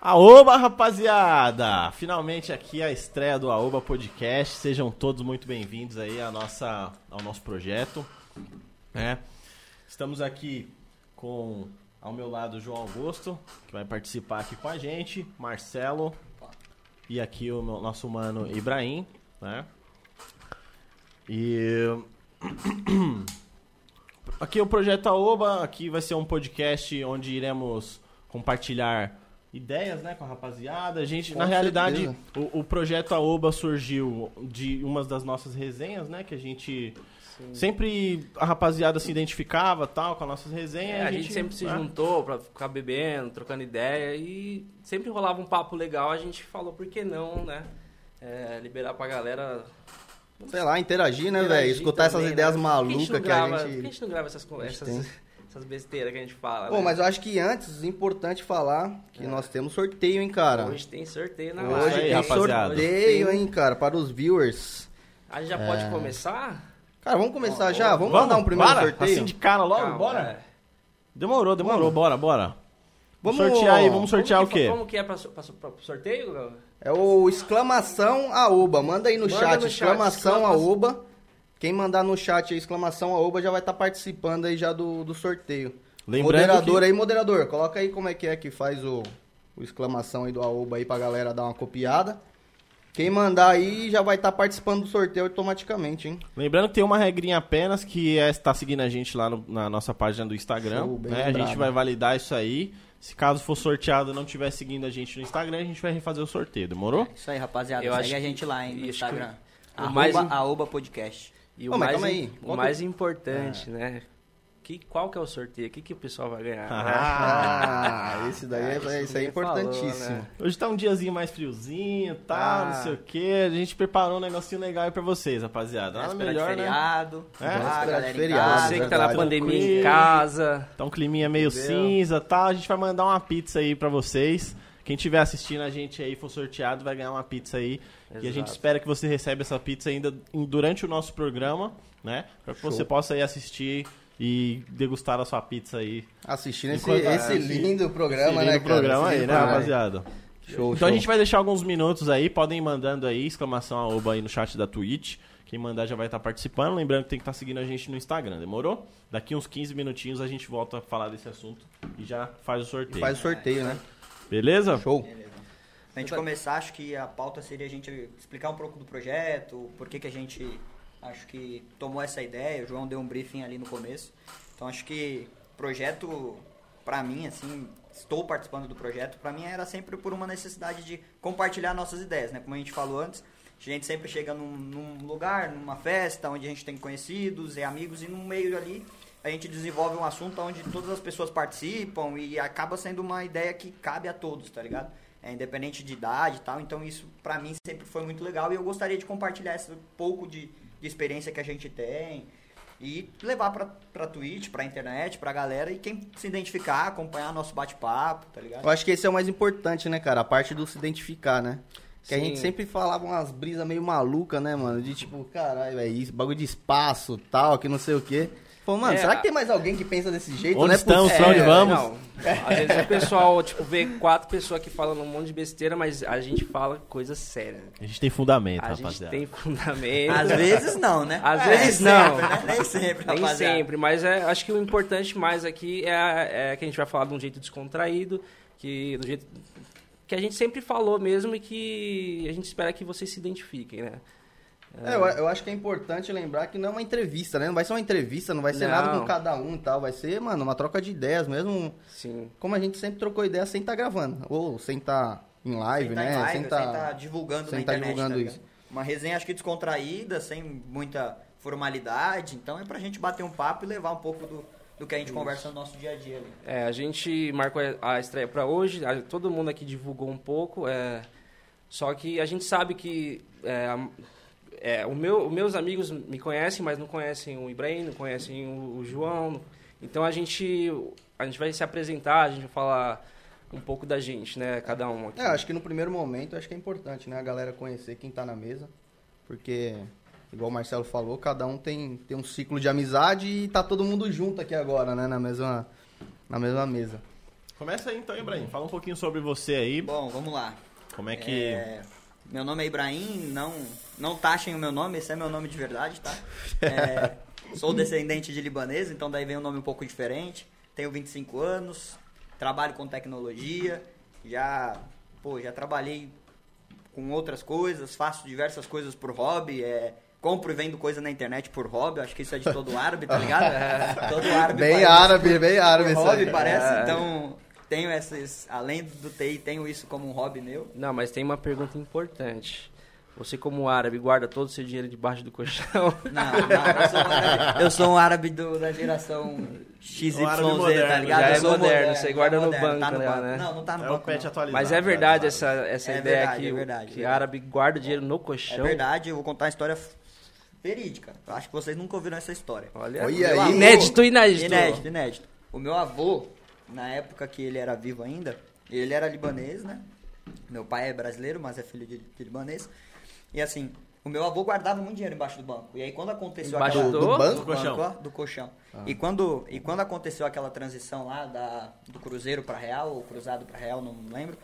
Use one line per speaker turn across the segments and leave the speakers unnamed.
Aoba, rapaziada! Finalmente aqui a estreia do Aoba Podcast. Sejam todos muito bem-vindos aí à nossa, ao nosso projeto.
É.
né? Estamos aqui com ao meu lado o João Augusto, que vai participar aqui com a gente, Marcelo e aqui o meu- nosso humano Ibrahim, né? E Aqui é o Projeto Aoba, aqui vai ser um podcast onde iremos compartilhar ideias né, com a rapaziada. A gente,
Com
na realidade,
certeza.
o, o Projeto Aoba surgiu de umas das nossas resenhas, né? Que a gente sempre a rapaziada se identificava tal com as nossas resenhas.
É, a gente, sempre se
né?
juntou pra ficar bebendo, trocando ideia e sempre rolava um papo legal. A gente falou, por que não, né? É, liberar pra galera.
Sei lá, interagir, né,
interagir
velho? Escutar essas
também,
ideias
né?
malucas que,
por que a gente não
a
grava, Por que a
gente.
gente não grava essas conversas, essas, essas besteiras que a gente fala?
Bom,
né? É.
mas eu acho que antes, é importante falar que nós temos sorteio, hein, cara? Hoje,
Hoje tá tem sorteio na
Hoje
live.
tem
tem
rapaziada.
sorteio, hein, É. cara, para os viewers.
A gente já pode começar?
Cara, vamos começar
Ó,
já? Vamos, mandar um primeiro
bora,
sorteio?
Assim de cara logo,
Calma,
bora?
é.
Demorou, demorou,
Vamos.
bora, bora. Vamos
Vamos-
sortear aí, vamos
Como
sortear
que
o quê?
fa- Como que é pra, so- pra so- pra- pro sorteio? Léo?
É o exclamação aoba. Manda aí no
Manda
chat,
no chat,
exclamação
exclama-
aoba. Quem mandar no chat aí, exclamação aoba, já vai estar participando aí já do, do sorteio.
Lembrando
moderador
que-
aí, moderador, coloca aí como é que é que faz o, o exclamação aí do aoba aí pra galera dar uma copiada. Quem mandar aí já vai estar participando do sorteio automaticamente, hein?
Lembrando que tem uma regrinha apenas que é estar seguindo a gente lá no- na nossa página do Instagram.
Show, bem
né? A
lembrado.
gente vai validar isso aí. Se caso for sorteado e não estiver seguindo a gente no Instagram, a gente vai refazer o sorteio, demorou?
Isso aí, rapaziada.
Eu
Segue
acho
a
que-
gente lá, hein, no
eu acho que
Instagram.
o
Arroba
mais im-
Aoba Podcast.
E
Ô,
o
mas
mais,
calma
im-
aí, É.
o
qual que-
mais importante, né? Que, qual que é o sorteio? O que, que o pessoal vai ganhar?
Ah,
Ah, esse daí é,
Ah, isso
isso aí é
ninguém falou,
importantíssimo.
né?
Hoje tá um diazinho mais friozinho, tá,
Ah.
não sei o quê. A gente preparou um negocinho legal aí pra vocês,
É,
rapaziada. Nada
Véspera de
melhor, né?
feriado.
É,
Ah,
véspera de
galera em
feriado,
casa.
Você que tá
verdade.
na pandemia
Tranquilo.
em casa,
Tá um climinha meio
Entendeu?
cinza, tá? A gente vai mandar uma pizza aí pra vocês. Quem tiver assistindo a gente aí, for sorteado, vai ganhar uma pizza aí. E a gente
Exato.
espera que você receba essa pizza ainda em- durante o nosso programa, né? Pra que você possa aí assistir e degustar a sua pizza aí.
Assistindo esse,
Enquanto- Ah,
esse lindo programa,
Seguindo
né,
o
cara?
programa
Esse
aí,
lindo
né, rapaziada?
Show,
Então a
show.
gente vai deixar alguns minutos aí, podem ir mandando aí, exclamação arroba aí no chat da Twitch. Quem mandar já vai estar participando. Lembrando que tem que estar seguindo a gente no Instagram, demorou? Daqui uns 15 minutinhos a gente volta a falar desse assunto e já faz o sorteio.
Faz o sorteio, né?
Beleza?
Show.
Pra gente começar, acho que a pauta seria a gente explicar um pouco do projeto, por que que a gente, acho que tomou essa ideia, o João deu um briefing ali no começo. Então, acho que projeto, pra mim, assim, estou participando do projeto, pra mim era sempre por uma necessidade de compartilhar nossas ideias, né? Como a gente falou antes, a gente sempre chega num, num lugar, numa festa, onde a gente tem conhecidos e amigos, e no meio ali a gente desenvolve um assunto onde todas as pessoas participam e acaba sendo uma ideia que cabe a todos, tá ligado? É, independente de idade e tal. Então isso pra mim sempre foi muito legal e eu gostaria de compartilhar esse pouco de, de experiência que a gente tem e levar pra, pra Twitch, pra internet, pra galera e quem se identificar, acompanhar nosso bate-papo, tá ligado?
Eu acho que esse é o mais importante, né, cara? A parte do se identificar, né? Que a
Sim.
gente sempre falava umas brisas meio malucas, né, mano? De tipo, caralho, velho, isso, bagulho de espaço, tal, que não sei o quê. Pô, mano,
É,
será que
a-
tem mais alguém que pensa desse jeito?
Onde
não é
estamos?
possível.
Pra onde vamos?
Às vezes o pessoal, tipo, vê quatro pessoas que falam um monte de besteira, mas a gente fala coisa séria.
A gente tem fundamento,
A gente
rapaziada.
tem fundamento.
Às vezes não, né?
Às
Nem
vezes
sempre,
não.
né? Nem sempre,
Nem
rapaziada.
sempre, mas é, acho que o importante mais aqui é, a- é que a gente vai falar de um jeito descontraído, que do jeito que a gente sempre falou mesmo e que a gente espera que vocês se identifiquem, né?
É, eu, eu acho que é importante lembrar que não é uma entrevista, né? Não vai ser uma entrevista, não vai ser
Não.
nada com cada um e tal. Vai ser, mano, uma troca de ideias mesmo.
Sim.
Como a gente sempre trocou ideia sem estar gravando. Ou sem estar em live,
sem tá
né?
em live,
sem tá-
tá divulgando
sem
na
tá
internet.
divulgando
ligado?
isso.
Uma resenha acho que descontraída, sem muita formalidade, então é pra gente bater um papo e levar um pouco do, do que a gente conversa no nosso dia a dia ali.
É, a gente marcou a estreia pra hoje, a- todo mundo aqui divulgou um pouco, é, só que a gente sabe que é, a- é, o meu, os meus amigos me conhecem, mas não conhecem o Ibrahim, não conhecem o, o João, então a gente, a gente vai se apresentar, a gente vai falar um pouco da gente, né, cada um aqui.
É, acho que no primeiro momento acho que é importante, né? A galera conhecer quem tá na mesa. Porque, igual o Marcelo falou, cada um tem, tem um ciclo de amizade e tá todo mundo junto aqui agora, né? Na mesma, na mesma mesa.
Começa aí então, Ibrahim. Fala um pouquinho sobre você aí.
Bom, vamos lá.
Como é que.
É, Meu nome é Ibrahim, não, não taxem o meu nome, esse é meu nome de verdade, tá? É, sou descendente de libanês, então daí vem um nome um pouco diferente. Tenho 25 anos, trabalho com tecnologia, já, pô, já trabalhei com outras coisas, faço diversas coisas por hobby, é, compro e vendo coisa na internet por hobby, acho que isso é de todo árabe, tá ligado? todo árabe
Bem
parece-
árabe, bem árabe isso
hobby
aí. É.
parece, então tenho esses, além do TI, tenho isso como um hobby meu.
Não, mas tem uma pergunta importante. Você, como árabe, guarda todo o seu dinheiro debaixo do colchão?
Não, não, eu sou um árabe, eu sou um árabe do- da geração XYZ,
Um árabe moderno,
tá ligado?
já
Eu
é
sou
moderno, você guarda no banco,
tá no
né,
banco.
né?
Não, não tá no
é o
banco.
pet
não.
atualizado.
Mas é verdade
atualizado.
essa, essa
É
ideia
verdade,
que,
é
o-
verdade,
que
é
árabe guarda o dinheiro no colchão.
É verdade, eu vou contar uma história verídica. Eu Acho que vocês nunca ouviram essa história.
Olha,
Olha
meu
aí.
inédito, inédito.
Inédito, inédito. O meu avô, na época que ele era vivo ainda, ele era libanês, né? Meu pai é brasileiro, mas é filho de, de libanês. E assim, o meu avô guardava muito dinheiro embaixo do banco. E aí quando aconteceu
Embaixo
aquela...
do- do
banco?
Do
colchão.
ó, do colchão. E, quando, e quando aconteceu aquela transição lá da, do cruzeiro pra real, ou cruzado pra real, não lembro,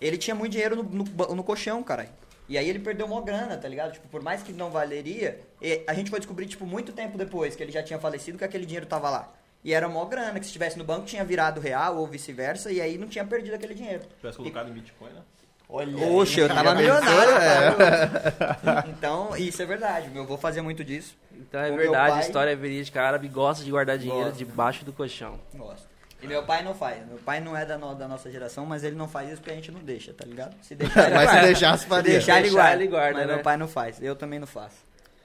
ele tinha muito dinheiro no, no, ba- no colchão, cara. E aí ele perdeu uma grana, tá ligado? Tipo, por mais que não valeria, e a gente foi descobrir, tipo, muito tempo depois que ele já tinha falecido que aquele dinheiro tava lá. E era uma grana, que se estivesse no banco tinha virado real ou vice-versa, e aí não tinha perdido aquele dinheiro.
Se tivesse colocado em Bitcoin, né?
Olha, Oxe, eu tava milionário. cara. Então, isso é verdade. Meu avô fazia muito disso.
Então é
O meu
verdade,
pai-
a história é verídica. Árabe gosta de guardar dinheiro
Gosta.
debaixo do colchão.
Gosto. E meu pai não faz. Meu pai não é da, no- da nossa geração, mas ele não faz isso porque a gente não deixa, tá ligado? Se deixar,
Mas se
guarda.
deixasse, faria.
Se deixar, ele
Deixar,
guarda.
ele guarda,
mas
né?
meu pai não faz. Eu também não faço.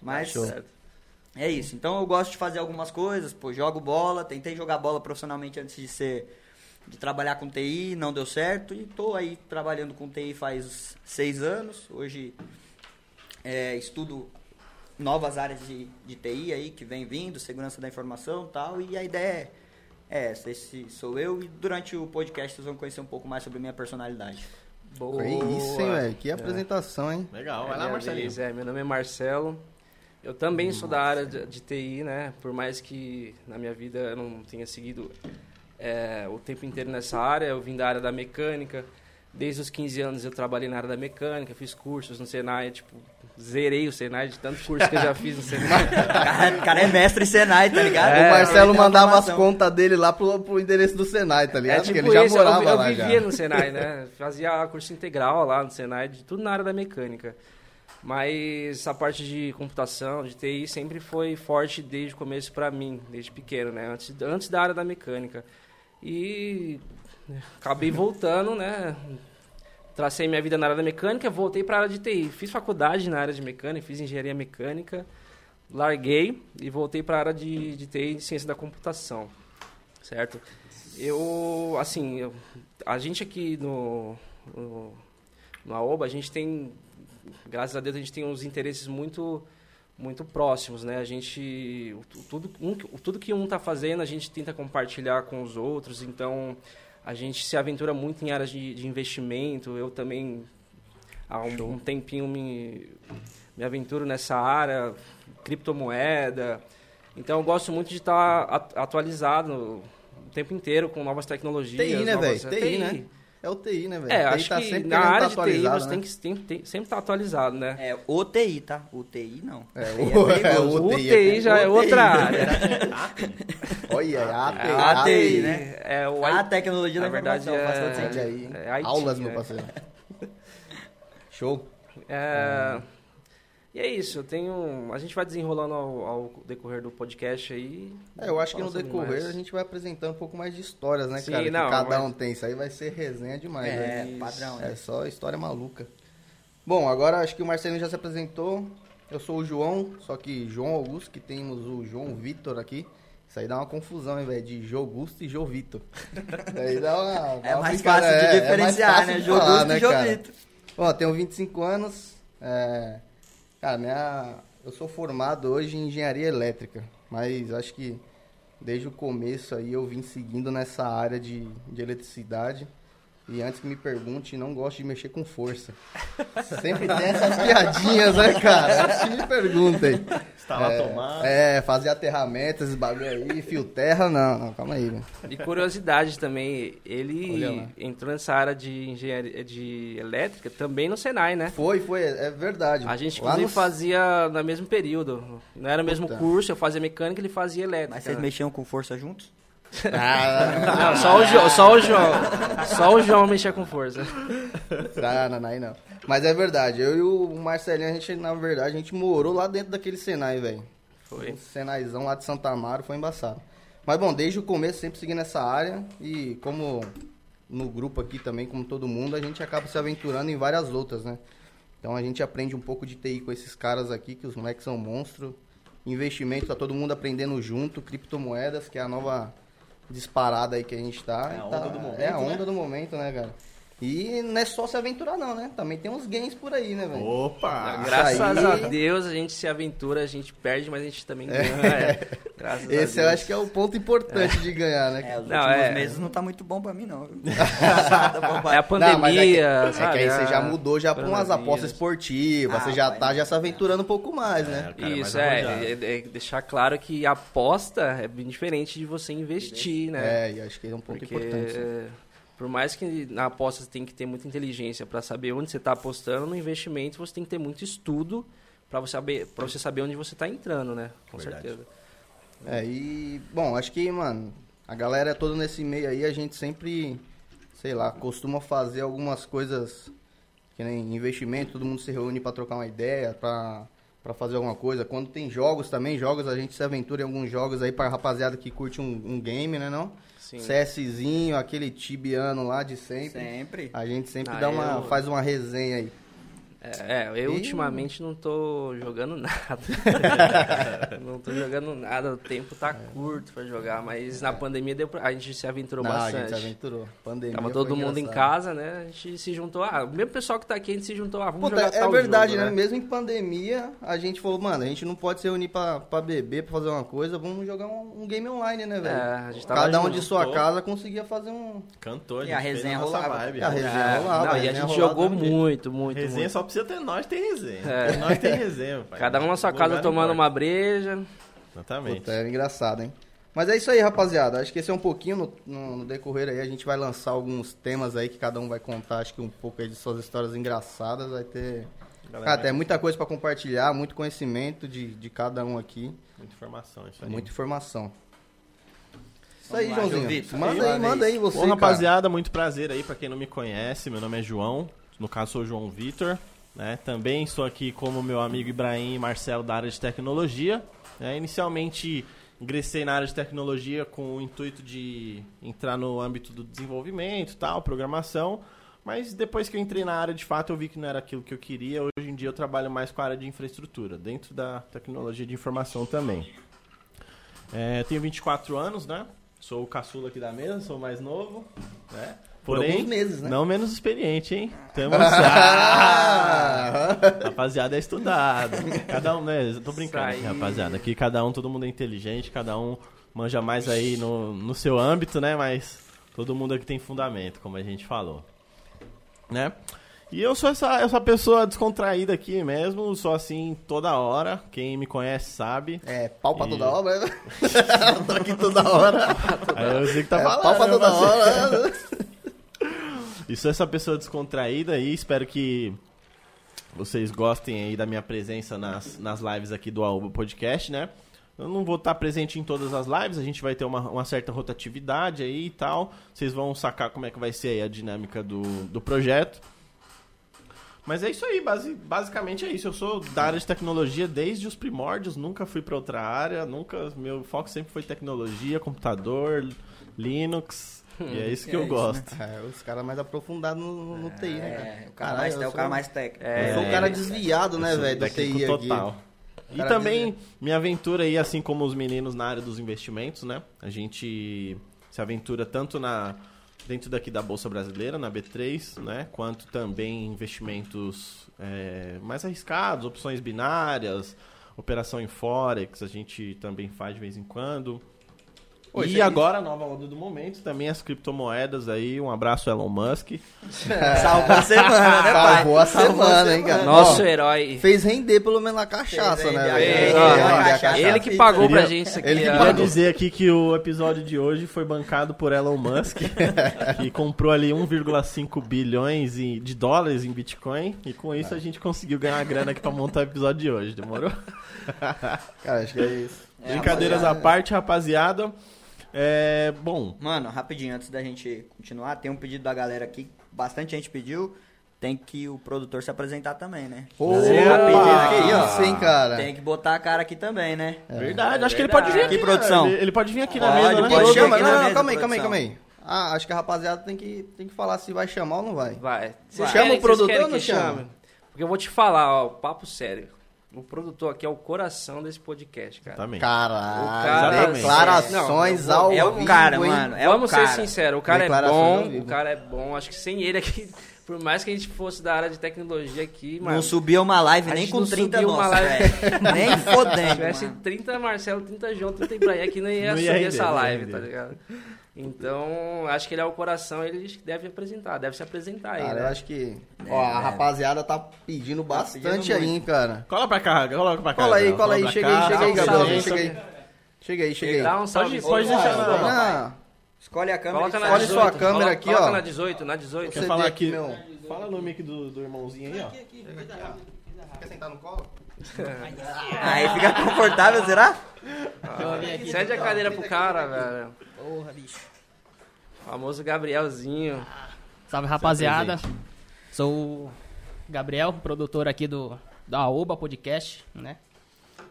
Mas
Show.
Certo.
é isso. Então eu gosto de fazer algumas coisas. Pô, jogo bola. Tentei jogar bola profissionalmente antes de ser... De trabalhar com TI, não deu certo. E tô aí trabalhando com TI faz seis anos. Hoje é, estudo novas áreas de, de TI aí que vem vindo, segurança da informação e tal, e a ideia é essa, esse sou eu, e durante o podcast vocês vão conhecer um pouco mais sobre a minha personalidade.
Boa.
Que É isso, hein, velho? Que apresentação, hein?
Legal,
É
vai lá,
minha
Marcelinho.
vez, é, meu nome é Marcelo. Eu também sou da área de, de TI, né? Por mais que na minha vida eu não tenha seguido é, o tempo inteiro nessa área, eu vim da área da mecânica. Desde os 15 anos eu trabalhei na área da mecânica, fiz cursos no Senai, tipo, zerei o Senai de tanto curso que eu já fiz no Senai.
O cara, o cara é mestre Senai, tá ligado?
É,
o Marcelo
Ele tem
mandava as
automação.
contas dele lá pro, pro endereço do Senai, tá ligado? Porque ele já
isso, É tipo eu-
morava
eu,
lá já.
vivia no Senai, né? Fazia curso integral lá no Senai, de tudo na área da mecânica. Mas a parte de computação, de TI, sempre foi forte desde o começo pra mim, desde pequeno, né? Antes, antes da área da mecânica. E acabei voltando, né? Tracei minha vida na área da mecânica, voltei pra área de TI. Fiz faculdade na área de mecânica, fiz engenharia mecânica, larguei e voltei pra área de, de TI, de ciência da computação, certo? Eu, assim, eu- a gente aqui no, no, no AOBA, a gente tem, graças a Deus, a gente tem uns interesses muito muito próximos, né? A gente o tu- tudo um, que- o tudo que um tá fazendo, a gente tenta compartilhar com os outros, então a gente se aventura muito em áreas de, de investimento. Eu também há um, um tempinho me me aventuro nessa área, criptomoeda. Então eu gosto muito de estar atualizado o tempo inteiro com novas tecnologias,
TI, né,
novas-
velho? TI, né? É o TI, né, velho?
é,
O TI
acho
tá
que
sempre
na
querendo tá
área de TI você
atualizado,
tem
né?
que tem- tem- sempre estar atualizado, né?
É, OTI, tá? OTI não.
É,
Aí
o-
perigoso.
é,
O
UTI,
UTI já é
UTI.
outra área.
Olha, é ATI,
É,
a
ATI.
ATI, né?
É o
A
IT.
tecnologia da
Na verdade,
informação, faz todo
é-
Olha
sentido.
aí. hein?
É IT,
ah, Aulas, meu
né?
parceiro. Show. Hum.
É, E é isso, eu tenho. A gente vai desenrolando ao, ao decorrer do podcast aí.
É, eu acho que no
Fala sobre
decorrer
mais.
a gente vai apresentando um pouco mais de histórias, né,
Sim,
cara? Que
não,
cada
mas-
um tem. Isso aí vai ser resenha demais,
É,
né?
padrão, né?
É só história maluca. Bom, agora acho que o Marcelinho já se apresentou. Eu sou o João, só que João Augusto, que temos o João Vitor aqui. Isso aí dá uma confusão, hein, velho? De João Augusto e João Vitor. Isso aí dá uma. dá
É
uma
mais
brincadeira.
fácil
É,
de
é mais
diferenciar,
fácil
né?
de
Jogo
falar,
Justo e Jogo
cara?
Vito.
Ó, tenho 25 anos. é, Cara, minha... eu sou formado hoje em engenharia elétrica, mas acho que desde o começo aí eu vim seguindo nessa área de, de eletricidade. E antes que me pergunte, não gosto de mexer com força. Sempre tem essas piadinhas, né, cara? Antes que me perguntem.
Instalar
é,
tomada.
É, fazer aterramento, esses bagulho aí, fio terra, não, não, calma aí, velho.
E curiosidade também,
Olha
ele
lá.
entrou nessa área de engenharia de elétrica também no Senai, né?
Foi, foi, é verdade.
A gente
Lá
inclusive
no-
fazia no mesmo período. Não era o mesmo
Puta.
curso, eu fazia mecânica, ele fazia elétrica.
Mas vocês
né?
mexiam com força juntos?
Ah,
Não, só o, Jo- só o João. Só o João mexia com força.
Não, não, não, aí não. Mas é verdade, eu e o Marcelinho, a gente, na verdade, a gente morou lá dentro daquele Senai, velho.
Foi.
O Senaizão lá de Santa Amaro foi embaçado. Mas bom, desde o começo sempre seguindo essa área e como no grupo aqui também, como todo mundo, a gente acaba se aventurando em várias outras, né? Então a gente aprende um pouco de TI com esses caras aqui, que os moleques são monstros. Investimento, tá todo mundo aprendendo junto, criptomoedas, que é a nova disparada aí que a gente tá.
É a
E
onda
tá-
do momento,
É a onda
né?
do momento, né, cara? E não é só se aventurar não, né? Também tem uns games por aí, né, velho?
Opa!
Isso
Graças a
aí-
Deus a gente se aventura, a gente perde, mas a gente também ganha. é. Graças a Deus.
Esse eu acho que é o ponto importante de ganhar, né? cara?
É, os
Não,
últimos
é.
meses não tá muito bom pra mim, não. Tá bom pra-
É a pandemia,
Não, mas é que- é, que,
sabe?
aí você já
Ah,
mudou já pra umas
coronavírus.
apostas esportivas,
Ah,
você já
vai,
tá
né?
já se aventurando um pouco mais, né?
cara mais
Isso, é,
arrojado.
é- é deixar claro que a aposta é bem diferente de você investir, né?
É, e acho que é um ponto
Porque
importante. né? sim.
é, por mais que na aposta você tem que ter muita inteligência para saber onde você está apostando, no investimento você tem que ter muito estudo para você saber, pra você saber onde você está entrando, né? Com
Verdade.
certeza.
É, e, bom, acho que, mano, a galera toda nesse meio aí, a gente sempre, sei lá, costuma fazer algumas coisas que nem investimento, todo mundo se reúne pra trocar uma ideia, pra, pra fazer alguma coisa. Quando tem jogos também, jogos, a gente se aventura em alguns jogos aí pra rapaziada que curte um, um game, né, não?
Sim.
CSzinho, aquele tibiano lá de sempre.
Sempre.
A gente sempre
Ah,
dá uma,
eu-
faz uma resenha aí.
É, é, eu
E-
ultimamente não tô jogando nada. não tô jogando nada, o tempo
É.
tá curto pra jogar, mas na pandemia deu pra- a gente se aventurou
Não, a
bastante.
gente se aventurou. Pandemia.
Tava
foi
todo mundo em
engraçado.
casa, né? A gente se juntou. Ah, o mesmo pessoal que tá aqui, a gente se juntou. Ah, vamos
Puta,
jogar
é
tal
verdade,
jogo,
né? Mesmo em pandemia, a gente falou, mano, a gente não pode se reunir pra, pra beber, pra fazer uma coisa, vamos jogar um, um game online, né, velho?
É, a gente tava
Cada um
junto.
de sua casa conseguia fazer um.
Cantou,
E
gente
a
fez
resenha
nossa
rolava.
vibe.
A resenha
É,
rolava,
não, e a
resenha
gente
rolava
jogou
todo dia.
muito, muito,
Resenha
muito.
só precisa ter nós, tem resenha.
É.
Nós tem resenha, pai. né?
Cada um na sua casa
Lugar
tomando
não importa.
uma breja.
Exatamente.
Puta, era engraçado, hein? Mas é isso aí, rapaziada. Acho que esse é um pouquinho no, no- no decorrer aí. A gente vai lançar alguns temas aí que cada um vai contar, acho que um pouco aí de suas histórias engraçadas. Vai ter.
Galera,
Cara, tem muita coisa pra compartilhar, muito conhecimento de, de cada um aqui.
Muita informação, isso
É
aí.
muita informação. Isso
Tá Vamos
aí,
lá,
Joãozinho.
João Vitor.
manda
Vamos
aí,
lá,
manda
vez.
aí você,
Bom, rapaziada, muito prazer aí pra quem não me conhece. Meu nome é João, no caso sou João Vitor, né? Também sou aqui como meu amigo Ibrahim e Marcelo da área de tecnologia. né? Inicialmente ingressei na área de tecnologia com o intuito de entrar no âmbito do desenvolvimento, e tal, programação. Mas depois que eu entrei na área, de fato, eu vi que não era aquilo que eu queria. Hoje em dia eu trabalho mais com a área de infraestrutura, dentro da tecnologia de informação também. É, eu tenho 24 anos, né? Sou o caçula aqui da mesa, sou o mais novo, né?
Por
Porém,
alguns meses, né?
não menos experiente, hein? Tamo
cara.
Rapaziada, é estudado. Cada um, né? Eu tô brincando aqui,
Isso aí.
rapaziada. Aqui cada um, todo mundo é inteligente, cada um manja mais aí no, no seu âmbito, né? Mas todo mundo aqui tem fundamento, como a gente falou. Né? E eu sou essa, essa pessoa descontraída aqui mesmo, sou assim toda hora. Quem me conhece sabe.
É, pau pra
E-
toda obra. né? Tô aqui toda hora.
Aí o Zico tá
é,
falando.
pau pra
né,
toda
parceiro?
hora.
E sou essa pessoa descontraída aí, espero que vocês gostem aí da minha presença nas, nas lives aqui do Aoba Podcast, né? Eu não vou estar presente em todas as lives, a gente vai ter uma, uma certa rotatividade aí e tal. Vocês vão sacar como é que vai ser aí a dinâmica do, do projeto. Mas é isso aí, basi- basicamente é isso. Eu sou da área de tecnologia desde os primórdios, nunca fui para outra área, nunca. Meu foco sempre foi tecnologia, computador, Linux. E é isso que
É
eu
isso, né?
gosto.
É, os caras mais aprofundados no, no TI, né, cara?
É, o cara
Caralho,
mais, é
eu
o cara
sou- um-
mais técnico.
Eu sou um
É.
cara desviado, né,
Eu sou
velho, do
técnico
TI
total.
aqui.
E
Cara,
também minha aventura aí, assim como os meninos na área dos investimentos, né? A gente se aventura tanto na dentro daqui da Bolsa Brasileira, na B3, né? Quanto também em investimentos é, mais arriscados, opções binárias, operação em Forex, a gente também faz de vez em quando.
Pô, isso
e
aí-
agora, a nova onda do momento, também as criptomoedas aí. Um abraço, Elon Musk.
Salvou É. a semana, né, pai?
Salvou a semana, hein, cara?
Nosso
Ó,
herói.
Fez render pelo menos na cachaça,
Fez
né?
render,
velho?
fez,
Ele
ó,
render a
cachaça.
cachaça.
Ele que pagou pra gente isso aqui.
ele que
ó.
Queria
pagou.
dizer aqui que o episódio de hoje foi bancado por Elon Musk, que comprou ali 1,5 bilhões em- de dólares em Bitcoin, e com isso a gente conseguiu ganhar uma grana aqui pra montar o episódio de hoje, demorou?
Cara, acho que é isso.
É,
Brincadeiras à
rapaziada.
parte, rapaziada. É, bom,
Mano, rapidinho, antes da gente continuar, tem um pedido da galera aqui, bastante gente pediu. Tem que o produtor se apresentar também, né?
Opa,
Você tá pedindo aqui, ó.
que isso, hein, cara?
Tem que botar a cara aqui também, né?
verdade,
É
acho que ele pode vir
verdade.
aqui,
Que produção?
né? Ele, ele pode vir aqui na
Pode,
mesa, né?
pode.
Pode
Chama,
chamar,
aqui
não,
na
não,
mesa,
calma aí, calma aí,
produção.
calma aí. Ah, acho que a rapaziada tem que, tem que falar se vai chamar ou não vai.
Vai.
Você
Vai.
chama
Querem-
o produtor
vocês querem
ou não
que
chama?
chame? Porque eu vou te falar, ó, papo sério. O produtor aqui é o coração desse podcast,
Tá.
cara.
Exatamente.
O
Caralho,
cara-
declarações
Não,
ao
É o
vivo,
cara,
hein?
mano. É
Vamos
o cara.
ser sinceros, o cara é
Declarações ao
bom,
vivo.
o cara é bom. Acho que sem ele aqui, por mais que a gente fosse da área de tecnologia aqui,
Não
mano.
subia uma live
A
nem
gente
com
não
30
subia uma
nossa,
live.
velho. Nem
Se
fodendo,
tivesse
mano.
30 Marcelo, 30 João, 30 Ibrahim aqui, não ia
Não ia
subir
render,
essa
não ia
live,
render.
tá ligado? Então, acho que ele é o coração, ele deve apresentar, deve se apresentar aí.
Cara, eu
né?
acho que. Ó, a rapaziada tá pedindo bastante
pedindo
aí, hein, cara.
Cola pra cá, cola pra cá.
Cola aí,
Gabriel,
cola aí.
pra
Chega
cá,
aí, chega aí,
dá um
Gabriel.
salve,
Chega aí.
salve.
Chega aí, chega aí.
Dá um salve.
Pode- pode
Ô,
deixar
Marcelo,
na-
vamos lá.
Ah,
Escolhe a câmera.
Coloca
e
na
fala.
Escolhe
18,
sua câmera
coloca-
aqui, ó.
Coloca na 18, na 18.
Você-
Quer falar
CD
aqui?
aqui, meu.
Fala o nome aqui do, do irmãozinho aí, ó.
Quer sentar no colo?
Aí fica confortável, será?
Cede a cadeira pro cara, velho.
Porra, bicho.
Famoso Gabrielzinho.
Salve rapaziada, sou o Gabriel, produtor aqui do da Oba Podcast, né?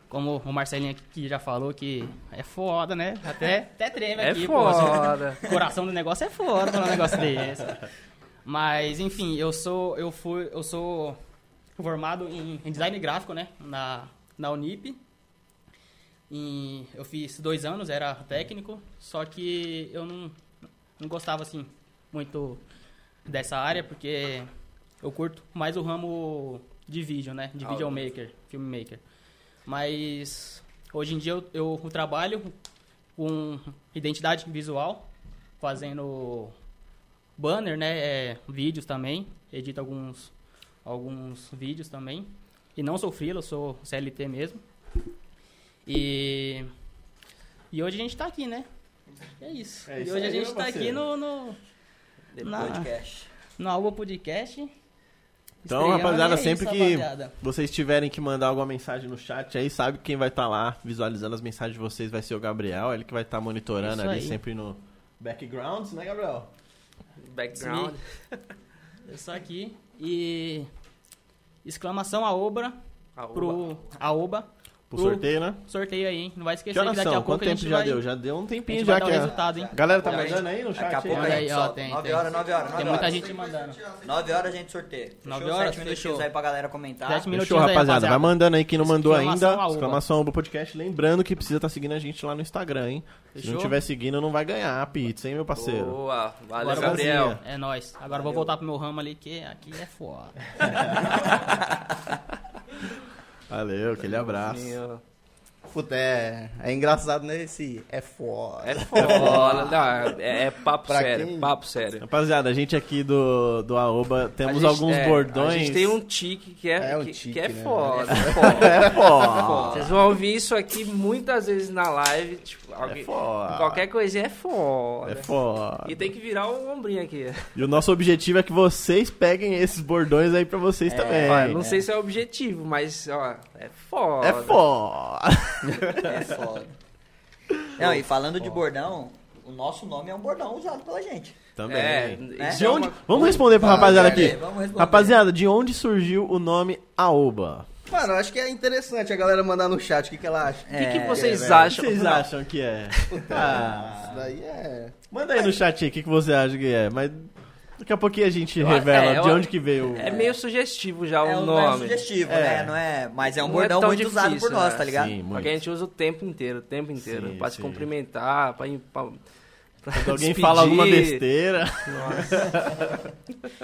Como o Marcelinho aqui que já falou que é foda, né? Até, até treme
É
aqui,
foda.
pô. O coração do negócio é foda falar um negócio desse. Mas enfim, eu sou eu fui eu sou formado em, em design gráfico, né? Na na Unip. E eu fiz dois anos, era técnico, só que eu não, não gostava assim muito dessa área, porque eu curto mais o ramo de vídeo, né? De
Ah,
videomaker, filmmaker. Mas hoje em dia eu, eu trabalho com identidade visual, fazendo banner, né? É, vídeos também, edito alguns, alguns vídeos também. E não sou freela, eu sou CLT mesmo. E, e hoje a gente tá aqui, né? É isso.
É isso
e hoje
aí,
a gente
meu
tá aqui
parceiro.
no, no,
Depois
Na-
podcast.
no Alba Podcast.
Então,
Estreando,
rapaziada,
é isso,
sempre que
rapaziada.
vocês tiverem que mandar alguma mensagem no chat aí, sabe que quem vai estar lá visualizando as mensagens de vocês vai ser o Gabriel, ele que vai estar monitorando
Isso
ali
aí.
sempre no background, né, Gabriel?
Background.
Eu sou aqui. E. Exclamação a obra
Aoba.
pro. A oba.
Pro
Pro-
sorteio, né?
Sorteio aí, hein? Não vai esquecer
Que horas
que daqui a
são?
pouco
Quanto
a
tempo
gente
já
vai.
deu? Já deu um
A
tempinho
gente
já
vai
que
dar o
a...
resultado, hein?
a galera tá
Olha aí.
mandando aí no chat.
Daqui a pouco
aí,
a
Olha
né?
gente
aí, ó,
solta.
tem,
9
tem.
horas, 9 horas, 9
Tem
horas.
muita gente mandando.
9 horas a gente sorteia.
Nove
Fechou?
horas,
Sete minutinhos
fechou.
aí pra galera
Tá.
comentar.
Sete minutinhos
Fechou,
um aí,
rapaziada. Vai mandando aí quem não mandou
Exclamação
ainda.
a uva.
Exclamação do podcast. Lembrando que precisa estar seguindo a gente lá no Instagram, hein? Se não
Fechou?
tiver seguindo, não vai ganhar a pizza, hein, meu parceiro?
Boa. Valeu,
Agora
Gabriel.
vamos
É nóis. Agora eu vou voltar pro meu ramo ali, que aqui é foda.
Valeu, aquele abraço.
Meu.
Puta, é, é engraçado, né? Esse é foda.
É foda. Não, é, é papo
Pra
sério.
quem-
Papo sério.
Então, Rapaziada, a gente aqui do, do Aoba temos
A gente-
alguns
é,
bordões.
A gente tem um tique que é,
É um
que,
tique,
que é
né?
foda. É foda.
É foda.
Vocês vão ouvir isso aqui muitas vezes na live. Tipo, alguém-
foda.
Qualquer coisinha é foda.
É foda.
E tá- tem que virar o ombrinho aqui.
E o nosso objetivo é que vocês peguem esses bordões aí pra vocês também.
Olha, não sei se é o objetivo, mas ó, é foda.
né? É foda.
É foda. Não, e falando de bordão, o nosso nome é um bordão usado pela gente.
Também.
É, isso
De
é
onde...
uma- né?
Vamos responder pra rapaziada aqui.
Vamos responder.
Rapaziada, de onde surgiu o nome Aoba?
Mano, eu acho que é interessante a galera mandar no chat o que, que ela acha.
O que, que
É,
vocês
velho.
O que
acham?
vocês
Não,
acham que é? Ah,
Isso daí é.
manda aí no chat aí o que, que você acha que é. Mas daqui a pouquinho a gente
acho-
revela
é, eu
de
acho-
onde que veio.
É meio sugestivo já
É
o
um nome
nome.
sugestivo,
É.
né? Não é, mas é um
Não é
bordão
tão
muito usado
difícil,
por nós,
né?
tá ligado?
Sim, muito.
Porque a gente usa o tempo inteiro, o tempo inteiro.
Sim,
pra
sim.
se cumprimentar, pra, ir- pra, pra
Quando alguém
despedir.
fala alguma besteira.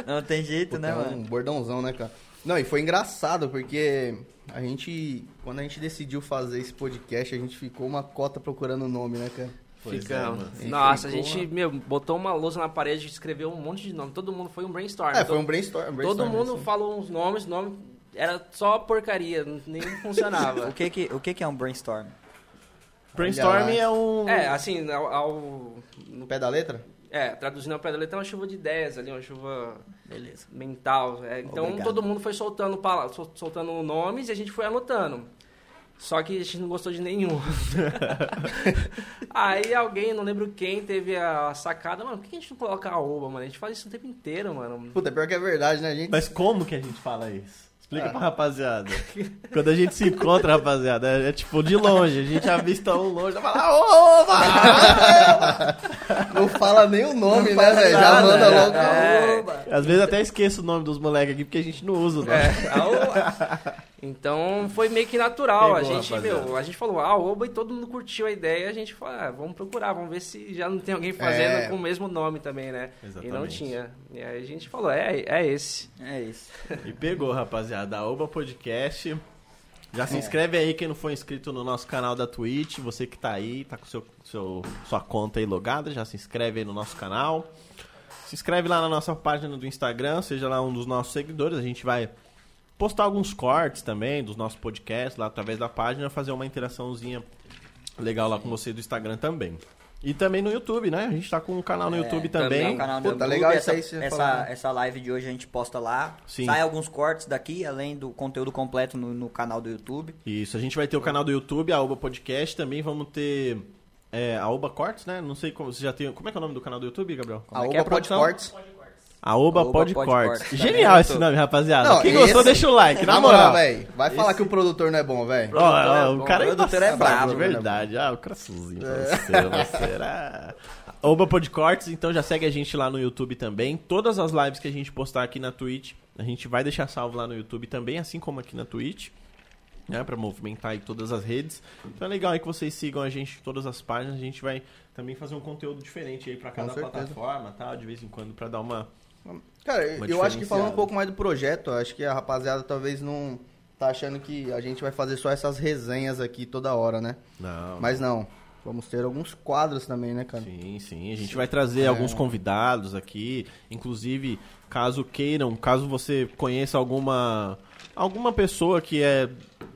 Não tem jeito,
Puta,
né,
é
mano?
um bordãozão, né, cara? Não, e foi engraçado, porque a gente. Quando a gente decidiu fazer esse podcast, a gente ficou uma cota procurando o nome, né, cara?
Pois é,
Ficamos.
mano.
Nossa, a
Ficou,
gente, meu, botou uma lousa na parede, escreveu um monte de nome. Todo mundo foi um brainstorm.
É,
Todo-
foi um brainstorm. um
Todo
brainstorm,
mundo
assim.
falou uns nomes, nome era só porcaria, nem
O
funcionava.
que que, o que que é um brainstorm?
Brainstorming é
Olha lá.
um.
é, assim, ao, ao-
No
no-
pé da letra?
é, traduzindo ao pé da letra, é uma chuva de ideias ali, uma chuva mental. é, então
Obrigado.
todo mundo foi soltando pala- sol- soltando nomes e a gente foi anotando. Só que a gente não gostou de nenhum. Aí alguém, não lembro quem, teve a sacada, mano, por que a gente não coloca a oba, mano? A gente faz isso o tempo inteiro, mano.
Puta, pior que é verdade, né, gente?
Mas como que a gente fala isso? Explica
Ah.
pra rapaziada. Quando a gente se encontra, rapaziada, é, é tipo de longe. A gente avista um longe, fala, ô, ô, mano!
Não fala nem o nome, né, velho? Já
nada,
manda
né?
logo.
É.
Oba!
Às vezes até esqueço o nome dos moleques aqui porque a gente não usa o nome.
né?
É, a oba. Então foi meio que natural.
Pegou,
a gente,
rapaziada.
né?
meu, a gente falou a oba e todo mundo curtiu a ideia. A gente falou, ah, vamos procurar, vamos ver se já não tem alguém fazendo
É.
com o mesmo nome também, né? E não
Exatamente.
tinha. E aí a gente falou, é, é esse.
É isso.
E pegou, rapaziada. A Oba Podcast. Já
É.
se inscreve aí quem não for inscrito no nosso canal da Twitch. Você que tá aí, tá com seu, seu- sua conta aí logada, já se inscreve aí no nosso canal. Se inscreve lá na nossa página do Instagram, seja lá um dos nossos seguidores. A gente vai postar alguns cortes também dos nossos podcasts lá através da página, fazer uma interaçãozinha legal lá com você do Instagram também. E também no YouTube, né? A gente tá com um canal no
É,
YouTube
também.
também.
Tem um canal
Pô,
no
tá
YouTube,
legal isso
essa,
aí que você falou,
essa,
né?
essa live de hoje a gente posta lá.
Sim.
Sai alguns cortes daqui, além do conteúdo completo no, no canal do YouTube.
Isso, a gente vai ter o canal do YouTube, a Oba Podcast, também vamos ter é, a Oba Cortes, né? Não sei como você já tem. Como é que é o nome do canal do YouTube, Gabriel?
A
Como é que é a
Oba Pod
produção?
Cortes.
A Oba,
Oba
Pod
Pod
Cortes.
Cortes, também
Genial
no
esse
YouTube.
nome, rapaziada.
Tá Não,
Quem gostou,
esse-
deixa o like, na
Na
moral.
moral, velho. Vai falar que o produtor não é bom, velho.
Ó, ó,
é
o
bom.
cara
O produtor é
embaçado,
brabo,
de
né,
verdade. Ah, o crassuzinho pra você, você era... Oba Podcortes, então já segue a gente lá no YouTube também. Todas as lives que a gente postar aqui na Twitch, a gente vai deixar salvo lá no YouTube também, assim como aqui na Twitch. Né, pra movimentar aí todas as redes. Então é legal aí que vocês sigam a gente em todas as páginas. A gente vai também fazer um conteúdo diferente aí pra cada
certeza.
plataforma tal, de vez em quando, pra dar uma.
Cara,
Uma
eu acho que falando
diferenciada.
um pouco mais do projeto, eu acho que a rapaziada talvez não tá achando que a gente vai fazer só essas resenhas aqui toda hora, né?
Não.
Mas não. Vamos ter alguns quadros também, né, cara?
Sim, sim. A gente vai trazer alguns convidados aqui. Inclusive, caso queiram, caso você conheça alguma alguma pessoa que é,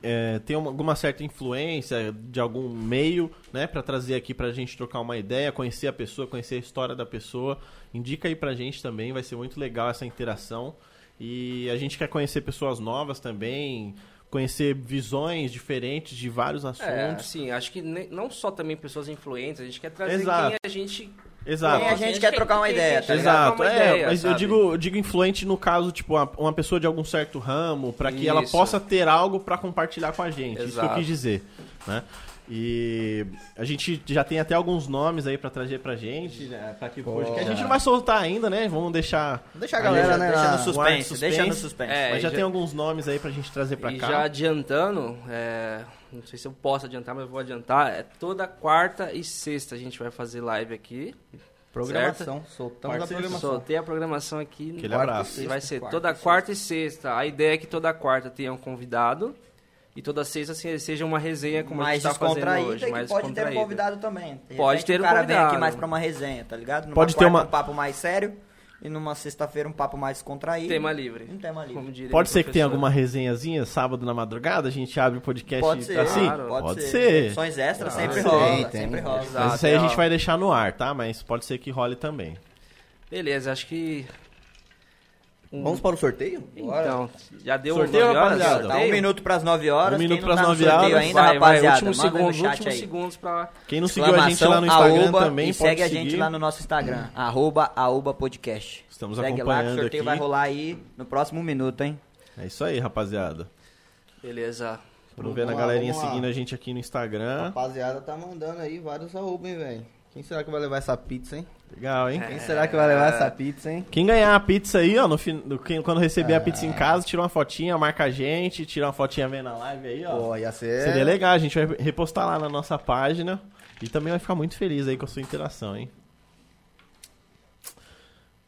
é, tem uma- alguma certa influência de algum meio, né, Pra trazer aqui pra gente trocar uma ideia, conhecer a pessoa, conhecer a história da pessoa, indica aí pra gente também. Vai ser muito legal essa interação. E a gente quer conhecer pessoas novas também, conhecer visões diferentes de vários
É,
assuntos.
assim, acho que ne- não só também pessoas influentes, a gente quer trazer
Exato.
quem a gente.
Exato.
Quem a gente quer trocar uma ideia, tá ligado?
Exato,
Trocar uma
é,
ideia,
mas eu
sabe?
digo, eu digo influente no caso, tipo, uma, uma pessoa de algum certo ramo, pra que ela
Isso.
possa ter algo pra compartilhar com a gente. Isso que eu
Exato.
quis dizer, né? E a gente já tem até alguns nomes aí pra trazer pra gente, né? Pra que o podcast- A gente não vai soltar ainda, né? Vamos deixar.
Deixa a
Aí,
galera,
já
né?
deixa
na-
no
guarda
suspense,
suspense.
deixa no suspense.
É,
mas já,
e já-
tem alguns nomes aí pra gente trazer pra
e
cá.
já adiantando, é, não sei se eu posso adiantar, mas eu vou adiantar. É toda quarta e sexta a gente vai fazer live aqui.
Programação. Soltamos
Parte
a programação.
Soltei a programação aqui.
Aquele abraço.
E vai ser
Quarta e
toda
sexta.
quarta e sexta. A ideia é que toda quarta tenha um convidado e toda sexta se- seja uma resenha como
mais
a gente tá fazendo
descontraído
hoje.
e que
mais
pode ter um
descontraída.
convidado também. De
Pode
repente,
ter
O
um
cara vem aqui
convidado.
mais pra uma resenha, tá ligado? Numa
Pode ter
quarta,
uma-
um papo mais sério e numa sexta-feira um papo mais descontraído.
Tema livre.
Um tema livre.
Como diria
Pode
o
ser que tenha
professor.
alguma resenhazinha sábado na madrugada, a gente abre o podcast
Pode ser,
assim?
claro.
pode,
Pode
ser.
ser. Ah,
Opções extras
Claro.
sempre
Tem,
rola,
tem.
sempre rola. Tá
Exato.
Mas isso aí a
é,
gente
ó.
vai deixar no ar, tá? Mas pode ser que role também.
Beleza, acho que. Um-
Vamos para o sorteio?
Então, já deu
Sorteio,
nove horas?
rapaziada.
Tá, um
Sorteio?
minuto pras 9 horas.
Um
Quem
minuto
não tá
pras
no
nove
sorteio
horas.
Ainda,
vai,
rapaziada,
vai, últimos
manda aí no
segundos,
chat
últimos
aí.
segundos pra...
Quem não seguiu a gente lá no
Exclamação,
Instagram
aoba,
também
e
pode
segue a
seguir. Hum.
gente lá no nosso Instagram, arroba aoba podcast.
Estamos
segue lá que o
acompanhando
sorteio
aqui.
vai rolar aí no próximo minuto, hein?
É isso aí, rapaziada.
Beleza.
Vamos ver na
lá,
galerinha
vamos lá.
seguindo a gente aqui no Instagram.
Rapaziada, tá mandando aí vários arroba, hein, velho? Quem será que vai levar essa pizza, hein?
Legal, hein?
Quem será que vai levar essa pizza, hein?
Quem ganhar a pizza aí, ó, no fin... no- quem- quando receber a
É.
pizza em casa, tira uma fotinha, marca a gente, tira uma fotinha vendo a live aí, ó.
Pô, É. ia ser...
Seria legal, a gente vai repostar lá na nossa página. E também vai ficar muito feliz aí com a sua interação, hein?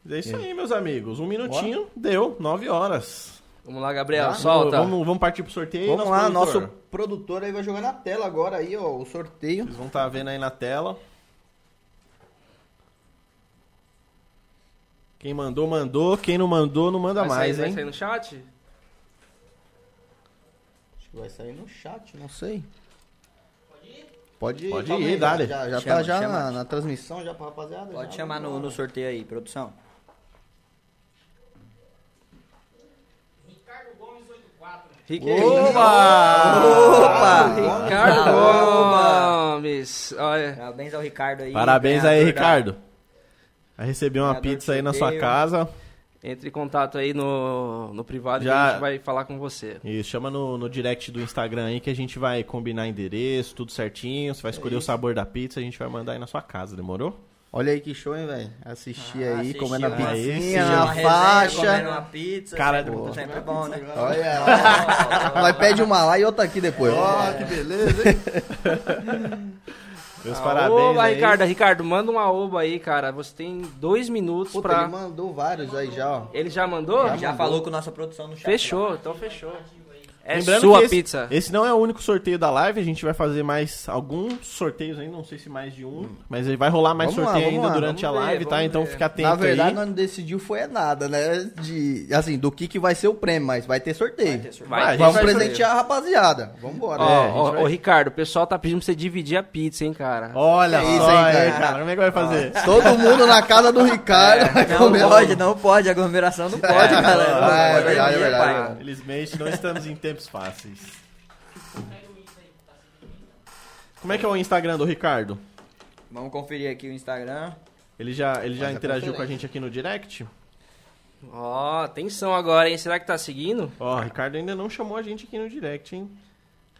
Mas É isso aí, meus amigos. Um minutinho, deu, nove horas.
Vamos lá, Gabriel,
Tá?
solta.
Vamos, vamos partir pro sorteio.
Vamos lá,
produtor?
nosso produtor aí vai jogar na tela agora aí, ó, o sorteio.
tá Vocês vão estar vendo aí na tela. Quem mandou, mandou. Quem não mandou, não manda
vai
mais,
sair, Vai
hein?
sair no chat?
Acho que vai sair no chat, não sei. Pode ir?
Pode
calma
ir,
aí,
dale.
Já, já
Chama,
tá já
chama.
na, na transmissão, já pra rapaziada.
Pode
já.
chamar no, no sorteio aí, produção.
Opa!
Ricardo
Oba!
Gomes! Olha.
Parabéns ao Ricardo aí.
Parabéns
né?
aí,
ganhador da-
Ricardo. Vai receber uma
Ganhador
pizza
do
aí na sua
sorteio.
casa.
Entre em contato aí no, no privado que
Já-
a gente vai falar com você.
E chama no, no direct do Instagram aí que a gente vai combinar endereço, tudo certinho.
É
Você vai escolher o sabor da pizza, a gente vai mandar aí na sua casa, demorou?
Olha aí que show, hein, velho? Assistir
Ah,
aí,
assistir
comendo a
uma-
pizzinha,
assistir
Uma
na
resenha, comendo
faixa.
uma pizza.
Cara,
sempre
pô.
sempre bom, né?
Olha, mas pede uma lá Um e outra aqui depois.
Ó, que beleza, hein? Meus parabéns.
Oba,
aí.
Ricardo, Ricardo, manda uma oba aí, cara. Você tem dois minutos
Puta,
pra.
ele mandou vários aí já, ó.
Ele já mandou?
Já falou com nossa produção no chat. né?
Fechou, então fechou. É
Lembrando
sua
que esse,
pizza.
Esse não é o único sorteio da live, a gente vai fazer mais alguns sorteios ainda, não sei se mais de um, mas vai rolar mais
Hum. Vamos lá,
sorteio
vamos
ainda
lá,
durante a
vamos ver,
live, tá?
vamos
Então
ver.
fica atento
Na verdade,
aí.
nós não decidiu foi nada, né? De, assim, do que, que vai ser o prêmio, mas vai ter sorteio. Ah,
Vai,
Vai,
a gente
Vamos
vai
presentear a rapaziada. Vambora.
Ó,
É, a gente
ó,
vai-
ô, Ricardo, o pessoal tá pedindo pra você dividir a pizza, hein, cara.
Olha
É isso
só
aí,
aí,
cara. Ah.
cara, como é que vai fazer?
Todo mundo na casa do Ricardo. vai
Não
comer
pode, não pode. Aglomeração não pode, galera. Não
Ah, é
pode,
verdade, é
ninguém
verdade,
vai.
é verdade.
Felizmente, não estamos em tempos fáceis. Como é que é o Instagram do Ricardo?
Vamos conferir aqui o Instagram.
Ele já, ele já
Mas é
interagiu
conferência.
com a gente aqui no direct?
Ó, atenção agora, hein? Será que tá seguindo?
Ó, o Ricardo ainda não chamou a gente aqui no direct, hein?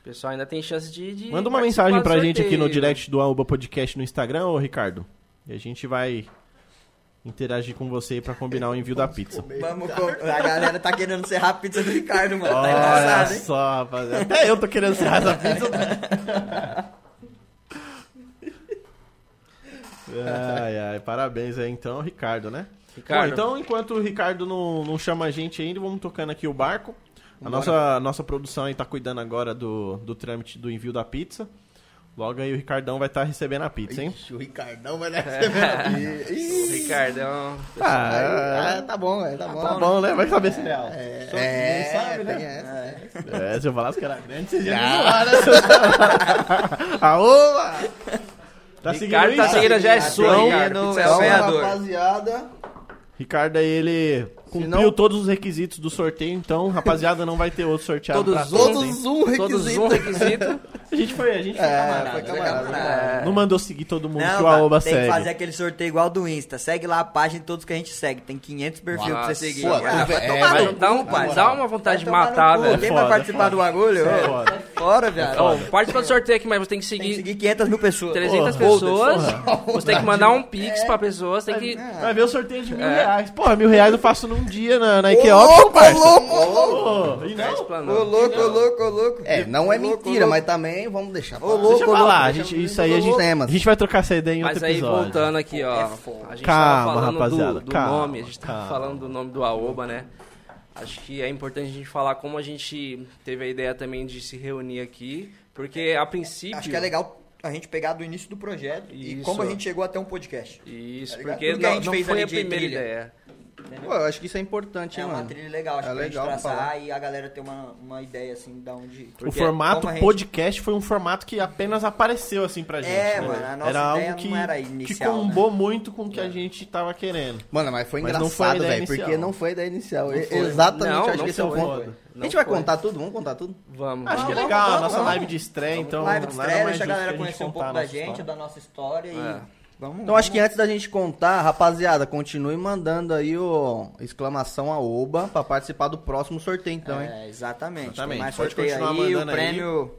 O pessoal ainda tem chance de. de
Manda uma
participar
mensagem
do
pra gente aqui no
sorteio.
direct do Arroba Podcast no Instagram, ô Ricardo. E a gente vai interagir com você aí pra combinar o envio da pizza.
Vamos com- A galera tá querendo ser a pizza do Ricardo, mano. Tá
Olha
engraçado, hein?
só, rapaziada. Até eu tô querendo ser essa pizza. ai, ai, parabéns aí então, Ricardo, né?
Ricardo,
Bom, então enquanto o Ricardo não, não chama a gente ainda, vamos tocando aqui o barco. A
Vambora.
nossa, a nossa produção aí tá cuidando agora do, do trâmite do envio da pizza. Logo aí o Ricardão vai estar recebendo a pizza, hein?
Ixi, o Ricardão vai dar essa Ih,
Ricardo, é um- né?
Ah, tá bom, velho. Tá bom.
É. Tá bom, né? Vai saber se é real.
É,
Só que
é,
ninguém sabe, né?
tem essa.
É, se eu falasse que era grande, vocês iam me
Ah.
zoar, né? Se eu falasse. Aô! Tá
Ricardo tá
isso?
seguindo, já é sua,
seguindo,
Ricardo. Pizza
é
sua.
o ganhador.
Então, rapaziada,
Ricardo aí, ele cumpriu
não-
todos os requisitos do sorteio, então, rapaziada, não vai ter outro sorteado
Todos
pra
os
todos, hein?
todos um
Todos um
requisito.
requisito.
A gente foi, a gente foi
É,
camarada.
foi
Foi
camarada.
camarada.
Não mandou seguir todo mundo
tá Não,
que o
cara,
Aoba
tem que fazer
segue.
aquele sorteio igual do Insta. Segue lá a página de todos que a gente segue. Tem 500 perfis pra
Nossa.
você seguir.
Pô,
Ah,
tu
vai
vê-
tomar
é,
no
Mas
cu,
dá, um-
cara.
dá uma vontade de
tomar no
matar,
Tá cu.
velho.
Quem
É Foda,
vai participar do bagulho?
É
Ô,
foda.
Fora, viado.
Ó, participa do sorteio aqui, mas você tem que
Tem que
seguir
seguir 500 mil pessoas.
300 pessoas. Você tem que mandar um
É.
pix pra pessoas, tem que...
Vai ver o sorteio de mil reais. Porra, mil reais eu faço num dia na, na IKEA.
Ô, louco,
parça.
louco,
Ô, E não?
Ô,
explanando.
louco, ô, louco, ô, louco.
É, não é
Ô, louco,
mentira,
ô,
mas também vamos deixar. pra
Ô,
lá.
louco.
Deixa eu falar, a
deixa
gente,
eu-
isso aí a gente,
temas.
a gente vai trocar essa ideia em outro
Mas aí,
episódio.
voltando aqui,
É
ó. A gente
Calma,
tava falando
rapaziada,
do, do
calma,
nome, a gente tava
calma.
falando do nome do Aoba, né? Acho que é importante a gente falar como a gente teve a ideia também de se reunir aqui, porque a princípio...
Acho que é legal a gente pegar do início do projeto e
Isso.
como a gente chegou até um podcast.
Isso,
Tá ligado?
porque
Tudo que a
não,
gente
não
fez
foi
ali
a
de
primeira
trilha.
ideia.
Pô, eu acho que isso é importante,
É
hein,
uma
mano.
trilha legal, acho
É
que pra gente
legal
traçar
falar.
e a galera ter uma, uma ideia assim da onde.
O
Porque
formato
como a gente-
podcast foi um formato que apenas apareceu assim pra gente.
É,
né?
mano, a nossa
era
ideia
algo que,
não era
que
inicial, né? É.
combou muito com o que a gente tava querendo.
Mano, mas foi
Mas não foi a
engraçado,
ideia
velho,
inicial.
porque não foi a ideia inicial. E-
foi.
Exatamente,
Não,
eu acho
não
que esse é o
foi.
ponto. a
Não
gente vai
foi.
contar tudo? Vamos contar tudo?
Vamos.
Acho que é
vamos,
legal, a
vamos,
nossa
vamos.
live de estreia, então.
é um live de
nada
estreia,
mais
deixa a
justo
galera
que gente
conhecer um
contar
pouco
a
da
nossa
gente,
história.
da nossa história
É.
e. Vamos,
Então acho que antes da gente contar, rapaziada, continue mandando aí o exclamação aoba pra participar do próximo sorteio, então, hein?
É, exatamente.
Exatamente.
Tem mais
Pode
sorteio
continuar
aí, o
mandando aí.
prêmio.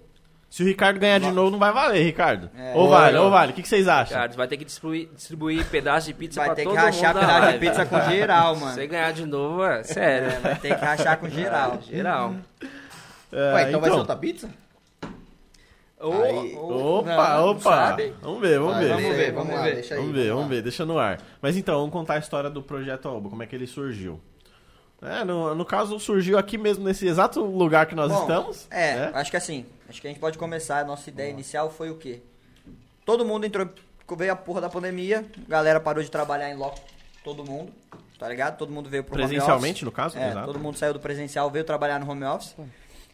Se o Ricardo ganhar de novo, não vai valer, Ricardo.
É.
Ou vale, ou vale. O que, que vocês acham?
Cara, você vai ter que distribuir, distribuir pedaço de pizza
Vai
pra
ter
todo
que
mundo.
rachar
da
pedaço de
live.
pizza com geral,
Se você
mano.
ganhar de novo, é sério.
né?
É, vai ter que rachar com geral.
Geral.
É,
Ué, então, vai ser outra pizza? Aí-
Opa,
Não, não
opa.
sabe.
vamos ver, vamos
Vai,
ver.
vamos ver, vamos
Vamos
ver.
ver.
Deixa aí,
Vamos ver, vamos
lá.
ver, deixa no ar. Mas então, vamos contar a história do projeto Alba, como é que ele surgiu. É, no, no caso, surgiu aqui mesmo, nesse exato lugar que nós
Bom,
estamos.
É,
né?
acho que assim, acho que a gente pode começar. A nossa ideia inicial foi o quê? Todo mundo entrou, veio a porra da pandemia, a galera parou de trabalhar em loco, todo mundo. tá ligado? Todo mundo veio pro home office.
Presencialmente, no caso?
É,
Exato.
todo mundo saiu do presencial, veio trabalhar no home office.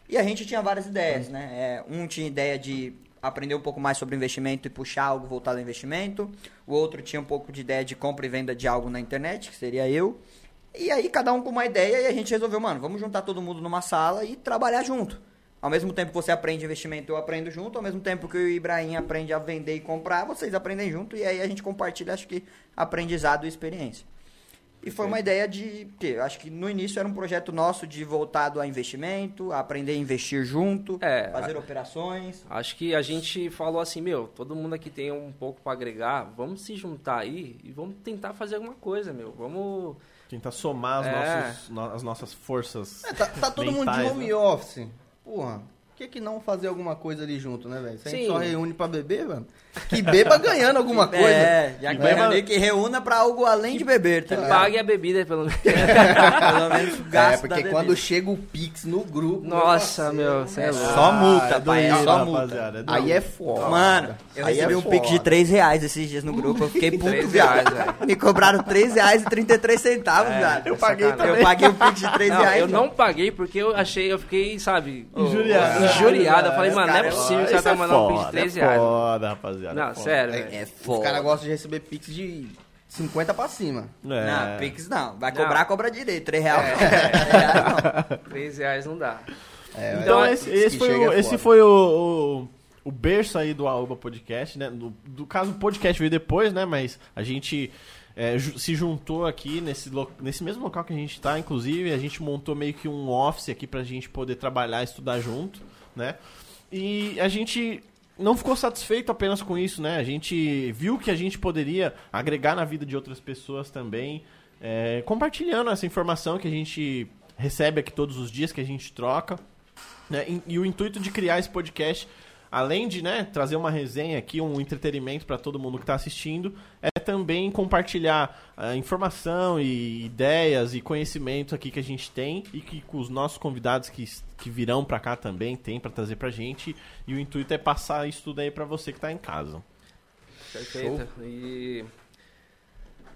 E a gente tinha várias ideias, né? É, um tinha ideia de aprender um pouco mais sobre investimento e puxar algo voltado ao investimento. O outro tinha um pouco de ideia de compra e venda de algo na internet, que seria eu. E aí cada um com uma ideia e a gente resolveu, mano, vamos juntar todo mundo numa sala e trabalhar junto. Ao mesmo tempo que você aprende investimento, eu aprendo junto. Ao mesmo tempo que o Ibrahim aprende a vender e comprar, vocês aprendem junto. E aí a gente compartilha, acho que, aprendizado e experiência. E foi uma ideia de que acho que no início era um projeto nosso de voltado a investimento, a aprender a investir junto,
É,
fazer
a-
operações.
Acho que a gente falou assim, meu, todo mundo aqui tem um pouco pra agregar, vamos se juntar aí e vamos tentar fazer alguma coisa, meu. Vamos.
Tentar somar as,
É.
nossos- no- as nossas forças.
É, tá, tá todo mundo de
mentais,
home
né?
office. Porra, por que, que não fazer alguma coisa ali junto, né, velho? Se a gente
Sim.
só reúne pra beber, mano, que beba ganhando alguma coisa.
É, já
E
que
beba-
meio que reúna pra algo além de beber, tá
É.
Que
ligado?
pague a bebida, pelo menos.
Pelo menos o gasto
É, porque
da
quando
bebida.
chega o Pix no grupo.
Nossa, meu, você é
É
louco.
Só multa,
é doido,
pai. Só
rapaziada,
multa.
Aí é foda.
Mano, eu
Aí
recebi
é
um pix de
foda.
3 reais esses dias no grupo, eu fiquei puto,
Três
viado.
reais, velho.
Me cobraram 3 reais e 33 centavos, viado.
é sacanagem.
Eu paguei um pix de 3
Não,
reais.
eu não paguei porque eu achei, eu fiquei, sabe,
Injuriado.
injuriado. Eu falei, mano, não é
Cara,
possível que
Isso
ela tá
é
mandando um pix de
foda,
3
é
reais.
Foda, rapaziada. é
Não,
foda.
sério, velho.
É
Os
foda.
caras gostam de receber Pix de 50 pra cima.
É.
Não, Pix não. Vai
Não.
cobrar, cobra direito. 3 reais.
É.
Três reais não.
3 reais não dá.
É,
Então,
velho,
esse,
Pix
esse
que
foi,
chega
o,
é
esse
foda.
foi o, o, o berço aí do Aoba Podcast, né? Do, do caso, o podcast veio depois, né? Mas a gente é, ju- se juntou aqui nesse, lo- nesse mesmo local que a gente tá, inclusive. A gente montou meio que um office aqui pra gente poder trabalhar, estudar junto, né? E a gente não ficou satisfeito apenas com isso, né? A gente viu que a gente poderia agregar na vida de outras pessoas também, é, compartilhando essa informação que a gente recebe aqui todos os dias, que a gente troca. né? E, e o intuito de criar esse podcast, além de né, trazer uma resenha aqui, um entretenimento para todo mundo que está assistindo, é também compartilhar ah, informação e ideias e conhecimento aqui que a gente tem e que com os nossos convidados que, s- que virão para cá também tem para trazer para gente. E o intuito é passar isso tudo aí para você que está em casa.
Perfeito. E.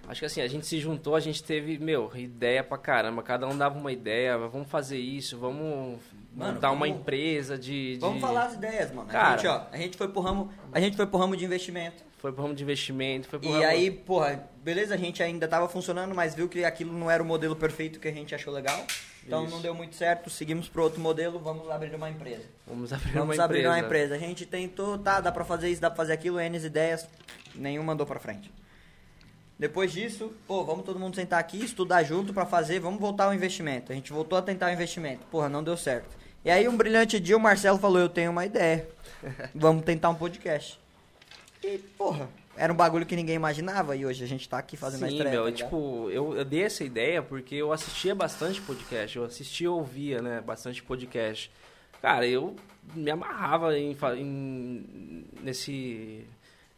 Acho que assim, a gente se juntou, a gente teve, meu, ideia pra caramba. Cada um dava uma ideia, vamos fazer isso, vamos
Mano,
montar uma
vamos-
empresa de. de-
Vamos falar as ideias, mano. a,
Cara.
gente, ó, a gente foi pro ramo, a gente foi pro ramo de investimento.
Foi pro ramo de investimento, foi pro
E
ramo-
aí, porra, beleza, a gente ainda tava funcionando, mas viu que aquilo não era o modelo perfeito que a gente achou legal. Então
Isso.
não deu muito certo, seguimos pro outro modelo, vamos abrir uma empresa.
Vamos abrir
Vamos
uma
abrir
empresa.
uma empresa. A gente tentou, tá, dá pra fazer isso, dá pra fazer aquilo, N ideias, nenhuma andou pra frente. Depois disso, pô, vamos todo mundo sentar aqui, estudar junto pra fazer, vamos voltar ao investimento. A gente voltou a tentar o investimento, porra, não deu certo. E aí, um brilhante dia, o Marcelo falou: Eu tenho uma ideia, vamos tentar um podcast. E, porra, era um bagulho que ninguém imaginava e hoje a gente tá aqui fazendo a
Sim,
estreia.
meu,
tá ligado?
tipo, eu, eu dei essa ideia porque eu assistia bastante podcast, eu assistia e ouvia, né, bastante podcast. Cara, eu me amarrava em, fa- em- nesse,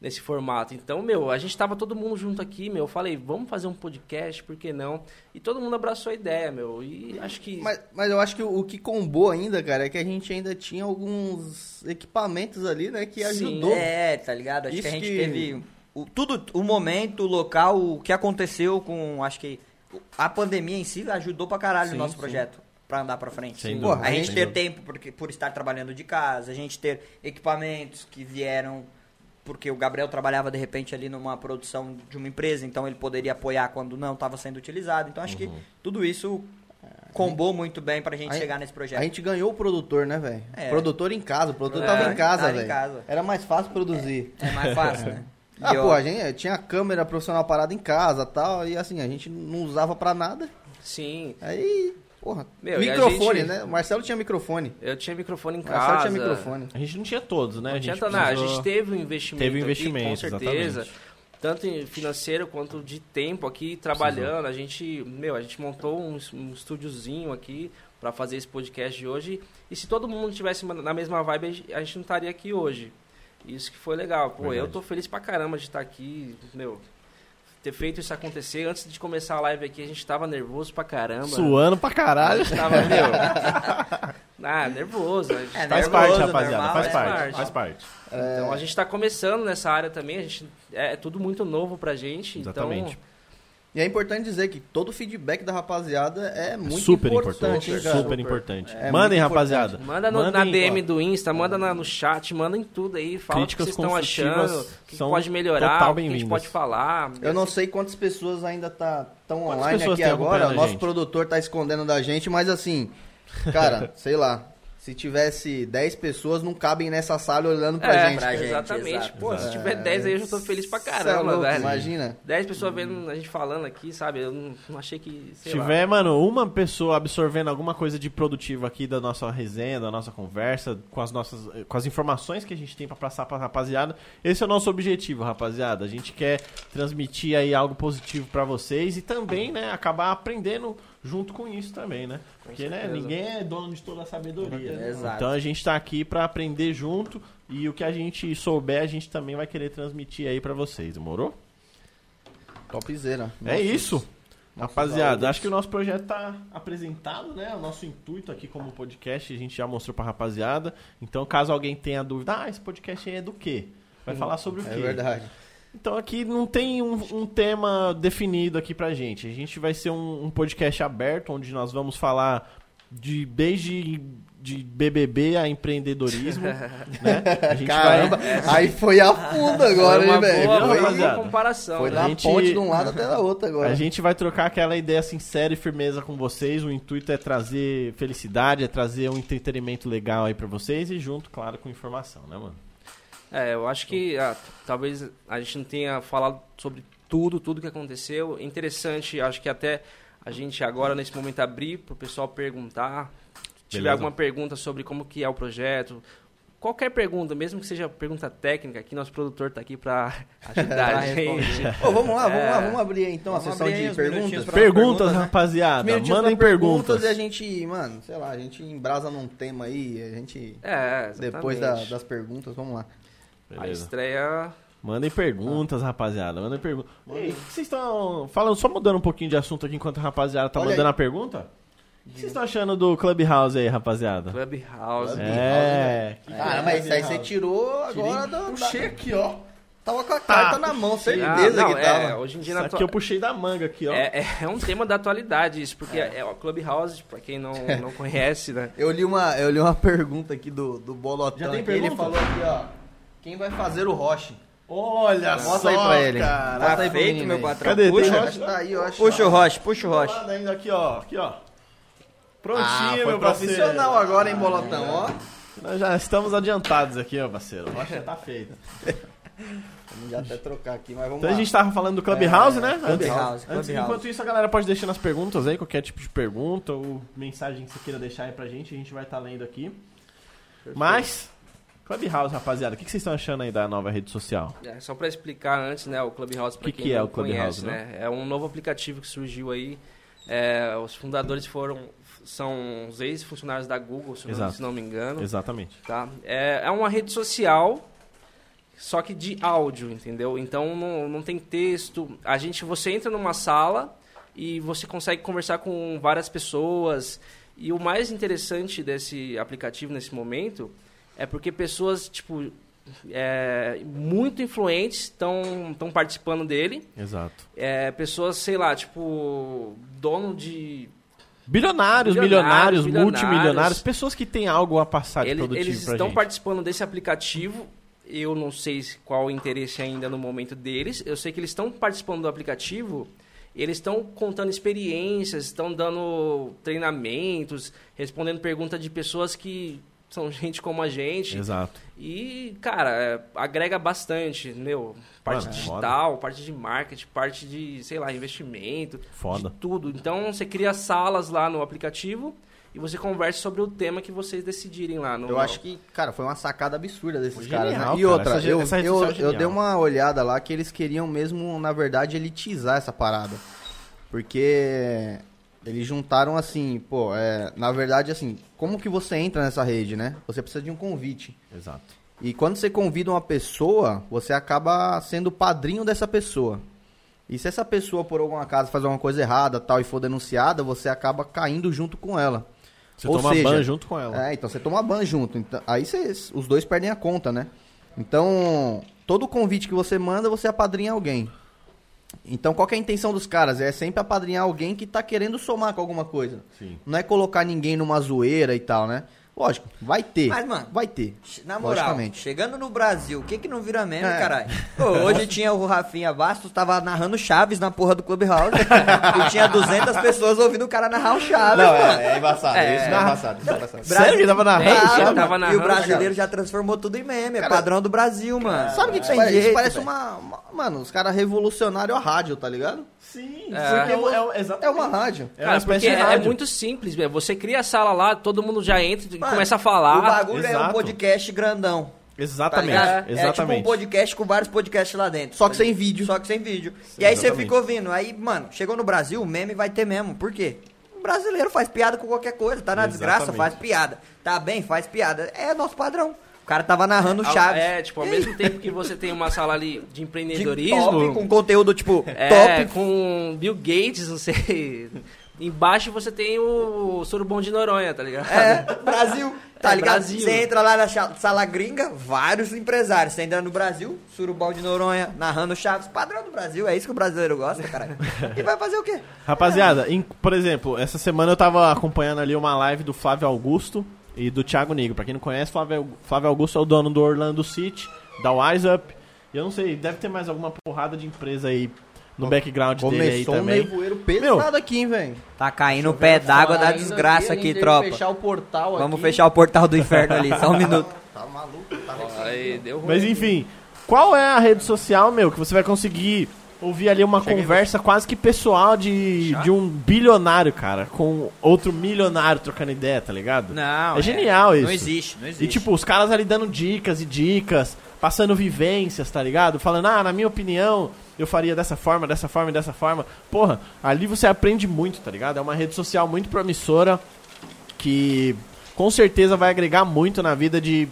nesse formato. Então, meu, a gente tava todo mundo junto aqui, meu, eu falei, vamos fazer um podcast, por que não? E todo mundo abraçou a ideia, meu, e acho que...
Mas, mas eu acho que o, o que combou ainda, cara, é que a gente ainda tinha alguns equipamentos ali, né, que
Sim,
ajudou.
É, tá ligado? Acho
Isso
que a gente
que-
teve o, tudo, o momento, o local, o que aconteceu com, acho que a pandemia em si ajudou pra caralho
Sim,
o nosso
sim.
projeto pra andar pra frente.
Sem
dúvida,
a gente
sem
ter
dúvida.
tempo porque, por estar trabalhando de casa, a gente ter equipamentos que vieram porque o Gabriel trabalhava de repente ali numa produção de uma empresa, então ele poderia apoiar quando não estava sendo utilizado. Então acho que tudo isso combou muito bem pra gente
Uhum. a gente-
chegar nesse projeto.
A gente ganhou o produtor, né, velho?
É.
Produtor em casa, o produtor
É,
tava em casa,
tava em
velho.
casa.
Era mais fácil produzir.
É mais fácil, né?
Ah,
E, ó,
pô, a gente tinha câmera profissional parada em casa tal, e assim, a gente não usava pra nada.
Sim,
Aí, porra,
Meu, e a
microfone,
gente-
né? O Marcelo tinha microfone.
eu tinha microfone em
O
casa.
Marcelo tinha microfone.
A gente não tinha todos, né?
Não
a gente
adianta nada, a
precisou-
gente teve um investimento,
Teve um
aqui,
investimento,
com certeza.
exatamente.
Tanto em financeiro quanto de tempo aqui trabalhando. A gente, meu, a gente montou um, es- um estúdiozinho aqui para fazer esse podcast de hoje. E se todo mundo tivesse ma- na mesma vibe, a gente- a gente não estaria aqui hoje. Isso que foi legal. Pô,
Verdade.
eu tô feliz pra caramba de estar aqui, meu. Ter feito isso acontecer. Antes de começar a live aqui, a gente tava nervoso pra caramba.
Suando pra
A
caralho.
gente tava, meu. ah, nervoso. A gente
É,
Faz
nervoso,
parte, rapaziada,
normal,
faz
é
parte,
normal.
faz parte.
Então a gente está começando nessa área também, a gente é, é tudo muito novo pra gente,
Exatamente.
então
E é importante dizer que todo o feedback da rapaziada é muito
super importante,
importante. hein, cara?
super importante.
É
Mandem,
muito
rapaziada.
Manda no- na
Mandem,
DM
ó,
do Insta, manda na- no chat, manda em tudo aí. Fala o que
Críticas
vocês estão
construtivas
achando, o que
são
pode melhorar,
total
o que a gente
bem-vindas.
pode falar.
Eu não sei quantas pessoas ainda tá tão
Quantas
online
pessoas
aqui
tem
agora.
acompanhando
O
a
nosso
gente?
produtor tá escondendo da gente, mas assim, cara, sei lá. Se tivesse 10 pessoas, não cabem nessa sala olhando pra
é,
gente. É,
pra gente,
exatamente.
exato.
Pô, se tiver 10 aí, eu já tô feliz pra
Cê é
caramba,
louco,
velho.
Imagina.
10 pessoas vendo a gente falando aqui, sabe? Eu não, não achei que.
Se
Sei lá.
tiver, mano, uma pessoa absorvendo alguma coisa de produtivo aqui da nossa resenha, da nossa conversa, com as nossas, eh, com as informações que a gente tem pra passar pra rapaziada, esse é o nosso objetivo, rapaziada. A gente quer transmitir aí algo positivo pra vocês e também, né, acabar aprendendo junto com isso também, né? Porque, né,
certeza.
ninguém é dono de toda a sabedoria. né?
Exato.
Então a gente tá aqui pra aprender junto e o que a gente souber, a gente também vai querer transmitir aí pra vocês, demorou?
Topzera.
É
Nossa,
isso. Rapaziada, acho que o nosso projeto tá apresentado, né? O nosso intuito aqui como podcast, a gente já mostrou pra rapaziada. Então, caso alguém tenha dúvida, ah, esse podcast aí é do quê? Vai falar sobre o quê?
É verdade.
Então aqui não tem um, um tema definido aqui pra gente. A gente vai ser um, um podcast aberto, onde nós vamos falar de desde de BBB a empreendedorismo, né? A gente
Caramba, aí foi a fundo agora,
Foi uma
hein, velho?
boa,
Viu,
foi uma
rapaziada?
comparação.
é, Foi
né?
A
da
gente-
ponte de um lado até da outra agora.
A gente vai trocar aquela ideia sincera e firmeza com vocês. O intuito é trazer felicidade, é trazer um entretenimento legal aí pra vocês e junto, claro, com informação, né, mano?
É, eu acho que ah, talvez a gente não tenha falado sobre tudo, tudo que aconteceu. É Interessante, acho que até a gente agora, nesse momento, abrir para o pessoal perguntar. Se tiver
Beleza.
alguma pergunta sobre como que é o projeto, qualquer pergunta, mesmo que seja pergunta técnica, que nosso produtor está aqui para ajudar
Pra
a gente.
Ô, vamos lá, vamos lá,
É.
vamos abrir aí, então a
Vamos
sessão
abrir aí
de
os minutinhos
perguntas.
pra-
Perguntas,
pergunta, né?
rapaziada.
Minutinhos
Mandem
pra
perguntas.
E a gente, mano, sei lá, a gente embrasa num tema aí, a gente.
É,
Depois da-
exatamente.
das perguntas, vamos lá.
A
Beleza.
estreia
Mandem perguntas, rapaziada. Mandem perguntas. Ei, o que vocês estão falando? Só mudando um pouquinho de assunto aqui enquanto a rapaziada tá
Olha
mandando a pergunta. O que vocês estão achando do Clubhouse aí, rapaziada?
Clubhouse.
Clubhouse,
É.
Ah, mas isso aí você tirou agora da. Puxei aqui, ó. Tava com a carta na mão, certeza
Ah, não,
que
é,
tava.
hoje em dia
Isso
na
aqui eu puxei da manga aqui, ó.
É, é- é um tema da atualidade isso, porque é. o Clubhouse, pra quem não, não conhece, né?
Eu li uma, eu li uma pergunta aqui do, do
Já
Bolotão.
tem
aqui, ele
pergunta?
falou aqui, ó. Quem vai fazer o Roche?
Olha
Mostra
só,
aí pra ele.
cara.
Bota
Tá
aí pro
feito,
menino
meu
aí.
patrão.
Cadê?
Puxa,
Tem
O
Roche?
Roche tá aí, ó.
puxa o Roche, puxa o Roche.
Colado ainda aqui, ó. Aqui, ó. Prontinho,
Ah, foi
meu parceiro.
profissional agora, hein, Bolotão, ó.
Nós já estamos adiantados aqui, meu parceiro. A rocha tá feita.
Vamos já até trocar aqui, mas vamos
Então a
lá.
gente tava falando do Clubhouse,
É,
né?
Clubhouse,
Antes-
Clubhouse.
antes- enquanto isso, a galera pode deixar nas perguntas aí, qualquer tipo de pergunta ou mensagem que você queira deixar aí pra gente, a gente vai estar lendo aqui. Mas, Clubhouse, rapaziada, o que que vocês estão achando aí da nova rede social?
É, só pra explicar antes, né, o Clubhouse pra
Que
quem
que é
não
o Clubhouse,
conhece, né? É um novo aplicativo que surgiu aí. É, os fundadores foram são os ex-funcionários da Google, se não,
Exato.
se não me engano.
Exatamente.
Tá? É, é uma rede social, só que de áudio, entendeu? Então não, não tem texto. A gente, você entra numa sala e você consegue conversar com várias pessoas. E o mais interessante desse aplicativo nesse momento é porque pessoas, tipo, é, muito influentes estão estão participando dele.
Exato.
É, pessoas, sei lá, tipo, dono de
Bilionários, milionários,
Bilionários,
multimilionários,
bilionários.
pessoas que têm algo a passar tá de
Ele-
produtivo
eles
pra
estão
gente.
participando desse aplicativo. Eu não sei se- qual o interesse ainda no momento deles. Eu sei que eles estão participando do aplicativo. Eles estão contando experiências, estão dando treinamentos, respondendo perguntas de pessoas que são gente como a gente.
Exato.
E, cara, é, agrega bastante, meu. Parte
Mano, é
digital, parte de marketing, parte de, sei lá, investimento.
Foda.
De tudo. Então, você cria salas lá no aplicativo e você conversa sobre o tema que vocês decidirem lá. No,
Eu acho que, cara, foi uma sacada absurda desses
Genial,
caras. Né?
cara.
E outra,
Essa-
eu,
essa rede
eu,
social é
eu
genial.
dei uma olhada lá que eles queriam mesmo, na verdade, elitizar essa parada. Porque eles juntaram assim, pô, é, na verdade, assim, como que você entra nessa rede, né? Você precisa de um convite.
Exato.
E quando você convida uma pessoa, você acaba sendo o padrinho dessa pessoa. E se essa pessoa, por algum acaso, fazer uma coisa errada tal e for denunciada, você acaba caindo junto com ela.
Você
Ou
toma
seja,
ban junto com ela.
É, então você toma ban junto. Então, aí cês- os dois perdem a conta, né? Então, todo convite que você manda, você apadrinha alguém. Então, qual que é a intenção dos caras? É sempre apadrinhar alguém que tá querendo somar com alguma coisa.
Sim.
Não é colocar ninguém numa zoeira e tal, né? Lógico, vai ter.
Mas, mano,
vai ter.
Na moral,
logicamente.
chegando no Brasil, o que que não vira meme,
É.
caralho? Pô, hoje tinha o Rafinha Bastos, tava narrando Chaves na porra do Clubhouse e tinha 200 pessoas ouvindo o cara narrar o Chaves,
Não,
mano.
é, é embaçado.
É.
Isso não é embaçado. Isso é embaçado.
Sério que tava na
É,
rádio?
já
Claro,
tava
e
narrando,
o brasileiro já transformou tudo em meme, é padrão do Brasil, mano.
Sabe o que, que isso
Tem
parece? Isso
é jeito,
parece
velho.
uma, uma- Mano, os caras revolucionaram a rádio, tá ligado?
Sim,
É.
porque é, é
É
exatamente.
uma rádio.
É uma
Cara,
espécie
porque
de
é, é
rádio.
muito simples, velho. Você cria a sala lá, todo mundo já entra e
Mano,
começa a
O
falar.
bagulho é um
Exato.
podcast grandão. tá
Exatamente,
ligado? É tipo
exatamente.
um podcast com vários podcasts lá dentro. tá
Só que sem vídeo.
Só que sem vídeo. E aí você
Exatamente.
fica ouvindo. Aí, mano, chegou no Brasil, o meme vai ter mesmo. Por quê? O brasileiro faz piada com qualquer coisa. Tá na desgraça,
Exatamente.
faz piada. Tá bem, faz piada. É nosso padrão. O cara tava narrando
Ao-
Chaves.
É, tipo, ao
E
mesmo tempo que você tem uma sala ali de
de
empreendedorismo,
top, com conteúdo, tipo,
é,
top.
com Bill Gates, não sei. Embaixo você tem o Sorobão de Noronha, tá ligado?
É, Brasil. Tá
É,
ligado?
Brasil.
Você entra lá na cha- sala gringa, vários empresários. Você entra no Brasil, surubal de Noronha, narrando Chaves. Padrão do Brasil, é isso que o brasileiro gosta, caralho. E vai fazer o quê?
Rapaziada, em- por exemplo, essa semana eu tava acompanhando ali uma live do Flávio Augusto e do Thiago Negro. Pra quem não conhece, Flávio, Flávio Augusto é o dono do Orlando City, da Wise Up. E eu não sei, deve ter mais alguma porrada de empresa aí no background dele aí
Começou um
também.
nevoeiro pesado
Meu.
aqui, hein, velho.
Tá caindo o pé d'água da
Ainda
desgraça
bem, a gente
aqui,
teve que
tropa.
fechar o portal aqui.
Vamos fechar o portal do inferno ali, só um minuto.
Tá maluco? Tá
Aí deu ruim.
Mas enfim, qual é a rede social, meu, que você vai conseguir ouvir ali uma conversa quase que pessoal de, de um bilionário, cara, com outro milionário trocando ideia, tá ligado?
Não,
É genial isso.
Não existe, não existe.
E tipo, os caras ali dando dicas e dicas, passando vivências, tá ligado? Falando, ah, na minha opinião, eu faria dessa forma, dessa forma e dessa forma. Porra, ali você aprende muito, tá ligado? É uma rede social muito promissora que com certeza vai agregar muito na vida de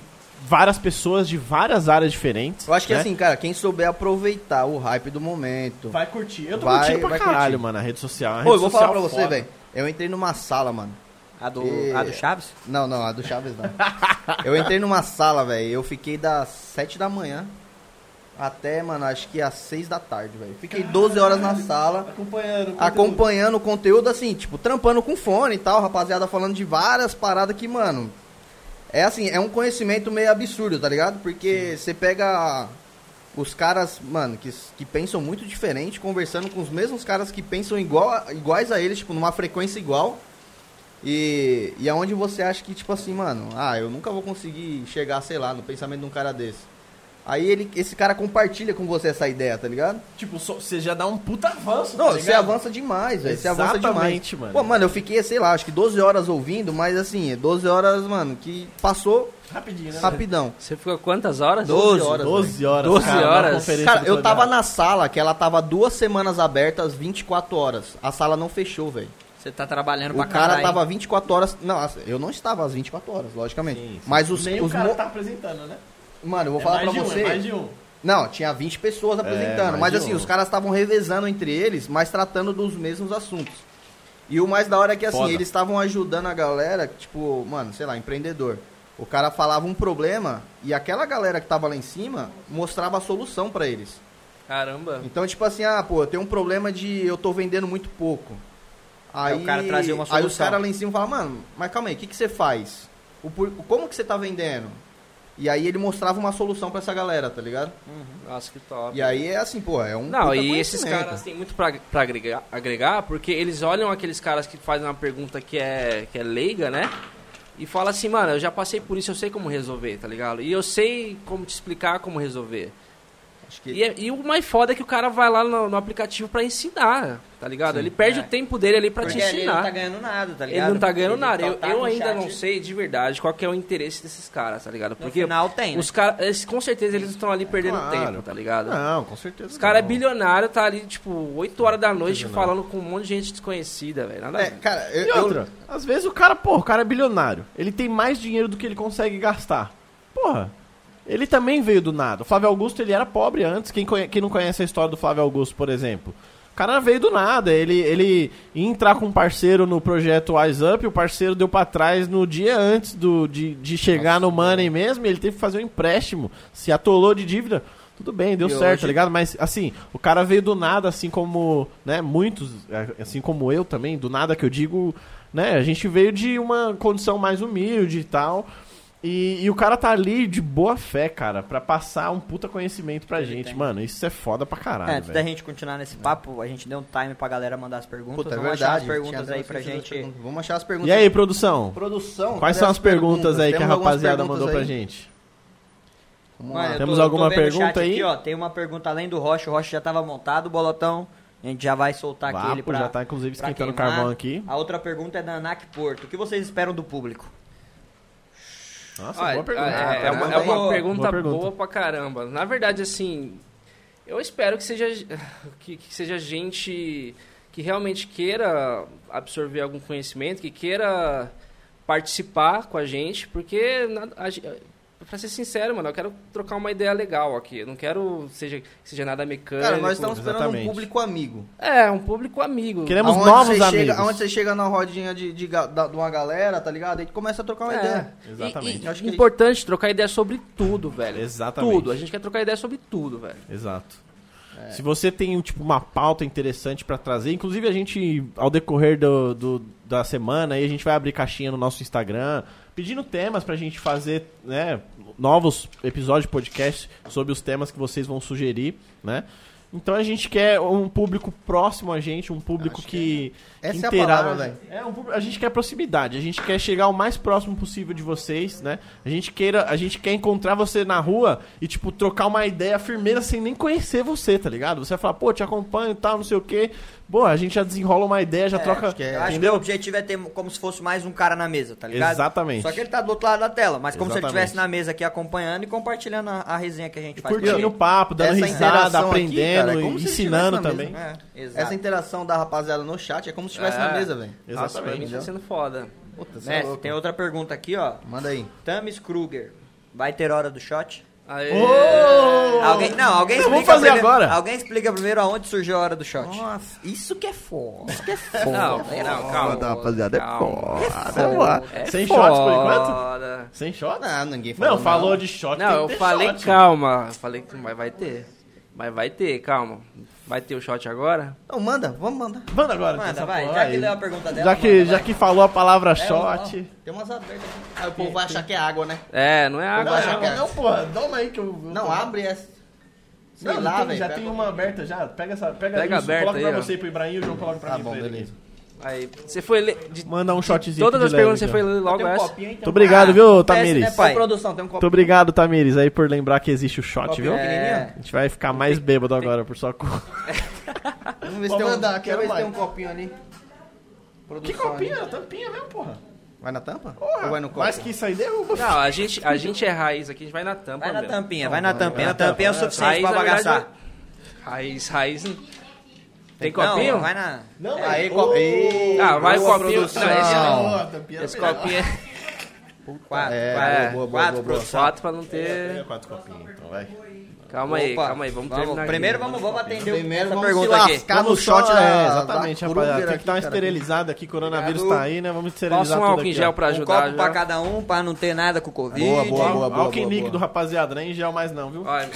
várias pessoas de várias áreas diferentes.
Eu acho que
né?
assim, cara, quem souber aproveitar o hype do momento.
Vai curtir. Eu tô
Vai-
curtindo pra
vai
caralho,
curtir.
mano, a rede social. A rede
Pô, eu vou falar
social
pra você,
foda.
velho. Eu entrei numa sala, mano.
A do,
E-
a do Chaves?
Não, não, a do Chaves não. eu entrei numa sala, velho. Eu fiquei das 7 da manhã até, mano, acho que às 6 da tarde, velho. Fiquei 12 horas na sala,
Acompanhando.
acompanhando o conteúdo, assim, tipo, trampando com fone e tal, rapaziada falando de várias paradas que, mano. É assim, é um conhecimento meio absurdo, tá ligado? Porque você pega os caras, mano, que, que pensam muito diferente, conversando com os mesmos caras que pensam igual a- iguais a eles, tipo, numa frequência igual. E, e aonde você acha que, tipo assim, mano, ah, eu nunca vou conseguir chegar, sei lá, no pensamento de um cara desse. Aí ele, esse cara compartilha com você essa ideia, tá ligado?
Tipo, só- você já dá um puta avanço,
Não,
tá
você
ligado?
avança demais, velho. Você avança demais.
Exatamente, mano.
Pô, mano, eu fiquei, sei lá, acho que 12 horas ouvindo, mas assim, 12 horas, mano, que passou
Rapidinho, né?
rapidão.
Você ficou quantas horas?
12 horas.
12 horas.
12
cara, na
horas.
conferência
Cara,
do
eu tava
Clubhouse.
na sala que ela tava duas semanas abertas, 24 horas. A sala não fechou, velho.
Você tá trabalhando
O cara tava 24 horas. Não, assim, eu não estava às 24 horas, logicamente.
Sim, sim.
Mas os.
Nem
os
o cara
mo-
tá apresentando, né?
Mano, eu vou
É
falar pra
mais de um,
você.
é mais de um.
Não, tinha 20 pessoas apresentando.
É, mais
mas
de
assim,
um.
os caras estavam revezando entre eles, mas tratando dos mesmos assuntos. E o mais da hora é que assim,
Foda.
eles estavam ajudando a galera, tipo, mano, sei lá, empreendedor. O cara falava um problema e aquela galera que tava lá em cima mostrava a solução pra eles.
Caramba.
Então, tipo assim, ah, pô, eu tenho um problema de eu tô vendendo muito pouco. Aí,
Aí o cara trazia uma
aí os
solução.
caras lá em cima falam, mano, mas calma aí, o que, que você faz? O, por- como que você tá vendendo? E aí ele mostrava uma solução pra essa galera, tá ligado?
Nossa, que top.
E aí é assim, pô, é um.
Não,
puta
e esses
conhecimento.
caras têm muito pra, pra agregar, agregar, porque eles olham aqueles caras que fazem uma pergunta que é, que é leiga, né? E fala assim, mano, eu já passei por isso, eu sei como resolver, tá ligado? E eu sei como te explicar como resolver.
Acho que-
E, é- e o mais foda é que o cara vai lá no, no aplicativo pra ensinar, tá ligado? ele perde
É.
o tempo dele ali pra
Porque
te
ali ele não tá
ensinar.
ganhando nada, tá
Ele
ligado?
não tá ganhando
Ele
nada.
só
Eu,
tá
eu
no
ainda
chat.
não sei de verdade qual que é o interesse desses caras, tá ligado?
No
Porque
final tem, né? Ah,
os caras, com certeza, eles estão ali perdendo
Claro.
tempo, tá ligado?
Não, com certeza.
Os caras é
não.
bilionário, tá ali, tipo, 8 horas da noite falando com um monte de gente desconhecida, velho. Nada a
É,
ver.
cara, eu,
E outra, às vezes o cara, porra, o cara é bilionário. Ele tem mais dinheiro do que ele consegue gastar. Porra, ele também veio do nada. O Flávio Augusto, ele era pobre antes. Quem, conhe- quem não conhece a história do Flávio Augusto, por exemplo? O cara veio do nada. Ele, ele ia entrar com um parceiro no projeto Wise Up, o parceiro deu pra trás no dia antes do, de, de chegar no Money mesmo. e ele teve que fazer um empréstimo, se atolou de dívida. Tudo bem, deu
E
certo,
hoje-
tá ligado? Mas, assim, o cara veio do nada, assim como, né, muitos, é, assim como eu também, do nada que eu digo, né, a gente veio de uma condição mais humilde e tal. E, e o cara tá ali de boa fé, cara, pra passar um puta conhecimento pra gente. Mano, isso é foda pra caralho,
É, antes da
velho.
gente continuar nesse papo, a gente deu um time pra galera mandar as perguntas.
Puta, é
Vamos
verdade.
achar as
tinha
perguntas
até
aí
esquecido
pra
as
gente.
perguntas. Vamos achar as perguntas.
E aí, produção?
produção?
Quais
cadê
são as perguntas aí que a
Temos algumas
rapaziada
perguntas
mandou pra
aí.
gente?
Vamos
Mano,
lá.
eu
Temos
eu
alguma
vendo o chat
pergunta aí?
Aqui, ó, tem uma pergunta além do Rocha. O Rocha já tava montado, o bolotão. A gente já vai soltar aqui ele
Vapo,
pra.
já tá inclusive
pra
esquentando
queimar.
carvão aqui.
A outra pergunta é da ANAC Porto. O que vocês esperam do público?
Nossa,
Olha,
boa pergunta.
É, é
cara.
uma, é uma
Boa
pergunta,
pergunta.
boa pra caramba. Na verdade, assim, eu espero que seja, que, que seja gente que realmente queira absorver algum conhecimento, que queira participar com a gente, porque, na- a gen- pra ser sincero, mano, eu quero trocar uma ideia legal aqui. Eu não quero seja, que seja nada mecânico.
Cara, nós estamos esperando um
Exatamente.
público amigo.
É, um público amigo.
Queremos
Aonde
novos
você
amigos.
Chega, aonde você chega na rodinha de, de, ga- da- de uma galera, tá ligado? Aí tu começa a
É.
trocar uma ideia.
E-
É, Exatamente.
E,
Acho que-
importante trocar ideia sobre tudo, velho.
Exatamente.
Tudo. A gente quer trocar ideia sobre tudo, velho.
Exato.
É.
Se você tem tipo uma pauta interessante pra trazer, inclusive a gente ao decorrer do, do- da semana aí a gente vai abrir caixinha no nosso Instagram pedindo temas pra gente fazer, né, novos episódios de podcast sobre os temas que vocês vão sugerir, né? Então a gente quer um público próximo a gente, um público
Acho
que, que
Essa é a
interage.
palavra, velho.
É, um público- a gente quer proximidade, a gente quer chegar o mais próximo possível de vocês, né? A gente queira, a gente quer encontrar você na rua e tipo trocar uma ideia firmeira sem nem conhecer você, tá ligado? Você vai falar, pô, te acompanho e tal, não sei o quê. Boa, a gente já desenrola uma ideia, já troca,
acho que é-
Eu acho que o
entendeu?
objetivo é ter como se fosse mais um cara na mesa, tá ligado?
Exatamente.
Só que ele tá do outro lado da tela, mas como se ele
Exatamente.
estivesse na mesa aqui acompanhando e compartilhando a, a resenha que a gente faz.
Curtindo o papo, dando
Essa
risada,
interação aqui,
aprendendo,
cara, é como se
ensinando
estivesse na
também.
É, exato.
Essa interação da rapaziada no chat é como se estivesse
É.
na mesa, velho.
Nossa, pra mim
Exatamente.
tá sendo foda.
Puta, você é
Mestre,
louco.
Né, tem um- outra pergunta aqui, ó.
Manda aí.
Thames Kruger, vai ter hora do shot?
Aê.
Alguém, não, alguém
Não, vamos
explica
fazer
primeiro-
agora.
Alguém explica primeiro aonde surgiu a hora do shot.
Nossa, isso que é foda. Isso que é foda.
Não, não, calma.
rapaziada, é
calma.
foda.
É
Sem
foda.
shots por enquanto? Sem shot?
Não, Ah, ninguém falou.
Não, falou de shot. tem
Não,
que
eu
ter
falei
shot.
calma. Eu falei que mas vai ter. Mas vai ter, calma. Vai ter o shot agora?
Não, manda, vamos mandar.
Manda agora.
Manda,
essa
vai.
porra
Já que
aí.
deu a pergunta dela,
Já que,
manda,
já
vai.
que falou a palavra shot.
Tem umas abertas aqui. Aí o povo vai achar que é água, né?
É, não é água.
Não,
não.
é água.
porra, dá aí que eu.
Não, abre essa. Sei
não,
lá,
tem-
velho.
já
pega-
tem uma aberta já. Pega essa. Pega,
Pega
isso,
aberta
coloca
aí,
pra
ó.
você e pro Ibrahim e o João coloca pra
Tá
mim.
bom,
pra ele.
beleza.
Aí, você foi ler. De
Manda um shotzinho.
todas
aqui
as
de leve
perguntas você
aqui,
foi
ó.
ler logo
Tem um
essa.
copinho aí, tem
Muito
um
obrigado, viu, Tamires?
né, pai?
Ô, produção, tem um
Muito
copo.
obrigado, Tamires, aí por lembrar que existe o shot,
Copo
viu?
pequenininho?
A gente vai ficar mais bêbado agora por sua conta.
Vamos ver se
Pode
tem um,
mandar,
vamos
quero
ver se
mais.
tem um copinho ali. Produção ali.
Tampinha mesmo, porra.
Vai na tampa? Ou vai no copo?
mais que isso aí derruba.
Não, a gente, a gente é raiz aqui, a gente vai na tampa.
Vai na
meu.
tampinha, vai na tampinha.
vai
A
na
tampinha é o
tampa.
suficiente pra
na verdade,
bagaçar.
Raiz, raiz. Tem
Não,
copinho?
vai na...
Não,
Aí,
ô,
copo.
Ah, vai
Boa,
copinho. Não, esse,
produção.
não.
tampinha
esse copinho é.
Quatro,
É,
quatro,
boa, boa,
boa,
quatro,
boa.
produção.
Fato pra não ter.
Quatro copinhos, então vai.
Calma aí,
Opa,
calma aí, vamos, terminar.
Primeiro
aqui.
vamos, vamos atender
Primeiro
essa
vamos
pergunta
se
aqui.
lascar. Cá no
Vamos
shot
só-
da-
é,
da
exatamente,
Kruger
rapaziada. Tem que
aqui,
dar uma
cara.
esterilizada aqui, coronavírus
Obrigado.
tá aí, né? Vamos esterilizar
Passa um
tudo
álcool
aqui.
em gel
ó.
pra
um
ajudar.
copo
já.
pra cada um, pra não ter nada com Covid.
Boa, boa, boa.
Ó, Álcool em
boa,
líquido,
boa.
rapaziada, nem gel mais não, viu?
Olha,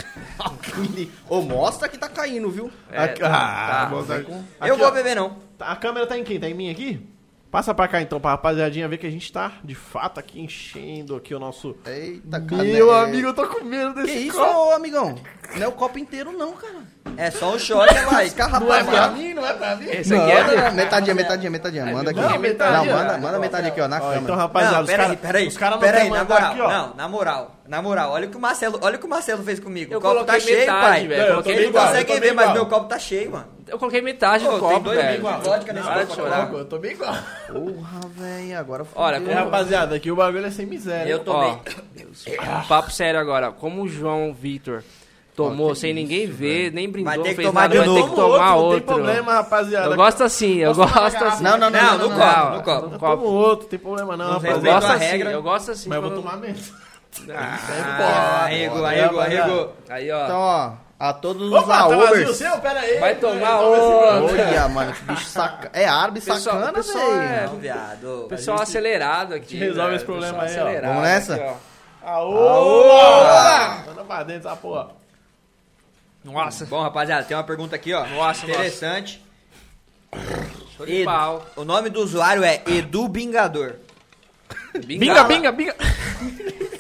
Ô, mostra que tá caindo, viu?
é,
Aqui-
tá.
Ah, mostra aqui.
Eu
Aqui,
vou
ó.
beber não.
A câmera tá em quem? Tá em mim aqui? Passa pra cá então, pra rapaziadinha ver que a gente tá, de fato, aqui enchendo aqui o nosso...
Eita,
Meu amigo, eu tô com medo
Que
desse
isso,
copo.
ô, amigão? Não é o copo inteiro, não, cara.
É só um shot, é vai.
Não é pra mim, não é pra mim.
Esse aqui é.
Metadinha, metadinha, metadinha. Manda aqui.
Não, metadinha.
Não, manda, manda metadinha aqui, ó, na
Ó, então,
câmera.
rapaziada,
não,
os
peraí,
caras
peraí.
os cara não
peraí,
querem
na
mandar
moral,
aqui, ó.
Não, na moral, na moral, olha o que o Marcelo, olha o que o Marcelo fez comigo.
Eu
o copo tá
coloquei
cheio,
metade,
pai.
velho.
Eu
Eu
tô
coloquei
bem
Vocês
igual,
metade.
eu tô
conseguem
bem
ver, mas
igual.
meu copo tá cheio, mano.
Eu coloquei metade
Ô,
do
tem
copo,
dois
velho.
amigos, ó. Vodka nesse
Para de
copo,
chorar.
Eu tô bem igual.
Porra, velho, agora foi.
Olha,
É, rapaziada, aqui o bagulho é sem miséria.
Eu tô
Ó,
bem.
Papo sério agora. Como o João Vitor tomou sem ninguém ver, nem brindou,
Vai ter que
fez
tomar
nada,
de
vai ter
novo.
que tomar
Não
outro.
tem problema, rapaziada.
Eu gosto assim, eu
Posso tomar
gosto
na garrafa?
assim.
Não, não, não,
Não,
não,
no
não.
copo, no
no
copo.
Eu tomo
copo.
outro, não tem problema não,
Eu
rapaziada.
respeito
gosto
a
assim,
regra.
eu gosto assim.
Mas eu vou
quando-
tomar mesmo.
Ah, Arrego, arrego, arrego.
Aí, ó.
Então, ó, a todos os
Opa, tá vazio o
Aobers.
seu? Pera aí.
vai tomar outro.
Olha, mano, que bicho saca... É árabe
Pessoal-
sacana,
pessoal é-
velho.
Não, viado.
Pessoal acelerado aqui.
gente resolve
velho.
esse problema
Pessoal
aí, ó.
acelerado
Vamos nessa?
aqui, ó.
Aô! Manda pra dentro essa porra.
Nossa.
Bom, rapaziada, tem uma pergunta aqui, ó.
Nossa,
Interessante.
Show de
Edu.
pau.
O nome do usuário é Edu Bingador.
Binga, binga, binga.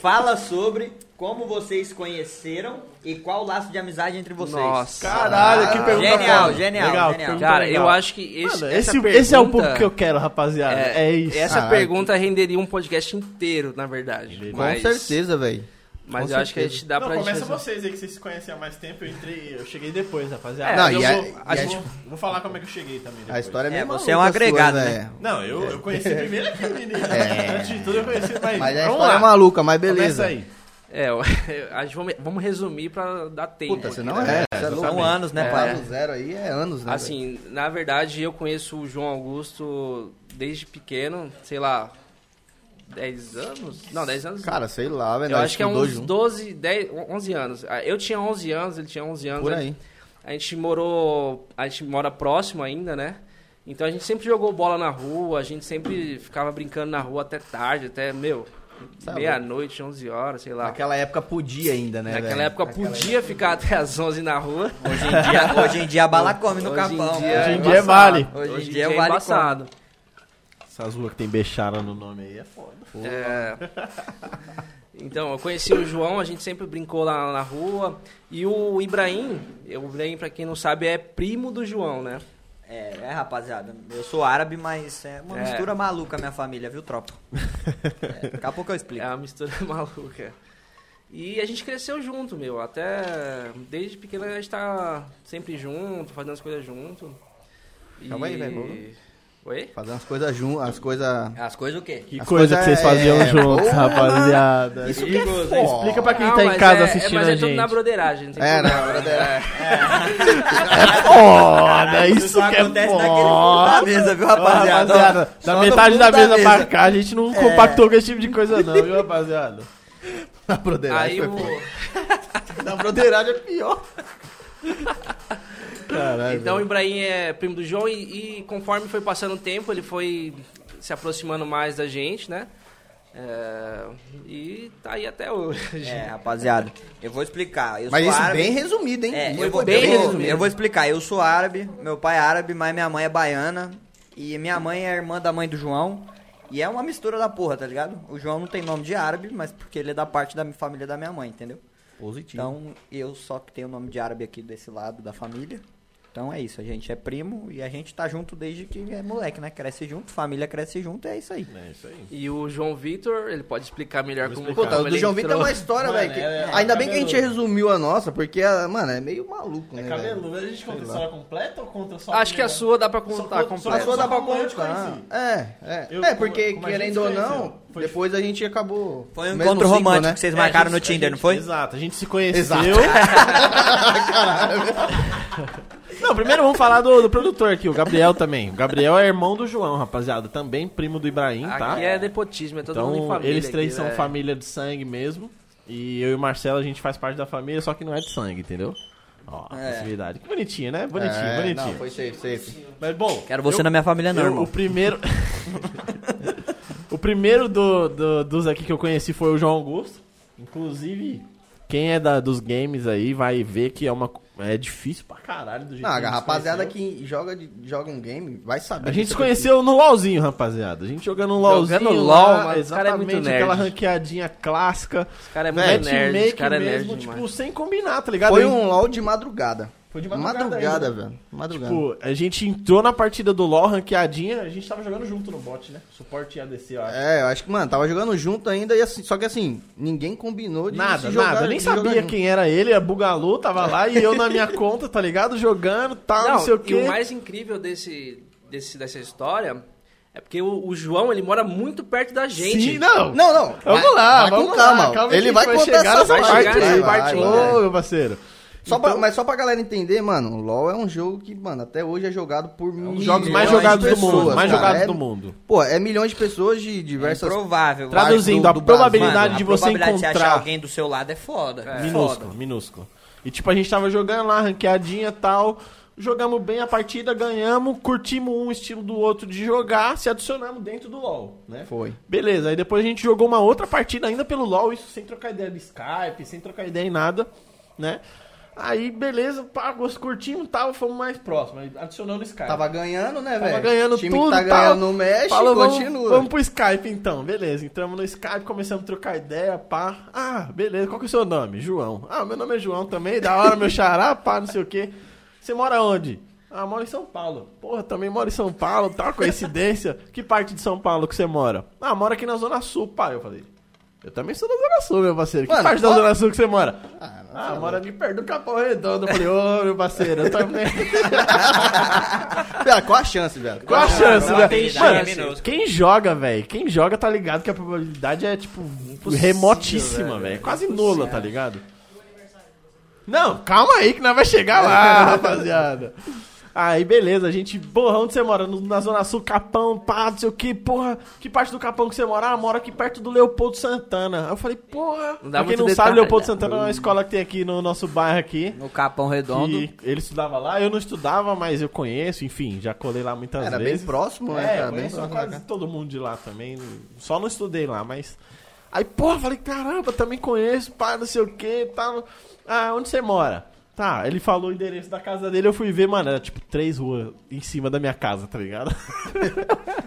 Fala sobre como vocês conheceram e qual o laço de amizade entre vocês.
Nossa.
Caralho,
Ah,
que pergunta
Genial,
foda.
genial,
Legal,
genial.
que pergunta
Cara,
tá legal.
eu acho que esse,
Mano,
essa
esse,
pergunta,
esse é o público que eu quero, rapaziada. É, isso.
Essa
Ah,
pergunta renderia um podcast inteiro, na verdade.
Com
Com
Mas,
certeza, velho.
Mas
com
eu acho que a
certeza.
gente dá
Não,
pra gente
começa
resolver.
vocês aí que vocês se conhecem há mais tempo. Eu entrei, eu cheguei depois, rapaziada.
É,
Mas
não,
eu
e a-
vou,
e a-
eu vou, vou falar como é que eu cheguei também. Depois.
A história é meio
É, você é um
maluca sua,
agregado,
véio.
Não, eu, eu conheci primeiro aquele menino. Antes de tudo, eu conheci mais.
Mas a
Vamos
história
lá.
é maluca, mas
Começa
beleza.
aí.
É, eu- a gente vamos, vamos resumir pra dar tempo.
Puta, você
aqui,
não
né?
é. Você é
São
louco.
anos, né, pai?
Falar do zero aí é anos, né? véi?
Assim, na verdade, eu conheço o João Augusto desde pequeno, sei lá, 10 anos? Não, 10 anos.
Cara, sei lá, velho.
eu
nós
acho que é
estudou
uns
junto,
12, 10, 11 anos. Ah, Eu tinha 11 anos, ele tinha 11 anos.
Por
a
aí.
A gente morou. A gente mora próximo ainda, né? Então a gente sempre jogou bola na rua, a gente sempre ficava brincando na rua até tarde, até, meu,
Tá
meia-noite, 11 horas, sei lá. Naquela,
Naquela época podia ainda, né? véi?
época podia ficar até as 11 na rua.
Hoje em dia, hoje em dia a bala come no
Hoje em
capão.
dia-
Hoje em
cara.
dia é vale.
Hoje
Hoje
em
em
dia
dia
eu
é
vale
embaçado.
Essas ruas que tem Bechara no nome aí é foda.
É. Então, eu conheci o João, a gente sempre brincou lá na rua. E o Ibrahim, o Ibrahim, pra quem não sabe, é primo do João, né?
É, é, rapaziada. Eu sou árabe, mas é uma
É.
mistura maluca a minha família, viu, tropa? É, daqui a pouco eu explico.
É uma mistura maluca. E a gente cresceu junto, meu. Até desde pequeno a gente tá sempre junto, fazendo as coisas junto. E-
Calma aí, velho.
Oi?
Fazendo as coisas junto, as coisas.
As coisas o quê?
Que
As
coisa
coisa
que vocês
é-
faziam
é-
juntos,
Porra!
rapaziada. Isso
que é foda.
Explica pra quem
Não,
tá em
mas
casa
é-
assistindo
mas
a
é tudo
gente.
na broderagem. não tem
É,
problema.
na broderagem.
Foda,
Isso
isso
só
que é
acontece naquele fundo
foda.
da mesa, viu,
Ó,
rapaziada?
rapaziada,
Ó, só
da
no
metade
fundo
da mesa pra cá, a gente não compactou com esse tipo de coisa não, viu, rapaziada?
Na broderagem
Aí
foi
o.
foda. Na broderagem é pior. Caralho.
Então o Ibrahim é primo do João e, e conforme foi passando o tempo, ele foi se aproximando mais da gente, né? É, e tá aí até hoje.
É, rapaziada. Eu vou explicar. Eu
Mas
sou
isso
árabe.
bem resumido, hein?
É,
Muito
eu vou,
bem
eu vou-
resumido.
eu vou explicar. Eu sou árabe, meu pai é árabe, mas minha mãe é baiana. E minha mãe é irmã da mãe do João. E é uma mistura da porra, tá ligado? O João não tem nome de árabe, mas porque ele é da parte da mi- família da minha mãe, entendeu?
Positivo.
Então, eu só que tenho o nome de árabe aqui desse lado da família. Então é isso, a gente é primo e a gente tá junto desde que é moleque, né? Cresce junto, família cresce junto, é isso aí.
É isso aí.
E o João Vitor, ele pode explicar melhor
Vou
como,
explicar.
como
Puta, o do
ele
João Vitor é
entrou.
uma história,
Mano,
velho. que-
é- é
Ainda bem que a gente
cabeludo.
resumiu a nossa, porque, ah, mano, é meio maluco, né?
É
velho?
cabeludo, a gente conta a história completa ou conta só
Acho que é a sua dá pra contar
né? Só- só-
A
completa.
sua
É, só
dá pra
como eu te
contar.
conheci.
É, é.
Eu-
é, porque,
como- como a gente
querendo ou
se
não,
conheceu, foi-
depois a gente acabou.
Foi um
mesmo
encontro
ciclo, né?
romântico né? que vocês
É,
marcaram
a gente-
no Tinder,
a gente-
não foi?
Exato, a gente se conheceu.
Exato.
Não, primeiro vamos falar do, do produtor aqui, o Gabriel também. O Gabriel é irmão do João, rapaziada. Também primo do Ibrahim, tá?
Aqui é nepotismo, é todo mundo em
então,
família.
eles três
aqui, né?
são
velho.
família de sangue mesmo. E eu e o Marcelo, a gente faz parte da família, só que não é de sangue, entendeu? Ó, a
É.
possibilidade. Que bonitinho, né?
É,
Bonitinho, bonitinho.
Não, foi safe, safe.
Mas bom.
Quero você
eu-
na minha família não,
eu-
irmão.
O primeiro. o primeiro do- do- dos aqui que eu conheci foi o João Augusto. Inclusive, quem é da, dos games aí vai ver que é uma. É difícil pra caralho do jeito
Ah,
Não,
que
a
gente
rapaziada
conheceu.
que joga, de- joga um game vai saber.
A gente se
disso
conheceu no LOLzinho, rapaziada. A gente jogando um LOLzinho.
Jogando LOL,
lá,
mano, o cara é muito
exatamente aquela
nerd.
ranqueadinha clássica.
Esse cara é muito
Matchmaking
nerd, esse cara é nerd
mesmo,
demais.
tipo, sem combinar, tá
aqui.
ligado?
Foi
Eu-
um LOL de madrugada.
Foi de madrugada
madrugada.
ainda.
velho. Madrugada.
Tipo, a gente entrou na partida do LoL, ranqueadinha, a gente tava jogando junto no bot, né? Suporte e ADC, ó.
É, eu acho que, mano, tava jogando junto ainda, e assim, só que assim, ninguém combinou de se
Nada,
jogar,
nada. Eu nem
de jogar
sabia
junto.
quem era ele, a Bugalu tava lá e eu na minha conta, tá ligado? Jogando, tal, não,
Não,
sei o
E
quê.
o mais incrível desse, desse, dessa história é porque o, o João, ele mora muito perto da gente.
Sim, não.
Não, não.
Vamos
vai-
lá,
vai com
vamos
calma.
lá. Calma que
Ele
a
vai
gente
contar
chegar
essa
nessa
parte,
parte,
vai,
aí,
vai,
parte.
vai.
Ô, meu parceiro.
Só
Então-
pra- mas só pra galera entender, mano, o LoL é um jogo que, mano, até hoje é jogado por
Um
milhões
dos jogos mais
de
jogados do
é pessoas,
mundo. Mais
cara.
jogados
É-
do mundo.
Pô, é milhões de pessoas de
É
diversas...
improvável.
Traduzindo,
vai,
a probabilidade
Mano,
de
a
você
probabilidade de você
encontrar.
achar alguém do seu lado é foda. É.
Minúsculo, minúsculo. E tipo, a gente tava jogando lá, ranqueadinha e tal. Jogamos bem a partida, ganhamos, curtimos um estilo do outro de jogar, se adicionamos dentro do LoL, né?
Foi.
Beleza, aí depois a gente jogou uma outra partida ainda pelo LoL, isso sem trocar ideia de Skype, sem trocar ideia em nada, né? Aí, beleza, pá, gosto curtinho e tal, fomos mais próximos. Aí Adicionando o Skype.
Tava ganhando, né, velho?
Tava ganhando
time
tudo,
que tá
tal.
ganhando no México,
Falou, vamos-
continua.
Vamos, pro Skype então, beleza. Entramos no Skype, começamos a trocar ideia, pá. Ah, beleza, qual que é o seu nome? João. Ah, meu nome é João também, da hora, meu xará, pá, não sei o quê. Você mora onde? Ah, moro em São Paulo. Porra, também moro em São Paulo, tal, coincidência. que parte de São Paulo que você mora? Ah, moro aqui na Zona Sul, pá. Eu falei, eu também sou da Zona Sul, meu parceiro. Que
Mano,
parte da
ó-
Zona Sul que você mora?
Ah, não,
Ah,
sei
mora ali perto do Capão Redondo. Eu falei, ô, meu parceiro, eu também.
lá. Pera, Qual a chance, velho?
Qual a chance,
não,
velho?
tem
Mano,
chance.
assim, quem joga, velho? Quem joga tá ligado que a probabilidade é, tipo, remotíssima, velho. Quase nula, tá ligado? Não, calma aí que nós vai chegar lá, rapaziada. Aí, beleza, a gente, porra, onde você mora? No- Na Zona Sul, Capão, pá, não sei o que, porra. Que parte do Capão que você mora? Ah, mora aqui perto do Leopoldo Santana. Aí eu falei, porra.
Não
pra
dá
quem
muito
não
detalhe,
sabe, Leopoldo
né?
Santana é uma escola que tem aqui no nosso bairro aqui.
No Capão Redondo.
Que ele estudava lá, eu não estudava, mas eu conheço, enfim, já colei lá muitas
Era bem
vezes.
próximo, né?
É,
Era
eu
bem
conheço
próximo da
quase
casa.
todo mundo de lá também. Só não estudei lá, mas. Aí, porra, falei, caramba, também conheço, pá, não sei o que, tal. Ah, onde você mora? Tá, ele falou o endereço da casa dele, eu fui ver, mano, era tipo três ruas em cima da minha casa, tá ligado?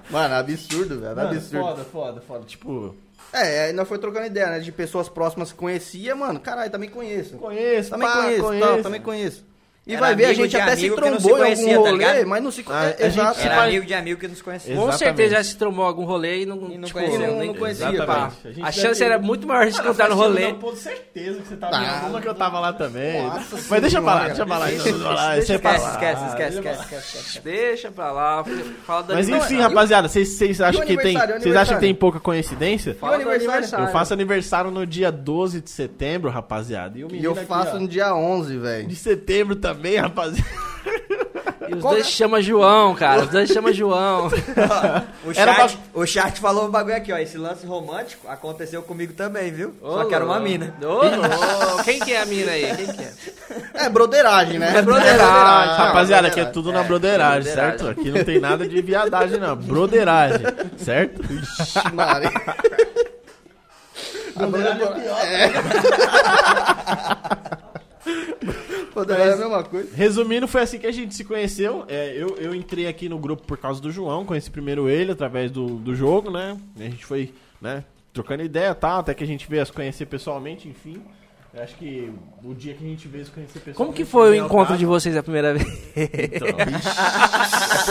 Mano, absurdo, velho.
Mano,
É Absurdo.
Foda, foda, foda. Tipo,
É, aí nós foi trocando ideia, né? De pessoas próximas que conhecia, mano. Caralho, também conheço.
conheço,
Também
pá,
conheço,
conheço.
Tal, também conheço. E
Era
vai ver, a
amigo
gente
de
até se
amigo que não se
trombou em
conhecia,
algum
tá
rolê,
ligado?
mas não
A-
se
a
conhece.
gente
Exato.
se
Era
Mas-
amigo de amigo que nos conheceu.
Exatamente.
Com certeza já se trombou algum rolê e não,
E não
te
conheceu,
conheceu,
não-
né?
não conhecia,
Exatamente.
pá. A gente
A
deve
chance
ter-
era muito maior de se encontrar no rolê.
Com certeza que você tava
Ah.
em alguma que eu tava lá também.
Nossa
Mas deixa pra lá,
senhora.
deixa pra lá. Deixa pra lá,
Esquece,
deixa pra lá.
esquece, esquece,
Deixa pra lá.
esquece, esquece, esquece.
Deixa pra lá, fala da
Mas
Não,
enfim,
é-
rapaziada, vocês- vocês acham que tem. Vocês
aniversário,
acham que
aniversário?
tem pouca coincidência?
Fala do
E o aniversário?
Eu
aniversário.
faço aniversário no dia 12 de setembro, rapaziada. E o
E
menino
eu
aqui,
faço
ó,
no dia 11, velho.
de setembro também, rapaziada.
E os dois chamam João, cara. Os dois chamam João.
Ó, o,
Era
chat, o chat falou um bagulho aqui, ó. Esse lance romântico aconteceu comigo também, viu? Só que era uma mina.
Ô, louco. Quem que é a mina aí? Quem que é?
É broderagem, né?
É broderagem.
rapaziada, aqui é tudo na broderagem,
é
certo? Aqui não tem nada de viadagem, não. Broderagem, certo?
Ixi, Maria. A Broderagem é pior. Broderagem é a mesma coisa.
Resumindo, foi assim que a gente se conheceu. É, eu, eu entrei aqui no grupo por causa do João, conheci primeiro ele através do, do jogo, né? A gente foi, né, trocando ideia e tal, até que a gente veio a se conhecer pessoalmente, enfim. Eu acho que o dia que a gente veio se conhecer pessoalmente.
Como que foi o
bem
encontro
alocado.
de vocês a primeira vez?
Então,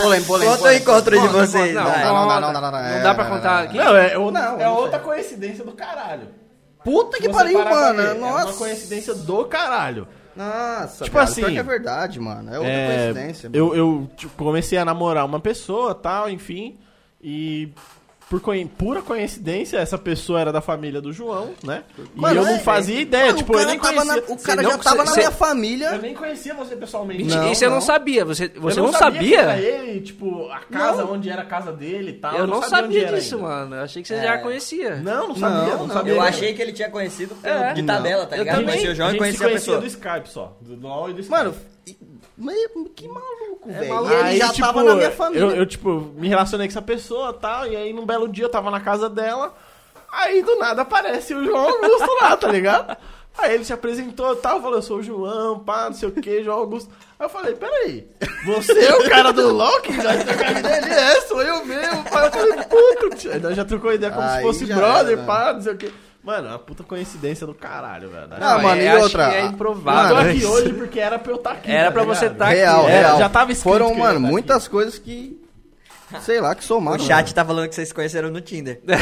Polêmico, polêmico.
Conta o encontro de vocês.
não,
vai.
Não, não,
conta.
não, não, não, não, não,
dá
não,
pra
não,
contar
não,
aqui?
Não, é, o-
Não,
é
não
outra coincidência do caralho.
Puta que
Você
pariu,
parar pra ver,
mano.
É uma
Nossa.
coincidência do caralho.
Nossa,
Tipo
cara,
assim,
pior que é verdade, mano. É outra
É,
coincidência. mano.
Eu, eu, tipo, comecei a namorar uma pessoa, tal, enfim. E por coin- pura coincidência, essa pessoa era da família do João, né? E
Mano,
eu não
é,
fazia ideia,
Mano,
tipo,
o
eu
cara
nem
tava
conhecia.
na- o cara
não-
já tava na
cê-
minha
Eu
família.
nem conhecia você pessoalmente.
Mentira,
Não,
Isso eu não
não.
sabia. Você, você
eu
não,
que era
sabia?
ele, tipo, a casa onde era a casa dele e tal.
Eu não
onde
sabia
era
disso,
ainda.
mano. Eu achei que você já conhecia.
Não, não sabia, não,
não.
sabia.
Eu
mesmo.
achei que ele tinha conhecido pelo-
É.
de tabela, tá
Eu
ligado?
também.
Conhecia o
a
João e
gente
conhecia
se
a
conhecia
pessoa.
do Skype só. Do LOL e do Skype.
Mano, e- mas que maluco, velho.
maluco.
E ele
Aí,
já
tipo,
tava na minha família.
Eu, eu, tipo, me relacionei com essa pessoa e tal, e aí num belo dia eu tava na casa dela, aí do nada aparece o João Augusto lá, tá ligado? Aí ele se apresentou e tal, falou, eu sou o João, pá, não sei o que, João Augusto. Aí eu falei, peraí, você é o cara do Loki? Já trocou ideia, ele é, sou eu mesmo, pá. Eu falei, puto, tio. Aí nós já trocou ideia como se
Aí
fosse
já
brother,
era.
pá, não sei o que. Mano, é uma puta coincidência do caralho, velho.
Ah,
é-
mano, e
acho
outra?
que é
eu
improvável.
tô aqui
isso.
hoje porque era pra eu estar aqui.
Era
tá
pra você
ligado?
tá aqui.
real,
Era,
real.
já tava escrito
Foram,
que eu ia
mano,
tá aqui.
muitas coisas que. Sei lá, que
O
somaram.
chat tá falando que vocês se conheceram no Tinder.
É.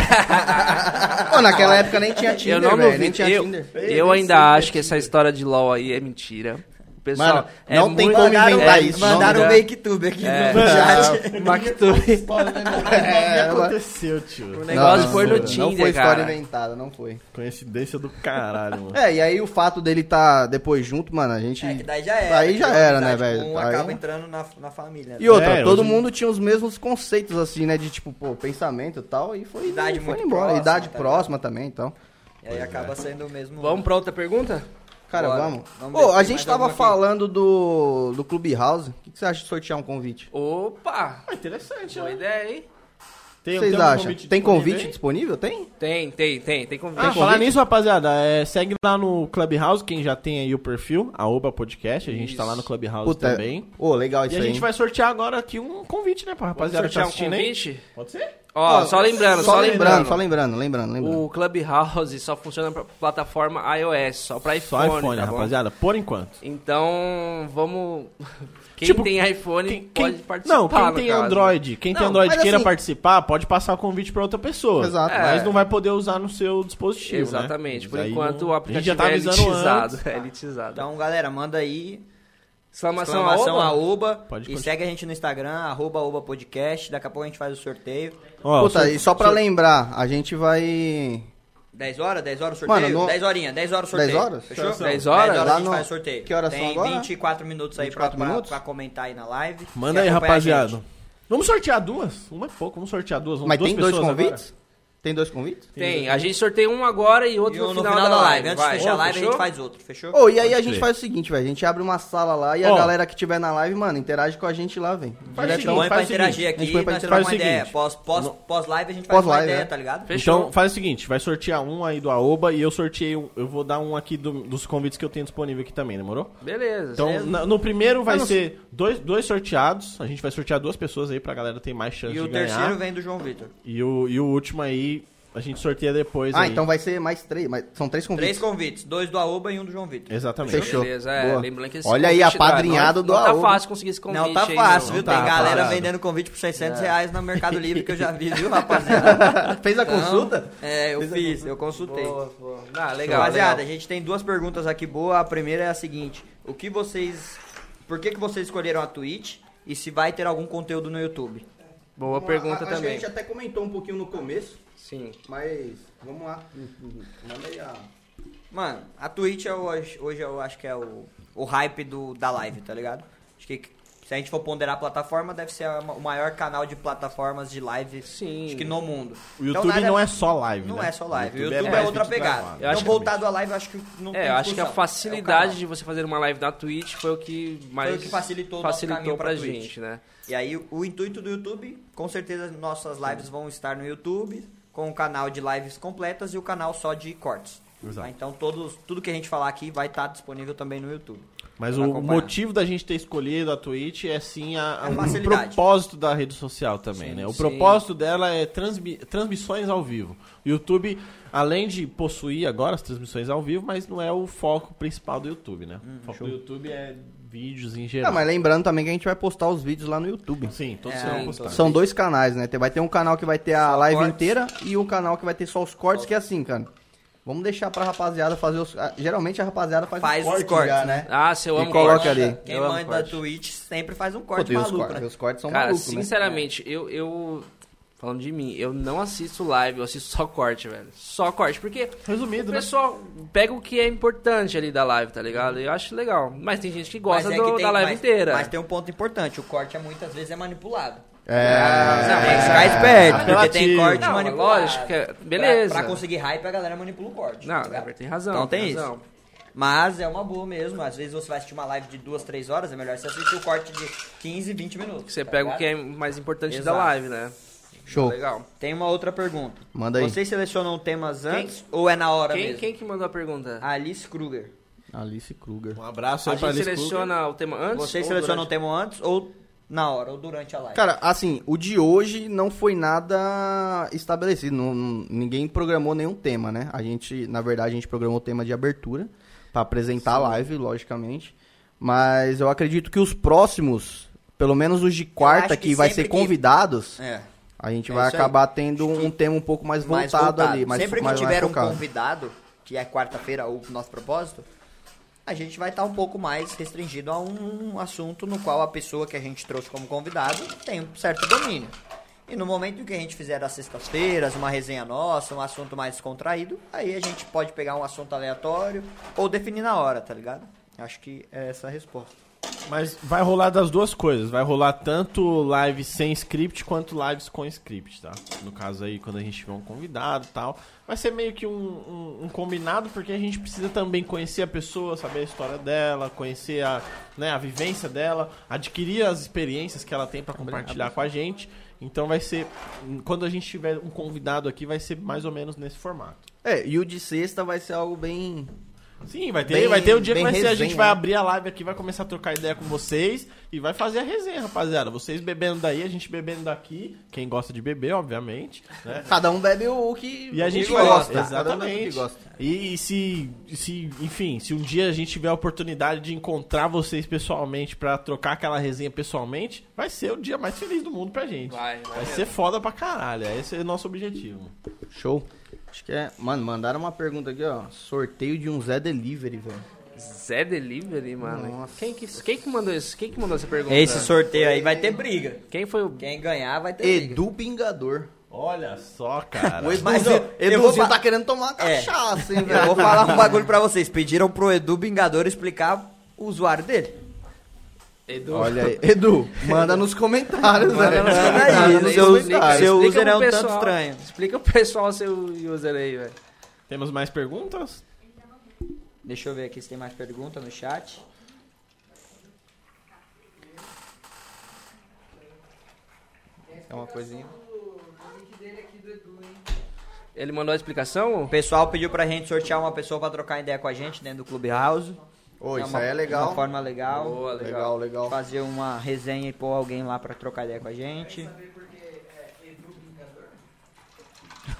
mano. Pô, naquela época nem tinha Tinder,
eu não
velho.
duvido.
Nem tinha
eu,
Tinder.
eu ainda acho que essa história de LOL aí é mentira. O Pessoal,
Mano,
é
não tem
muito-
como inventar
é,
isso.
Mandaram
não
um
dá.
make tube aqui
É.
no chat.
Mactube.
É,
É,
o que aconteceu, tio?
O negócio foi no
não
Tinder,
foi história
cara.
inventada, não foi.
Coincidência do caralho, mano.
É, e aí o fato dele tá depois junto, mano, a gente.
É, que daí já era.
Aí já
que
era, né,
tipo,
velho?
Um
Aí-
acaba entrando na, na família. né?
E outra,
É,
todo
hoje-
mundo tinha os mesmos conceitos, assim, né? De tipo, pô, pensamento e tal, e foi,
Idade
foi
muito
embora.
próxima,
Idade
tá
próxima também, então.
E aí acaba sendo o mesmo.
é. Vamos pra outra pergunta?
Cara,
Bora.
vamos.
Vamos ver
Pô,
se
a
tem
gente
mais
tava
alguma aqui.
falando do, do Clubhouse. O que, que você acha de sortear um convite?
Opa!
É, interessante,
Boa
né?
ideia, hein?
Tem,
vocês
tem um
acham?
convite
tem
disponível
convite
aí?
disponível? Tem?
Tem, tem, tem. Tem convite.
Ah, falar nisso, rapaziada, é, segue lá no Clubhouse, quem já tem aí o perfil, arroba podcast, a gente tá lá no Clubhouse
Puta,
também.
Ô, legal
E
isso
a
aí.
gente
hein?
vai sortear agora aqui um convite, né, pra
Vamos
rapaziada que tá
sortear
assistindo
um
aí.
convite?
Pode ser?
Ó, só lembrando, só,
Só lembrando,
né?
lembrando.
só lembrando, lembrando, lembrando.
O Clubhouse só funciona pra plataforma iOS, só pra
Só
iPhone,
iPhone,
tá bom?
rapaziada, por enquanto.
Então, vamos... Quem
Tipo,
tem iPhone
Quem- quem-
pode participar,
não, quem
no
tem
caso.
Android, quem tem
Não,
Android
mas
queira
assim-
participar, pode passar o convite pra outra pessoa.
Exato.
Mas
É.
não vai poder usar no seu dispositivo.
Exatamente.
né?
Por
Daí
enquanto,
não-
o
A gente já
aplicativo
tá
é
avisando
elitizado.
antes.
É elitizado.
Então, galera, manda aí.
exclamação
Exclamação
aoba.
aoba.
Pode
e
continuar.
segue a gente no Instagram, arroba aoba podcast. Daqui a pouco a gente faz o sorteio.
Ó,
Puta,
sor-
e só pra
sor-
lembrar, a gente vai.
10 horas? 10 horas o sorteio?
Mano, no-
10 horinhas, 10 horas o sorteio.
10 horas?
Fechou?
10 horas?
a
Lá
gente
no-
faz o sorteio.
Que horas
Tem
são agora?
24 minutos aí
24
pra,
minutos?
Pra, pra comentar aí na live.
Manda
E
aí,
acompanha a gente.
rapaziada. Vamos sortear duas? Uma é pouco, vamos sortear duas. Vamos
Mas
duas
tem dois
pessoas agora.
convites? Tem dois convites?
Tem. A gente sorteia um agora e outro
E
no,
um no final da live. Antes
Vai.
de fechar a
Ó,
live, a
fechou?
gente faz outro. Fechou?
Ô, e aí a
Pode
gente
crer.
faz o seguinte, velho. A gente abre uma sala lá e a
Ó.
galera que tiver na live, mano, interage com a gente lá, velho.
Faz
A gente
o
põe
seguinte,
pra
faz o
interagir
seguinte,
a
aqui,
gente põe pra
nós trocamos uma
interagir.
ideia.
Faz o
Pós, pós,
No-
pós live a gente faz uma
Pós-live,
ideia,
é.
tá ligado?
Fechou.
Então faz o seguinte, vai sortear um aí do Aoba e eu sorteei um. Eu vou dar um aqui do- dos convites que eu tenho disponível aqui também, demorou?
Beleza.
Então,
beleza.
na- no primeiro vai
Ah, não
ser dois, dois sorteados. A gente vai sortear duas pessoas aí pra galera ter mais chance
E
de
o
ganhar.
terceiro vem do João Vitor.
E, o, e o último aí a gente sorteia depois.
Ah,
aí.
então vai ser mais três. Mas são três convites.
Três convites, dois do Aoba e um do João Vitor.
Exatamente.
Fechou.
Beleza, é.
Boa.
Lembrando que esse
Olha aí,
convite dá-
apadrinhado
não-
do
Não tá
Aoba.
fácil conseguir esse convite
Não tá
aí,
fácil,
não.
viu?
Não
Tem
tá,
galera
rapaziada.
vendendo convite por 600 reais no Mercado Livre que eu já vi, viu, rapaziada?
Fez a
Então,
consulta?
É, eu fiz, eu consultei.
Boa, boa. Ah, legal,
Rapaziada,
legal.
a gente tem duas perguntas aqui boa. A primeira é a seguinte: o que vocês, por que que vocês escolheram a Twitch e se vai ter algum conteúdo no YouTube?
Boa pergunta também.
A gente até comentou um pouquinho no começo,
Sim.
mas vamos lá. Manda aí a...
Mano, a Twitch é o- hoje eu acho que é o, o hype do, da live, tá ligado? Acho que se a gente for ponderar a plataforma, deve ser a ma- o maior canal de plataformas de live
Sim.
acho que no mundo. Então
O YouTube não é só live,
Não
né?
é só live. O YouTube, é,
mais
outra
vídeo
pegada.
gravado,
Então,
acho que-
voltado à live, eu acho que não tem
É, eu acho que a
discussão.
facilidade
É o
de você fazer uma live na Twitch foi o que mais
que facilitou o nosso
facilitou
caminho pra
pra
Twitch.
gente, né?
canal. E aí, o intuito do YouTube, com certeza, nossas lives vão estar no YouTube, com o canal de lives completas e o canal só de cortes.
Exato.
Tá? Então, todos, tudo que a gente falar aqui vai estar disponível também no YouTube.
Mas
Pra
o
acompanhar.
motivo da gente ter escolhido a Twitch é sim a,
É
o
facilidade.
propósito da rede social também,
Sim,
né? O
sim.
propósito dela é transmi- transmissões ao vivo. O YouTube, além de possuir agora as transmissões ao vivo, mas não é o foco principal do YouTube, né? o foco do YouTube é vídeos em geral.
Ah, mas lembrando também que a gente vai postar os vídeos lá no YouTube.
Sim, todos
É,
serão
então-
postados.
São dois canais, né? Tem- Vai ter um canal que vai ter a live
cortes.
inteira e um canal que vai ter só os cortes, que é assim, cara. Vamos deixar pra rapaziada fazer os. ah, Geralmente a rapaziada faz,
Faz
o
os
corte
cortes,
já,
né?
Ah, se eu
E
amo
coloca
corte.
ali.
Quem
Eu amo
manda
corte.
Twitch sempre faz um
Pô,
corte
tem os,
maluco,
cortes,
né?
os cortes são
Cara,
malucos, né?
sinceramente, eu, eu. Falando de mim, eu não assisto live, eu assisto só corte, velho. Só corte, porque o
Resumido, né?
pessoal pega o que é importante ali da live, tá ligado? Eu acho legal. Mas tem gente que gosta
Mas é
do-
que tem-
da live
mas-
inteira.
Mas tem um ponto importante, o corte é, muitas vezes é manipulado.
É.
Não, tem que ficar esperto, porque tem
Apelativo.
corte
Não,
manipulado.
lógico que é- beleza.
Pra, pra conseguir hype, a galera manipula o corte.
Não, é
tá ligado?
Kleber, tem razão.
Então tem
razão.
isso. Mas é uma boa mesmo. Às vezes você vai assistir uma live de duas, três horas, é melhor você assistir o corte de 15, 20 minutos.
Você
tá
pega o
ligado?
que é mais importante
Exato.
da live, né?
Show.
Legal.
Tem uma outra pergunta.
Manda aí.
Vocês selecionam temas
Quem-
antes ou é na hora
Quem,
mesmo? Ah,
quem que mandou a pergunta?
Alice Kruger.
Alice Kruger.
Um abraço
a
aí pra
gente
Alice Kruger.
seleciona o tema antes?
Vocês
ou
selecionam o
durante?
tema antes ou na hora, ou durante a live?
Cara, assim, o de hoje não foi nada estabelecido. não- não- ninguém programou nenhum tema, né? A gente, na verdade, a gente programou o tema de abertura pra apresentar a live, logicamente. Mas eu acredito que os próximos, pelo menos os de quarta
acho que
que, vai
sempre
ser
que-
convidados,
é.
a gente
É
vai
isso aí.
acabar tendo um tema um pouco mais voltado,
mais voltado.
ali. Mais,
Sempre que
mais, mais
tiver um
focado.
convidado, que é quarta-feira o nosso propósito, a gente vai estar um pouco mais restringido a um assunto no qual a pessoa que a gente trouxe como convidado tem um certo domínio. E no momento em que a gente fizer as sextas-feiras, uma resenha nossa, um assunto mais descontraído, aí a gente pode pegar um assunto aleatório ou definir na hora, tá ligado? Acho que é essa a resposta.
Mas vai rolar das duas coisas. Vai rolar tanto live sem script quanto lives com script, tá? No caso aí, quando a gente tiver um convidado e tal. Vai ser meio que um, um- um combinado, porque a gente precisa também conhecer a pessoa, saber a história dela, conhecer a, né, a vivência dela, adquirir as experiências que ela tem pra compartilhar com a gente. Então vai ser. Quando a gente tiver um convidado aqui, vai ser mais ou menos nesse formato.
É, e o de sexta vai ser algo bem.
Sim, vai ter,
Bem-
vai ter o dia que
bem
vai ser, a
resenha,
gente vai
né?
abrir a live aqui, vai começar a trocar ideia com vocês e vai fazer a resenha, rapaziada. Vocês bebendo daí, a gente bebendo daqui, quem gosta de beber, obviamente, né?
Cada um bebe o que,
E a
o que
gente vai-
gosta. Cada um bebe o
Exatamente.
que gosta.
E, e se, se, enfim, se um dia a gente tiver a oportunidade de encontrar vocês pessoalmente pra trocar aquela resenha pessoalmente, vai ser o dia mais feliz do mundo pra gente. Vai,
Vai, vai. mesmo.
ser foda pra caralho. Esse é o nosso objetivo.
Show. Acho que é. Mano, mandaram uma pergunta aqui, ó. Sorteio de um Zé Delivery, velho.
Zé Delivery, mano.
Nossa.
Quem que, quem que mandou isso? Quem que mandou essa pergunta?
Esse sorteio aí vai ter briga.
Quem foi o.
Quem ganhar vai ter briga.
Edu Pingador.
Olha só, cara.
O Eduzinho,
mas eu- eu
Eduzinho
vou fa-
tá querendo tomar uma
É.
cachaça, hein, velho?
Eu vou falar um bagulho pra vocês. Pediram pro Edu Bingador explicar o usuário dele.
Edu.
Olha aí. Edu, manda nos comentários, velho.
nos comentários.
Manda nos
Seu-
comentários.
seu
Explica
user
pro
é um tanto
pessoal-
estranho.
Explica o pessoal seu user aí, velho.
Temos mais perguntas?
Deixa eu ver aqui se tem mais pergunta no chat.
É uma coisinha.
Ele mandou a explicação?
O pessoal pediu pra gente sortear uma pessoa pra trocar ideia com a gente dentro do Clubhouse.
Ô, isso
uma,
aí é legal.
Uma forma legal.
Boa,
Legal, legal.
Fazer uma resenha e pôr alguém lá pra trocar ideia com a gente.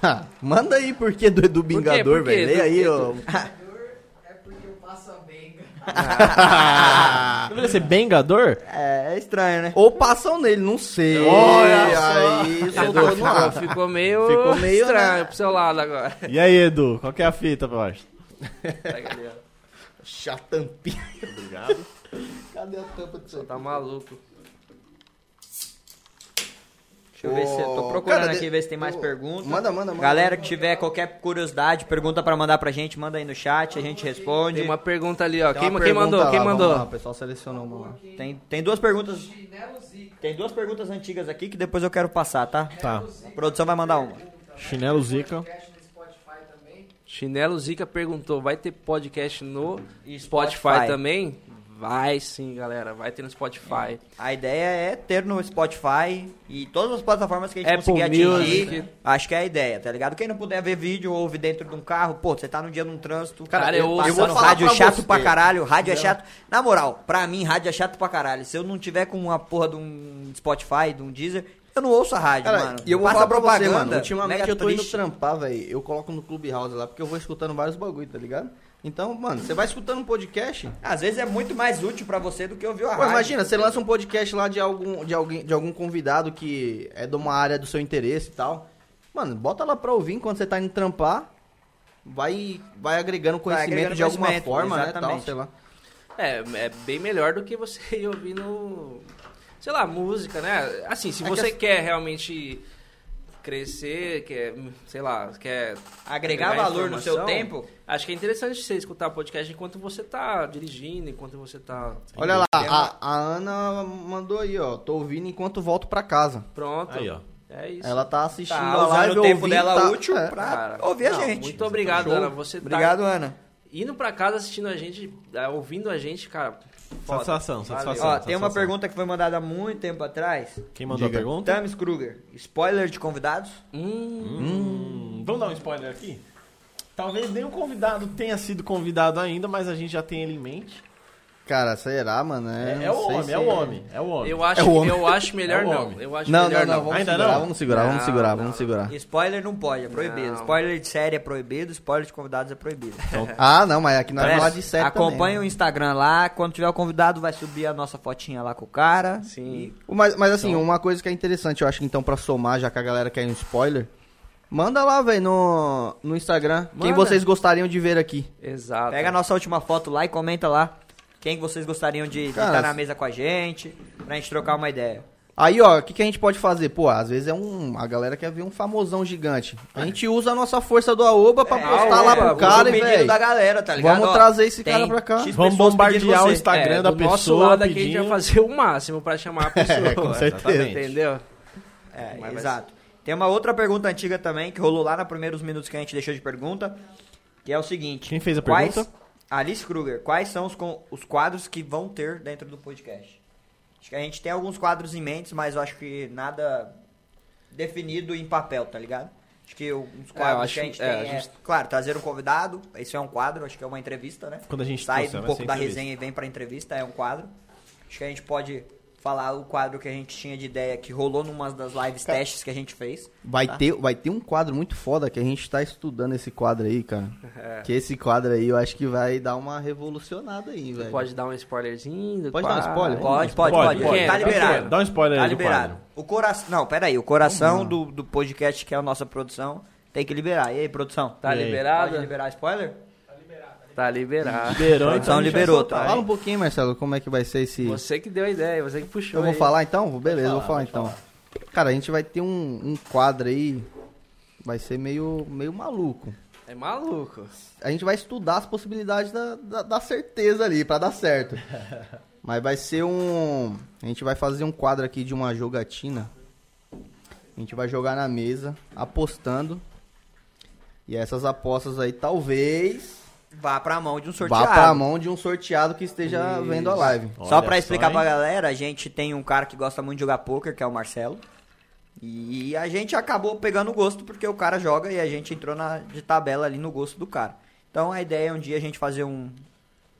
Ha, Ah, Manda aí por que do Edu Bingador,
Por quê?
velho.
Por quê?
Lê
Edu-
aí,
Edu-
ô. Ah.
Deveria ser Bengador?
É, é estranho, né?
Ou passam nele, não sei.
Olha
aí,
Edu
soltou no
ficou,
ar.
ficou meio.
Ficou meio,
estranho
né?
pro seu lado agora.
E aí, Edu, qual que é a fita, Rocha?
Pega ali, ó.
Chatampinha.
Obrigado.
Cadê a tampa disso?
Tá maluco.
Deixa eu ver se.
Ô,
Tô procurando
cara,
aqui
de-
ver se tem mais
ô,
perguntas.
manda, manda, manda.
Galera que tiver qualquer curiosidade, pergunta pra mandar pra gente, manda aí no chat, a gente responde.
Tem uma pergunta ali, ó.
Tem
Quem,
uma
quem
pergunta
mandou?
lá,
quem
vamos
mandou?
lá, O pessoal selecionou uma lá.
Tem, tem duas perguntas. Tem duas perguntas antigas aqui que depois eu quero passar, tá?
Tá.
A produção vai mandar uma.
Chinelo Zica.
Chinelo Zica perguntou: vai ter podcast no
E
Spotify,
Spotify.
também? Vai sim, galera. Vai ter no Spotify.
A ideia é ter no Spotify e todas as plataformas que a gente
Apple
conseguir atingir.
Music.
Acho que é a ideia, tá ligado? Quem não puder ver vídeo ou ouvir dentro de um carro, pô, você tá num dia num trânsito.
Cara, eu ouço-
passando
eu vou
falar
rádio
pra
chato
você.
pra caralho, rádio é chato. Na moral, pra mim, rádio é chato pra caralho. Se eu não tiver com uma porra de um Spotify, de um Deezer, eu não ouço a rádio,
Cara,
mano.
e eu vou
Passa
falar pra você,
propaganda.
mano. Ultimamente
mega
eu tô indo
triste.
trampar, velho. Eu coloco no Clubhouse lá, porque eu vou escutando vários bagulho, tá ligado? Então, mano, você vai escutando um podcast.
Às vezes é muito mais útil pra você do que ouvir
Pô,
a rádio.
imagina, você lança um podcast lá de algum, de, alguém, de algum convidado que é de uma área do seu interesse e tal. Mano, bota lá pra ouvir enquanto você tá indo trampar. Vai, vai agregando conhecimento
agregando
de alguma
conhecimento,
forma, né? Tal,
exatamente.
sei lá.
É, é bem melhor do que você ir ouvindo, sei lá, música, né? Assim, se
É que
você
as-
quer realmente crescer, quer, sei lá, quer
Agregar
pegar
valor no seu
informação,
tempo?
Acho que é interessante você escutar podcast enquanto você tá dirigindo, enquanto você tá
Olha lá, a, a Ana mandou aí, ó. Tô ouvindo enquanto volto pra casa.
pronto.
Aí, ó.
É isso.
Ela tá assistindo
Tá
a
usando
live
o tempo
ouvindo,
dela
tá-
útil
é.
pra ouvir a
Não,
gente.
Muito obrigado,
Show.
Ana. Você
Obrigado,
tá
Ana.
indo pra casa assistindo a gente, ah, ouvindo a gente, cara. Foda.
Satisfação, satisfação.
Ó, tem uma
satisfação.
pergunta que foi mandada há muito tempo atrás.
Quem mandou
Diga.
a pergunta?
Thames Kruger, spoiler de convidados?
Hum,
Hum, vamos dar um spoiler aqui? Talvez nenhum convidado tenha sido convidado ainda, mas a gente já tem ele em mente.
Cara, será, mano?
É,
não
é o
sei
homem,
se
é o homem, é o homem.
eu acho,
É o homem.
eu acho melhor
É o
não.
homem.
Eu acho
Não, não,
melhor
não, vamos
Ainda
segurar,
não?
vamos segurar, vamos
Não,
segurar,
não,
vamos segurar.
Spoiler não pode, é proibido.
Não.
Spoiler de série é proibido, spoiler de convidados é proibido.
Ah, não, mas aqui nós vamos
Então,
falar de série
acompanha o
também, né?
Instagram lá, quando tiver o convidado vai subir a nossa fotinha lá com o cara.
Sim.
mas, mas assim, uma coisa que é interessante, eu acho que então pra somar, já que a galera quer um spoiler, manda lá, velho, no, no Instagram, quem
Manda.
vocês gostariam de ver aqui.
Exato.
Pega a nossa última foto lá e comenta lá quem que vocês gostariam de de
Cara,
estar na mesa com a gente, pra gente trocar uma ideia.
Aí, ó, o que, que a gente pode fazer? Pô, às vezes é um. A galera quer ver um famosão gigante. A gente usa a nossa força do Aoba
É,
pra postar
Aoba,
lá pro
vamos
cara
o
e,
pedido
velho.
da galera, tá ligado?
vamos
Ó,
trazer esse cara
tem
pra cá.
X
Vamos
pessoas pedindo
bombardear o
você.
Instagram
É,
da
do
pessoa.
nosso lado aqui a gente
pedindo...
vai fazer o máximo pra chamar a pessoa.
É, com certeza.
Entendeu?
É,
Mas vai
exato. Tem uma outra pergunta antiga também, que rolou lá nos primeiros minutos que a gente deixou de pergunta, que é o seguinte.
Quem fez a
quais-
pergunta?
Alice Kruger, quais são os, con- os quadros que vão ter dentro do podcast? Acho que a gente tem alguns quadros em mente, mas eu acho que nada definido em papel, tá ligado? Acho que uns
É, eu
quadros
acho-
que a gente
é,
tem.
a
é,
gente-
Claro, trazer um convidado, isso é um quadro, acho que é uma entrevista, né?
Quando a gente
sai
trouxer,
um
vai
pouco
ser
da
entrevista.
resenha e vem pra entrevista, é um quadro. Acho que a gente pode falar o quadro que a gente tinha de ideia que rolou numa das lives testes que a gente fez.
Vai,
tá?
ter, vai ter um quadro muito foda que a gente tá estudando esse quadro aí, cara.
É.
Que esse quadro aí eu acho que vai dar uma revolucionada aí, velho.
Pode dar um spoilerzinho do
Pode dar um
quadro.
spoiler?
Pode, pode, pode.
pode.
Tá
Tá
liberado.
liberado.
Dá um spoiler
Tá
aí do
liberado.
quadro. Hum.
O coração. Não, pera aí. O coração do, do podcast, que é a nossa produção, tem que liberar. E aí, produção?
Tá
E aí?
liberado?
Pode liberar spoiler?
Tá liberado.
Liberou,
Produção
então
liberou,
liberou, tá?
tá?
Fala um pouquinho, Marcelo, como é que vai ser esse.
Você que deu a ideia, você que puxou.
Eu vou
aí.
falar então? Beleza,
Pode
vou falar
falar,
então. Cara, a gente vai ter um, um quadro aí. Vai ser meio, meio maluco.
É maluco.
A gente vai estudar as possibilidades da, da, da certeza ali, pra dar certo. Mas vai ser um. A gente vai fazer um quadro aqui de uma jogatina. A gente vai jogar na mesa, apostando. E essas apostas aí talvez
Vá pra mão de um sorteado.
vá pra mão de um sorteado que esteja vendo a live.
Só
Olha
pra explicar
hein?
pra galera, a gente tem um cara que gosta muito de jogar poker, que é o Marcelo. E a gente acabou pegando o gosto porque o cara joga e a gente entrou na, de tabela ali no gosto do cara. Então a ideia é um dia a gente fazer um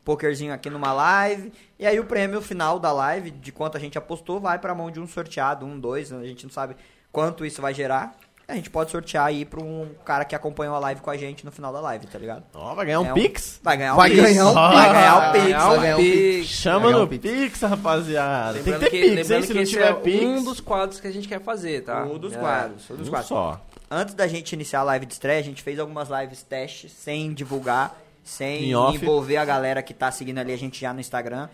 pokerzinho aqui numa live. E aí o prêmio final da live, de quanto a gente apostou, vai pra mão de um sorteado, um, dois. A gente não sabe quanto isso vai gerar. A gente pode sortear aí pra um cara que acompanhou a live com a gente no final da live, tá ligado?
Ó, vai ganhar um
É um-
Pix?
Vai ganhar um
Vai
Pix.
ganhar um Pix.
Vai ganhar um
Vai
Pix.
ganhar um Pix.
Chama
Vai ganhar
no
um
Pix,
Pix.
rapaziada.
Lembrando
Tem que ter
que,
Pix, hein?
lembrando
Se
que
não
esse
tiver
é
Pix...
um dos quadros que a gente quer fazer, tá?
Um dos
É.
quadros, um dos
um
quadros.
só.
Antes da gente iniciar a live de estreia, a gente fez algumas lives teste, sem divulgar, sem
Em off.
envolver a galera que tá seguindo ali a gente já no Instagram.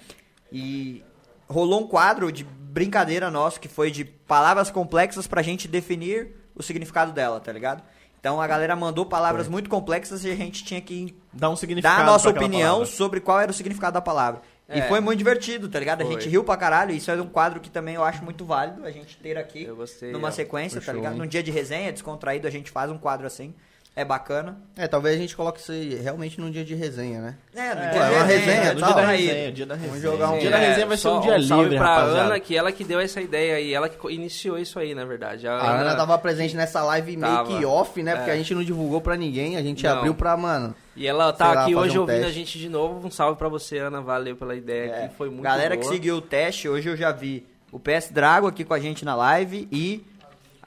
E rolou um quadro de brincadeira nosso, que foi de palavras complexas pra gente definir o significado dela, tá ligado? Então a galera mandou palavras muito complexas e a gente tinha que
Dá um
dar
significado
a nossa
pra aquela
opinião
palavra.
sobre qual era o significado da palavra. E
É.
foi muito divertido, tá ligado? A
Foi.
gente riu pra caralho. Isso é um quadro que também eu acho muito válido a gente ter aqui.
Eu gostei,
numa
ó.
sequência, tá
Puxou,
ligado?
hein?
Num dia de resenha, descontraído, a gente faz um quadro assim. É bacana.
É, talvez a gente coloque isso aí realmente num dia de resenha, né?
É, no
É,
dia
é
de
uma
resenha,
resenha,
é
tá
do
no
dia da
bom. aí.
resenha, dia da resenha.
jogar um-
dia da
É,
resenha vai ser
só
um dia
salve
livre,
pra
rapaziada.
Ana, que ela que deu essa ideia aí, ela que co- iniciou isso aí, na verdade.
A Ana tá tava presente nessa live meio
Ah, Tava.
que off, né? Porque
É.
a gente não divulgou pra ninguém, a gente
Não.
abriu pra, mano.
E ela
Sei
tá
lá,
aqui
fazer
hoje
um
ouvindo
teste.
a gente de novo. Um salve pra você, Ana. Valeu pela ideia
É.
aqui. Foi muito
Galera
boa.
que seguiu o teste, hoje eu já vi o PS Drago aqui com a gente na live e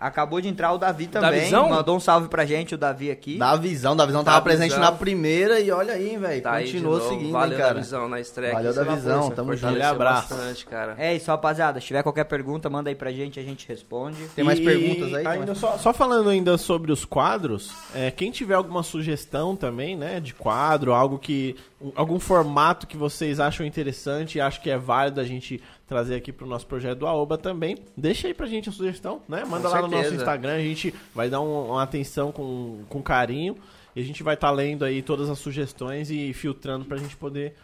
acabou de entrar o Davi também.
Davizão?
mandou um salve pra gente, o Davi aqui.
Da visão, da visão tava
Da
presente
visão.
na primeira e olha aí, velho.
Tá aí de
continuou
novo.
seguindo,
Valeu
hein,
da
cara.
visão na estreia.
Valeu
aqui,
da
você vai
visão,
força,
tamo junto.
fortaleceu
Aquele abraço.
Bastante, cara.
É isso, rapaziada. Se tiver qualquer pergunta, manda aí pra gente, a gente responde.
Tem mais
E
perguntas aí?
ainda só, só falando ainda sobre os quadros, é, quem tiver alguma sugestão também, né, de quadro, algo que um- algum formato que vocês acham interessante e acham que é válido a gente trazer aqui pro nosso projeto do Aoba também, deixa aí pra gente a sugestão, né? Manda lá no nosso
certeza.
Instagram, a gente vai dar um- uma atenção com, com carinho e a gente vai estar lendo aí todas as sugestões e filtrando pra gente poder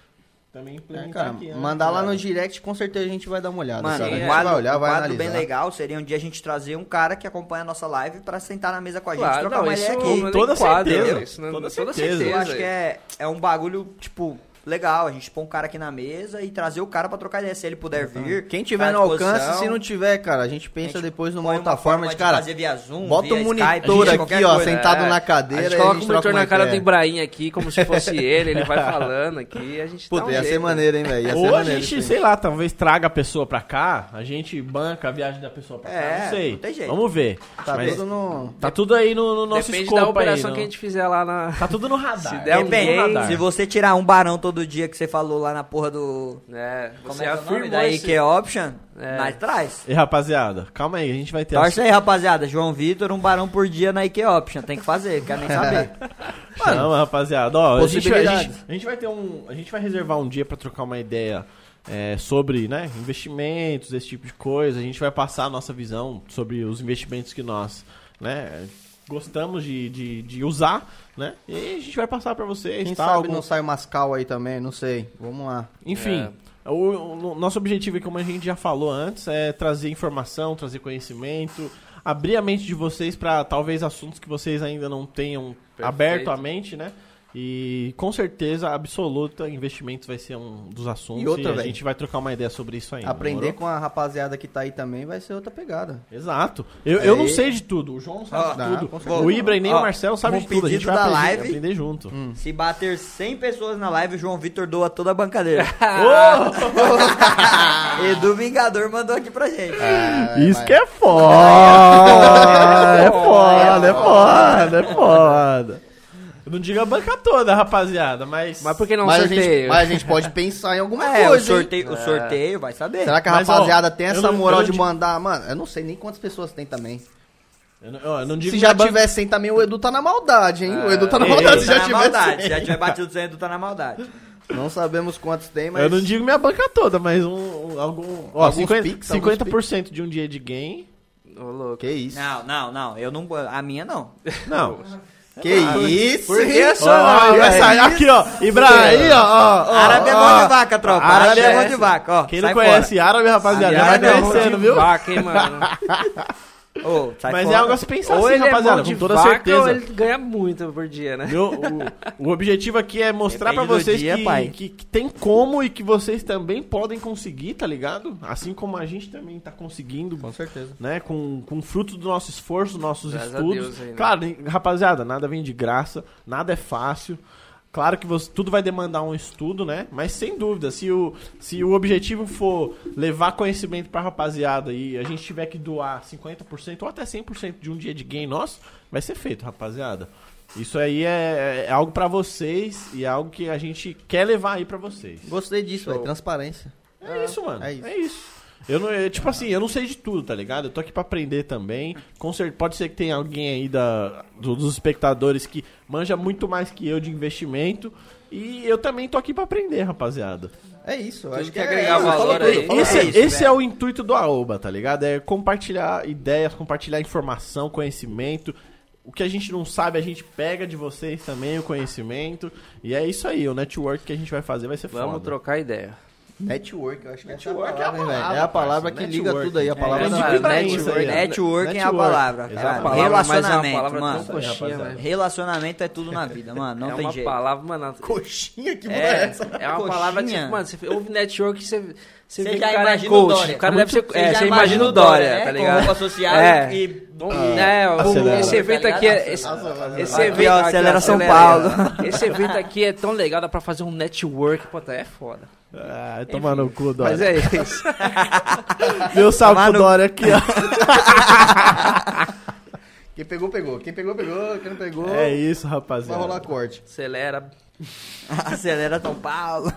também
É,
implementar
cara,
aqui. né,
mandar lá no
galera?
direct, com certeza a gente vai dar uma olhada.
Mano,
cara. A
um
gente
quadro,
vai olhar,
um
vai
quadro
analisar.
bem legal seria um dia a gente trazer um cara que acompanha a nossa live pra sentar na mesa com a gente,
Claro,
trocar
não,
uma
isso
ideia
é
aqui.
uma-
Toda
Quadro, né?
certeza,
isso não-
toda
toda
certeza.
certeza.
Eu acho que é, é um bagulho, tipo, legal. A gente pôr um cara aqui na mesa e trazer o cara pra trocar ideia. Se ele puder vir.
Quem tiver
tá à
no alcance,
disposição,
se não tiver, cara, a gente
a
pensa
gente
depois numa
põe
outra
uma
forma de, cara,
fazer via Zoom,
bota
via
um
Skype,
monitor
via
aqui,
qualquer
ó,
coisa.
sentado
É.
na
A
cadeira
gente
e a
coloca o
gente troca
monitor
uma
na cara do
ideia.
Ibrahim aqui, como se fosse ele. Ele vai falando aqui. A gente dá um
Puta, ia
jeito.
ser maneiro, hein, velho? Ia ser
Ou a
maneiro.
gente,
isso
sei
aí.
lá, talvez traga a pessoa pra cá, a gente banca a viagem da pessoa pra cá,
É,
não sei.
não tem jeito.
Vamos ver.
Tá
Mas
tudo no...
tá tudo aí no, no nosso
Depende
escopo
da operação
aí,
que a
não.
gente fizer lá na...
Tá tudo no radar.
Se der
É
um
tudo no
jeito,
radar.
Depende. Se você tirar um barão todo dia que você falou lá na porra do.
É,
Como
você
é que é o nome?
afirmou
Da
esse-
IK Option,
É.
nós traz.
E rapaziada, calma aí, a gente vai ter
um-
Torce aí, rapaziada. João Vitor, um barão por dia na IK Option. Tem que fazer, quero nem saber.
as- Calma, rapaziada. Ó, a gente, a, gente,
Possibilidades.
a gente vai ter um, a gente vai reservar um dia pra trocar uma ideia é, sobre, né, investimentos, esse tipo de coisa. A gente vai passar a nossa visão sobre os investimentos que nós, né, gostamos de, de, de usar, né? E a gente vai passar pra vocês,
Quem
tá?
sabe
Algum-
não sai o Mascal aí também, não sei. Vamos lá.
Enfim,
É.
o, o nosso objetivo, como a gente já falou antes, é trazer informação, trazer conhecimento, abrir a mente de vocês para talvez assuntos que vocês ainda não tenham aberto a mente, né? E com certeza absoluta, investimentos vai ser um dos assuntos.
E outra,
a
véi.
gente vai trocar uma ideia sobre isso ainda.
Aprender
demorou?
com a rapaziada que tá aí também vai ser outra pegada.
Exato. Eu, eu não
Aí.
sei de tudo. O João não sabe
Ó,
de
tá,
tudo.
É. com certeza.
o Ibra e nem
Ó,
o Marcelo sabem
um
de tudo. A gente
pedido
vai
da
aprender,
live.
aprender junto.
Hum.
Se bater 100 pessoas na live, o João Vitor doa toda a bancadeira. Edu Vingador mandou aqui pra gente.
Isso que é foda! É foda, é foda, é foda. Eu não digo a banca toda, rapaziada, mas.
Mas por que não
mas, a gente,
sorteio?
mas a gente pode pensar em alguma
É, o
coisa. hein?
sorteio, o sorteio vai saber.
Será que a
Mas, ó,
rapaziada tem
eu
essa
não-
moral
eu não
de
di-
mandar? Mano, eu não sei nem quantas pessoas tem também.
Eu não, eu não digo
Se já
na banca-
tiver 100 também, o Edu tá na maldade, hein? O Edu tá na
É,
maldade se
tá
já
na
tiver
maldade.
100.
Se já tiver batido 100, Edu tá na maldade.
Não sabemos quantos tem, mas...
Eu não digo minha banca toda, mas um. um- algum, ó,
Alguns
50%,
piques, alguns
50% de um dia de game.
Ô, louco.
Que isso?
Ah,
Não, não, não. Eu não. A minha não. Ah,
Não.
Que isso?
Por que
Ó,
essa
ó,
live?
essa- aqui, ó. Ibra, aí, ó. ó, ó,
Árabe é
ó.
mão de vaca, tropa. Árabe é mão de vaca, ó.
Quem não
sai
conhece árabe, rapaziada, já vai
Árabe é mão de
conhecendo, viu?
Vaca, hein, mano?
Fora. Ô, sai
Mas
fora.
é algo a se pensar
ou
assim,
ele é
rapaziada,
mão de
com toda
vaca, ou
certeza.
ele ganha muito por dia, né?
Meu- o, o objetivo aqui é mostrar pra
Depende do
vocês
dia,
que,
pai.
que- que tem como e que vocês também podem conseguir, tá ligado? Assim como a gente também tá conseguindo,
Com certeza.
né? Com, com fruto do nosso esforço, nossos
Graças a
estudos.
Deus aí, né?
Claro, nem- rapaziada, nada vem de graça, nada é fácil. Claro que você- tudo vai demandar um estudo, né? Mas sem dúvida, se o, se o objetivo for levar conhecimento pra rapaziada e a gente tiver que doar 50% ou até 100% de um dia de game nosso, vai ser feito, rapaziada. Isso aí é, é algo pra vocês e é algo que a gente quer levar aí pra vocês.
Gostei disso, velho. Transparência.
É isso, mano. É
é
isso.
isso.
Eu não, eu, tipo assim, eu não sei de tudo, tá ligado? Eu tô aqui pra aprender também. Com cer- pode ser que tenha alguém aí da, do- dos espectadores que manja muito mais que eu de investimento. E eu também tô aqui pra aprender, rapaziada.
É isso. eu
Tudo
acho que,
que
é,
agregar
isso,
valor
falou
aí.
tudo, falou
Esse, é,
tudo.
é isso,
esse é
velho.
o intuito do Aoba, tá ligado? É compartilhar ideias, compartilhar informação, conhecimento. O que a gente não sabe, a gente pega de vocês também o conhecimento. E é isso aí, o network que a gente vai fazer vai ser
Vamos
foda.
trocar ideia.
Network, eu acho que essa
Network
é a palavra,
é a
hein, velho?
palavra,
É a palavra
parceiro,
que liga
network.
tudo aí. A palavra
É,
da
é
vida.
verdade,
Network.
isso aí, ó.
Networking é a
Network.
palavra,
Exato.
cara.
A palavra,
mas é uma
Relacionamento,
palavra
mano.
tão coxinha, velho.
Relacionamento é tudo na vida, mano. Não
é
tem
uma
jeito.
palavra, mano.
Coxinha, que
É,
porra é essa?
é uma palavra que,
Coxinha.
mano, você ouve network, você, você,
Você
vê que
já
o cara é
imagina o
coach.
Dória.
O cara deve ser.
Você
É,
já
você
imagina
imagina o
o Dória,
Dória,
né?
tá
Com
ligado?
roupa social
é.
e-
É, o-
Acelera.
esse evento aqui é. Esse,
Acelera.
esse é
Aqui, ó,
evento aqui,
acelera
ó,
São Paulo.
Esse evento aqui é tão legal, dá pra fazer um network, pô, tá- é foda.
Ah, toma no cu, Dória.
Mas é isso.
Meu salve
Tomar
pro
no-
Dória aqui, ó.
Quem pegou, pegou. Quem pegou, pegou. Quem não pegou,
É isso,
vai
rapaziada.
rolar corte.
Acelera.
Acelera São Paulo.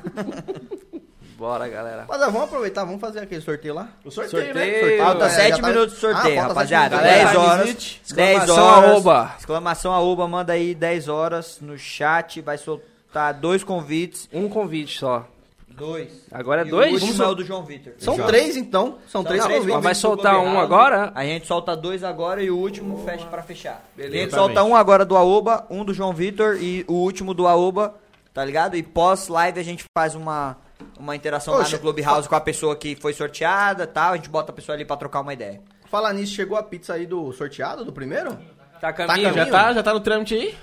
Bora, galera.
Mas ah, vamos aproveitar, vamos fazer aquele sorteio lá?
O sorteio,
Sorteio.
né?
Ah,
Falta
é,
7
já tá-
minutos de
Ah,
sorteio,
falta
rapaziada.
sete minutos.
10 horas.
Visite.
10
Exclamação
horas.
arroba.
Exclamação arroba, manda aí 10 horas no chat. Vai soltar dois convites.
Um convite só.
Dois.
Agora é
E
dois?
O último é o do João Vitor.
São três, então. São, três
três
convites.
Ó, vai
se
soltar
bobear.
um agora?
A gente solta dois agora e o último fecha pra fechar.
Beleza.
A gente solta um agora do Aoba, um do João Vitor e o último do Aoba, tá ligado? E pós-live a gente faz uma, uma interação lá
Oxe.
no Clubhouse com a pessoa que foi sorteada e tal. A gente bota a pessoa ali pra trocar uma ideia.
Fala nisso, chegou a pizza aí do sorteado, do primeiro?
Tá caminho?
caminho?
Já
Já tá, já tá no trâmite aí?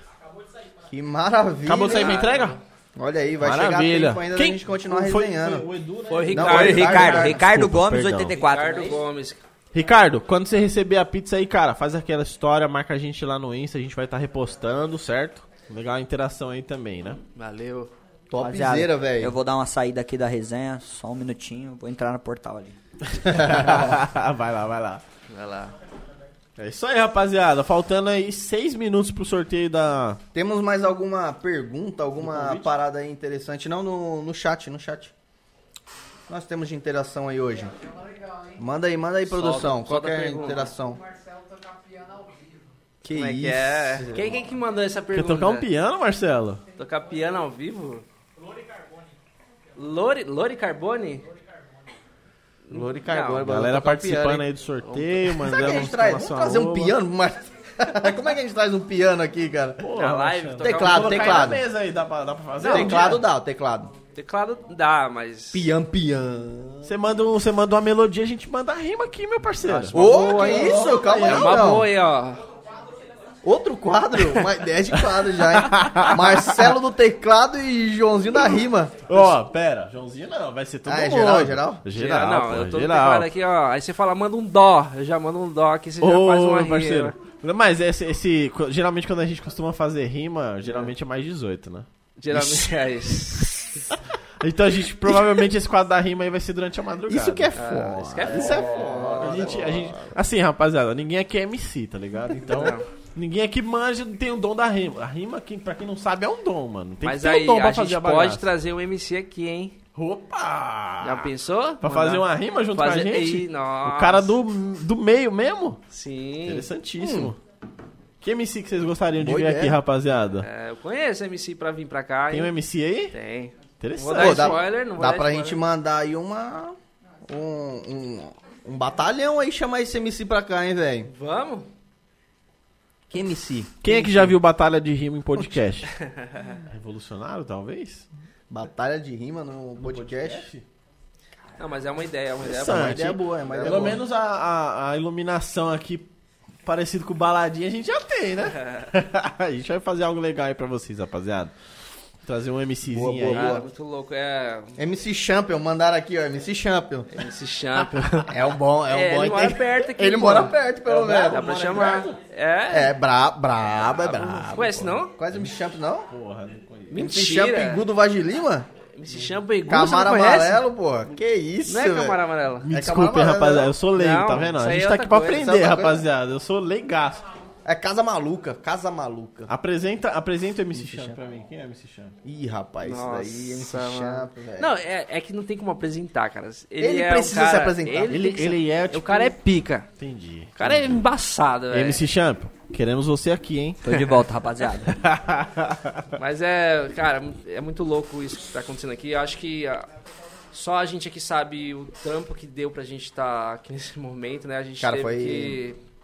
Que maravilha.
Acabou de sair pra entrega?
Olha aí, vai chegar
Maravilha.
tempo ainda da
Quem-
gente continuar
foi-
resenhando.
foi o Edu, né?
Foi o
Não,
Ricardo.
foi
Ricardo,
Ricardo,
Ricardo,
Ricardo.
Desculpa,
Gomes,
perdão.
84.
Ricardo
né?
Gomes.
Ricardo, quando você receber a pizza aí, cara, faz aquela história, marca a gente lá no Insta, a gente vai estar repostando, certo? Legal a interação aí também, né?
Valeu.
Topzera,
Eu
velho.
vou dar uma saída aqui da resenha, só um minutinho, vou entrar no portal ali.
vai lá, vai lá.
Vai lá.
É isso aí, rapaziada. Faltando aí seis minutos pro sorteio da.
Temos mais alguma pergunta,
Um
alguma parada aí interessante? Não, no, no chat, no chat. Nós temos de interação aí hoje. Manda aí, manda aí, produção.
solta
Qual
a
que é a
pergunta.
interação? Que
Como é que
isso?
é? Quem, quem que mandou essa
Quer
pergunta?
tocar um piano, Marcelo?
Tocar piano ao vivo? Lori Carbone. Lori Carbone?
Lori
Carbone,
Carbone,
Galera participando aí do sorteio, mandando.
Será que a gente traz? Vamos trazer um piano? Mas... Como é que a gente traz um piano aqui, cara?
Na live, tocar
Teclado,
um-
Ah, teclado.
mesa aí, dá pra, dá pra fazer?
teclado dá, o teclado.
Teclado dá, mas.
Pian, pian.
Você manda, um, você manda uma melodia, a gente manda a rima aqui, meu parceiro.
Ô, que isso? Calma aí,
É uma
não.
boa aí, ó.
Outro quadro? Mais 10 de quadro já, hein? Marcelo do teclado e Joãozinho da rima.
Ó, pera, Joãozinho não, vai ser todo
Ah, é
mundo.
geral, geral?
Geral,
não,
pô,
eu tô no
geral.
teclado aqui, ó. Aí você fala, manda um dó. Eu já mando um dó aqui, você já faz uma
Ô,
rima.
parceiro. Mas esse, esse- Geralmente quando a gente costuma fazer rima, geralmente é mais 18, né?
Geralmente é isso.
Então a gente, provavelmente esse quadro da rima aí vai ser durante a madrugada. Ah,
Isso que é foda.
isso que é
Isso é foda.
A gente, a gente- assim, rapaziada, ninguém aqui é MC, tá ligado? Então, ninguém aqui manja, tem o dom da rima. A rima, quem, pra quem não sabe, é um dom, mano. Tem
Mas
que ter o
aí,
dom
a
pra fazer
gente
a
pode
bagaça.
trazer um MC aqui, hein?
Opa!
Já pensou?
Pra
Mandar-
fazer uma rima junto
fazer-
com a gente?
Ih, nossa. Hum.
O cara do, do meio mesmo?
Sim.
Interessantíssimo. Que MC que vocês gostariam de
Boa
ver
ideia.
aqui, rapaziada?
É, eu conheço MC pra vir pra cá.
Tem um
hein?
MC aí?
Tem. Vou
Interessante.
dar
Pô, dá
spoiler, não vou
dá
dar
pra
spoiler.
gente mandar aí uma. Um, um, um batalhão aí chamar esse MC pra cá, hein, velho?
Vamos?
Que MC?
Quem é que já viu Batalha de Rima em podcast? Revolucionário, talvez?
Batalha de rima no podcast?
Não, mas é uma ideia, é uma ideia.
Interessante.
Uma ideia boa, é uma ideia
Pelo
boa.
menos a, a- a iluminação aqui, parecido com baladinha, a gente já tem, né? a gente vai fazer algo legal aí pra vocês, rapaziada. Trazer um MCzinho
Boa, boa,
aí.
Cara,
boa.
Ah, muito louco. É.
MC Champion, mandaram aqui, ó, MC Champion.
MC Champion.
É um bom, é um
É,
bom.
ele mora
tem-
perto aqui,
Ele
pô.
mora perto, pelo menos.
Dá pra chamar. É.
É, bra brabo, é brabo.
Conhece
Ah,
não?
Quase me champ, não?
Porra, não conheço.
Me champa
Mentira.
Gudo Vagilima?
MC Champion e Gu, você
Camara
não conhece?
amarelo, pô. Que isso,
Não é
velho.
Camara Amarela.
Me
É
desculpem,
camarada,
rapaziada,
né?
eu sou leigo,
Não,
tá vendo?
isso
A
aí
gente
é
tá
outra
aqui pra
coisa,
isso é
aprender,
outra coisa.
rapaziada. Eu sou leigaço.
É Casa Maluca, Casa Maluca.
Apresenta, apresenta o MC Champ pra mim. Quem é o MC Champ?
Ih, rapaz,
Nossa,
isso daí, é MC
mano.
Champ, velho.
Não, é, é que não tem como apresentar, cara. Ele,
Ele
é um
precisa
cara-
se apresentar.
Ele,
Ele-
tem que se-
ele é, tipo-
O cara é pica.
Entendi.
O cara é embaçado, velho.
MC Champ, queremos você aqui, hein?
Tô de volta, rapaziada.
Mas é, cara, é muito louco isso que tá acontecendo aqui. Eu acho que ah, só a gente aqui sabe o trampo que deu pra gente estar aqui nesse momento, né? A gente
Cara,
teve
foi-
que...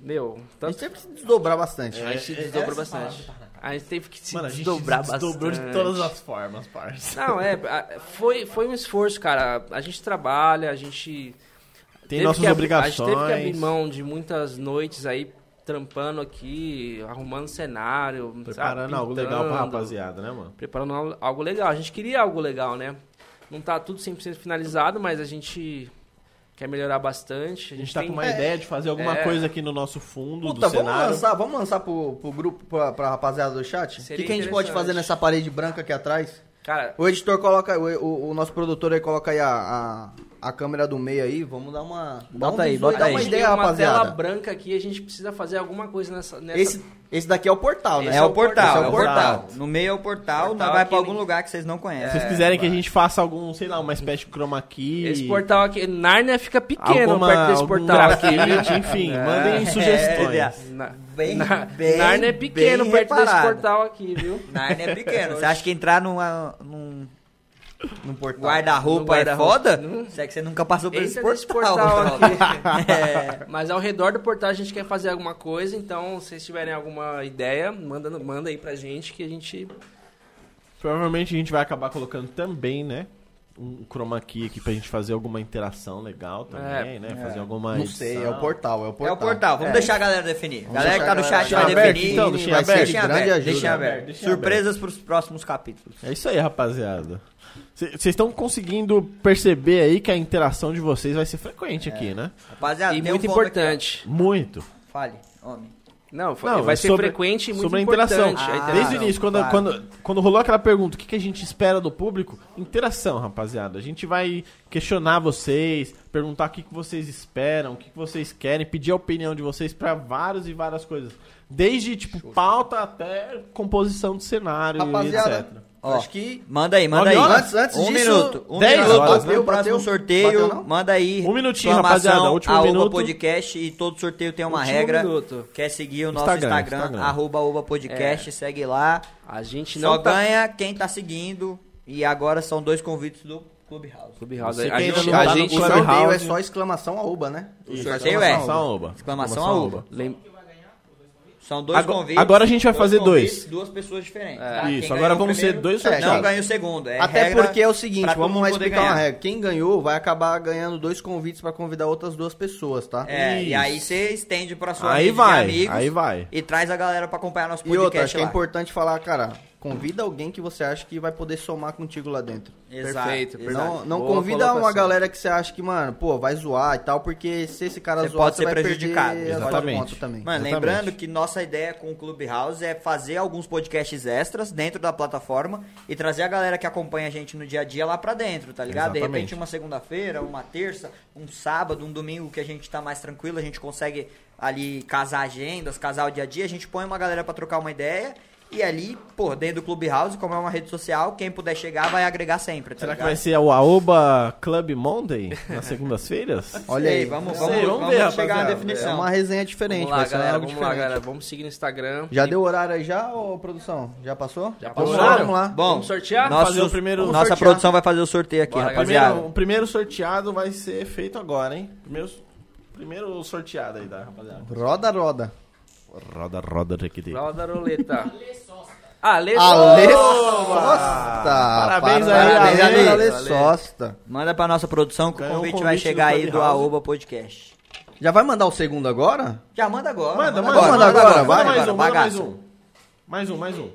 Meu,
A
tanto...
gente sempre se desdobrar bastante.
A gente se
é-
desdobrou bastante. A gente teve que se
Mano, a gente
desdobrar bastante.
desdobrou de todas as formas, parça.
Não, é, a- foi, foi um esforço, cara. A gente trabalha, a gente...
Tem
teve
nossas
que ab-
obrigações.
A gente teve que abrir mão de muitas noites aí, trampando aqui, arrumando cenário, sabe?
Preparando algo legal pra
Pintando
rapaziada, né, mano?
preparando al- algo legal. A gente queria algo legal, né? Não tá tudo 100% finalizado, mas a gente quer melhorar bastante.
A gente tá
tem-
com uma ideia de fazer alguma
É.
coisa aqui no nosso fundo
Puta,
do
vamos
cenário.
lançar, vamos lançar pro, pro grupo, pra, pra rapaziada do chat? O
Seria
que, que a gente pode
interessante.
fazer nessa parede branca aqui atrás?
Cara,
O editor coloca, o, o- o nosso produtor aí coloca aí a, a, a câmera do meio aí, vamos dar uma... dar um
aí,
bisu-
bota
dar
a
uma
gente
ideia,
tem uma tela
rapaziada.
branca aqui, a gente precisa fazer alguma coisa nessa... nessa...
Esse, esse daqui é o portal, né?
Esse
É o portal,
Esse
é o portal. No meio é o portal,
Portal
mas vai
aqui,
pra algum
né?
lugar que vocês não
Se
conhecem.
vocês quiserem que a gente faça algum, sei lá, uma espécie de chroma key.
É, Esse portal aqui... Nárnia fica pequeno
alguma,
perto desse
algum
portal aqui. É.
grafite, enfim, mandem sugestões.
é.
Na-
Bem-
na-
bem-
Nárnia é pequeno
bem
perto desse
reparado.
portal aqui, viu?
Narnia é pequeno. Você acha que entrar numa- num
No portal.
No
guarda-roupa é
guarda-roupa.
foda?
Não.
Se é que você nunca passou por esse
Entra nesse
portal. né?
portal aqui.
É.
Mas ao redor do portal a gente quer fazer alguma coisa, então se vocês tiverem alguma ideia, manda, manda aí pra gente que a gente
Provavelmente a gente vai acabar colocando também, né? Um chroma key aqui pra gente fazer alguma interação legal também, né? Fazer alguma.
É, Não sei, é o
portal.
portal, é o
É
portal.
o portal, vamos deixar a galera definir. galera
deixar
que tá no
a galera
chat vai
Deixa aberto,
definir.
então, deixa em
vai ser
aberto.
de
Deixem
grande
aberto,
ajuda.
deixem aberto.
Deixem
Surpresas pros próximos capítulos.
É isso aí, rapaziada. Vocês estão conseguindo perceber aí que a interação de vocês vai ser frequente
É.
aqui, né?
Rapaziada,
e
tem um
muito
povo aqui,
importante.
Muito.
ó. Fale, homem.
Não, foi-
Não,
vai
é
ser
sobre-
frequente e muito
sobre a
importante.
interação.
a
Ah,
Desde o
não,
início, quando,
claro.
quando, quando rolou aquela pergunta, o que, que a gente espera do público? Interação, rapaziada. A gente vai questionar vocês, perguntar o que, que vocês esperam, o que, que vocês querem, pedir a opinião de vocês pra vários e várias coisas. Desde, tipo, pauta até composição do cenário e etc.
Rapaziada,
Ó,
acho que
Manda aí, manda
Nove
aí.
horas?
Antes- antes
um
disso,
minuto. Um
dez
minuto.
horas,
né?
o próximo
Bateu?
sorteio,
Bateu não?
manda aí.
Um minutinho,
exclamação,
rapaziada, último
arroba
minuto.
podcast e todo sorteio tem uma
Último
regra.
minuto.
Quer seguir o nosso
Instagram,
Instagram,
Instagram.
arroba oba podcast, segue lá.
A gente
Só
não tá...
ganha quem tá seguindo. E agora são dois convites do Clubhouse.
Clubhouse,
Você
A
que ainda
gente,
não
a
tá no
gente
o
Clubhouse.
sorteio é só exclamação aoba, né?
O sorteio é.
Exclamação, oba.
Exclamação,
Exclamação,
oba.
oba.
lem-
São dois
Agora-
convites.
agora a gente vai fazer dois.
Duas pessoas diferentes. tá?
É.
Quem
Isso,
ganhar
agora
o
vamos ser
primeiro,
dois
É,
sorteados.
Não ganha o segundo. É
Até
regra
porque é o
pra
seguinte,
todo
vamos
mundo
lá
poder
explicar
ganhar.
uma regra. Quem ganhou vai acabar ganhando dois convites pra convidar outras duas pessoas, tá?
É, e
Isso.
aí você estende pra sua
Aí
rede
vai,
de amigos
aí vai.
e traz a galera pra acompanhar nosso
E
podcast
outra, acho que é
lá.
importante falar, cara, convida alguém que você acha que vai poder somar contigo lá dentro.
Exato.
Perfeito,
exato.
verdade.
Não, não
Boa
convida uma
colocação.
galera que você acha que, mano, pô, vai zoar e tal, porque se esse cara
Você
zoar,
pode
você
ser
vai
prejudicado.
perder a sua
Exatamente.
conta também.
Mano,
Exatamente.
lembrando que nossa ideia com o Clubhouse é fazer alguns podcasts extras dentro da plataforma e trazer a galera que acompanha a gente no dia a dia lá pra dentro, tá ligado? De
Exatamente.
repente uma segunda-feira, uma terça, um sábado, um domingo que a gente tá mais tranquilo, a gente consegue ali casar agendas, casar o dia a dia, a gente põe uma galera pra trocar uma ideia e ali, pô, dentro do Clubhouse, como é uma rede social, quem puder chegar vai agregar sempre, tá
Será que
ligado?
vai ser o Aoba Club Monday nas segundas-feiras?
Olha
Sei,
aí.
vamos,
Sei,
vamos,
vamos
vamos
ver,
chegar
rapaziada.
na
É
definição.
uma resenha diferente,
Vamos lá,
vai ser
galera.
algo
Vamos lá,
diferente.
galera. Vamos seguir no Instagram.
Já deu horário aí já, ô produção? Já passou? Já
passou.
Vamos lá.
Bom,
Vamos sortear?
nossos-
Fazer o primeiro-
nossa
Vamos sortear.
produção vai fazer o sorteio aqui,
Bora,
rapaziada.
Primeiro, o primeiro sorteado vai ser feito agora, hein? Primeiro, primeiro sorteado aí, tá, rapaziada?
Roda, roda.
Roda, roda, Requite.
Lá da roleta. Ale
Ale
Oba!
Sosta!
Parabéns aí,
parabéns
Ale.
Ale
Ale.
Sosta.
Manda pra nossa produção que
Ganhou
o
um
convite,
convite
vai
do
chegar aí do
Clubhouse.
Aoba Podcast.
Já vai mandar o segundo agora?
Já manda agora.
Manda, manda,
agora,
manda
manda
agora,
agora,
manda
vai,
mais um, manda mais
bagaça.
um. Mais um, mais um.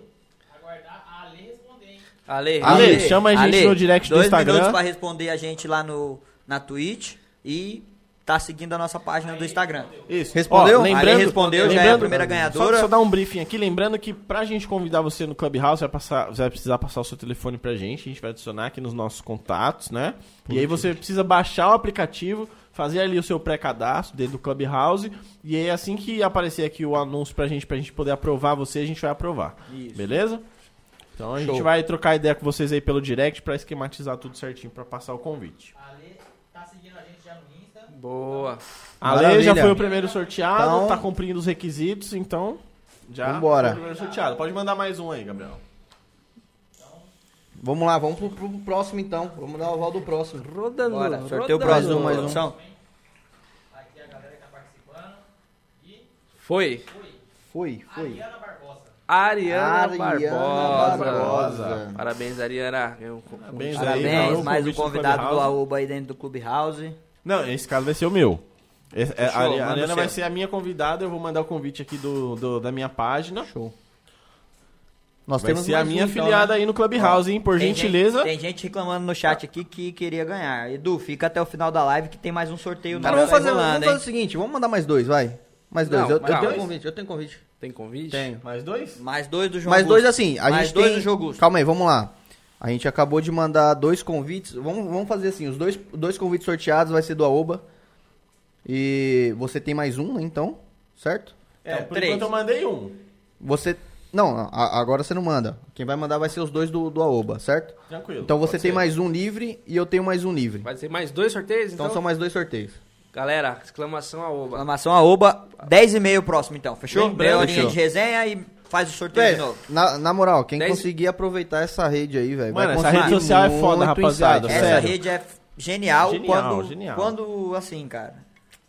Aguardar a Ale responder, hein?
Ale,
Ale,
Ale.
chama a gente
Ale,
no direct do
dois
Instagram.
minutos pra responder a gente lá no, na Twitch e tá seguindo a nossa página do Instagram.
Isso.
Respondeu?
Ó, lembrando,
Ale respondeu, já é a primeira ganhadora.
Só, só dar um briefing aqui, lembrando que pra gente convidar você no Clubhouse, vai, passar, você vai precisar passar o seu telefone pra gente, a gente vai adicionar aqui nos nossos contatos, né? E aí você precisa baixar o aplicativo, fazer ali o seu pré-cadastro dentro do Clubhouse, e aí assim que aparecer aqui o anúncio pra gente, pra gente poder aprovar você, a gente vai aprovar.
Isso.
Beleza? Então a gente
Show.
vai trocar ideia com vocês aí pelo direct pra esquematizar tudo certinho pra passar o convite.
A Ale tá seguindo a gente já no Insta.
Boa.
A Ale já
Maravilha.
foi o primeiro sorteado,
Então-
tá cumprindo os requisitos, então já
Vambora.
foi o primeiro sorteado. Pode mandar mais um aí, Gabriel.
Vamos lá, vamos pro, pro próximo então. Vamos dar o aval do próximo.
Rodando.
Bora, sorteio o
rodando.
próximo,
mais um.
produção.
Aqui a galera que tá participando. E
Foi.
Foi, foi.
Ariana Barbosa.
Ariana, Barbosa.
Barbosa.
Parabéns, Ariana. Ganhou um-
Parabéns,
Parabéns,
ganhou o
mais um
convite do
convidado do
Clubhouse.
Aoba aí dentro do Clubhouse.
Não, esse caso vai ser o meu. Esse- é, a
Fechou, manda
Ari-
o
a Ariana
seu.
vai ser a minha convidada, eu vou mandar o convite aqui do, do- da minha página.
Show. Nós
Vai
temos
ser a
mais
minha
um, então,
afiliada
né?
aí no Clubhouse, hein? Por
Tem
gentileza.
gente- tem gente reclamando no chat aqui que queria ganhar. Edu, fica até o final da live que tem mais um sorteio
Cara,
nosso
tá
vamos fazer,
aí rolando,
vamos fazer
hein?
o seguinte, vamos mandar mais dois, vai. Mais dois.
Não,
eu, eu
mais
tenho
dois?
convite, eu tenho convite.
Tem convite?
Tenho.
Mais dois?
Mais dois do João
mais dois
Augusto.
assim, a
Mais
gente
dois
tem...
do João Augusto.
Calma aí, vamos lá. A gente acabou de mandar dois convites. Vamos, vamos fazer assim, os dois, dois convites sorteados vai ser do Aoba. E você tem mais um, né, então? Certo?
É,
Então,
por
três.
enquanto eu mandei um.
Você... Não, não, a- agora você não manda. Quem vai mandar vai ser os dois do, do Aoba, certo?
Tranquilo.
Então você
Pode
tem
ser.
mais um livre e eu tenho mais um livre.
Vai ser mais dois sorteios, então?
Então são mais dois sorteios.
Galera, exclamação a oba.
Exclamação Aoba, 10 e meio próximo então, fechou?
Lembrando-
Meia horinha
Fechou.
de resenha e faz o sorteio
Véi,
de novo.
na, na moral, quem
Dez-
conseguir aproveitar essa rede aí, velho. vai
Mano, essa
conseguir
rede social é
muito
foda, rapaziada,
insight,
Essa
sério.
rede é f- genial,
Genial,
quando,
genial.
quando, assim, cara,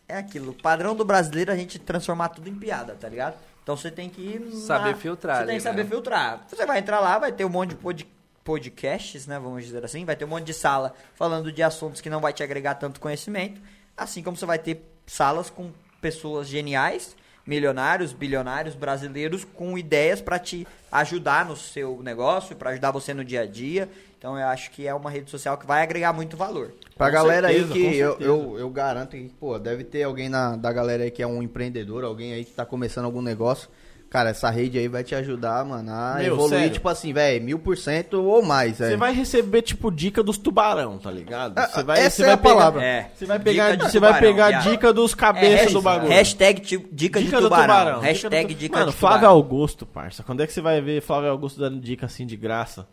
é aquilo. O padrão do brasileiro é a gente transformar tudo em piada, tá ligado? Então você tem que... ir na-
Saber filtrar
Você tem
ali,
que saber
né?
filtrar. Você vai entrar lá, vai ter um monte de pod- podcasts, né, vamos dizer assim, vai ter um monte de sala falando de assuntos que não vai te agregar tanto conhecimento, assim como você vai ter salas com pessoas geniais, milionários, bilionários, brasileiros com ideias pra te ajudar no seu negócio, pra ajudar você no dia a dia. Então eu acho que é uma rede social que vai agregar muito valor.
Pra
Com
galera
certeza,
aí
com
que eu,
certeza.
eu, eu garanto que, pô, deve ter alguém na, da galera aí que é um empreendedor, alguém aí que tá começando algum negócio. Cara, essa rede aí vai te ajudar, mano, a
Meu,
evoluir,
sério.
tipo assim, velho, mil por cento ou mais,
Você
velho.
vai receber, tipo, dica dos tubarão, tá ligado?
Ah,
Você vai,
essa
você
é
vai
a palavra.
É.
Você vai pegar,
Dica de
você vai
tubarão,
pegar
viado.
dica dos cabeças
É,
do bagulho.
Hashtag ti- dica, de tubarão. Hashtag
Dica do-
dica,
Mano,
de tubarão.
Flávio Augusto, parça. Quando é que você vai ver Flávio Augusto dando dica assim de graça?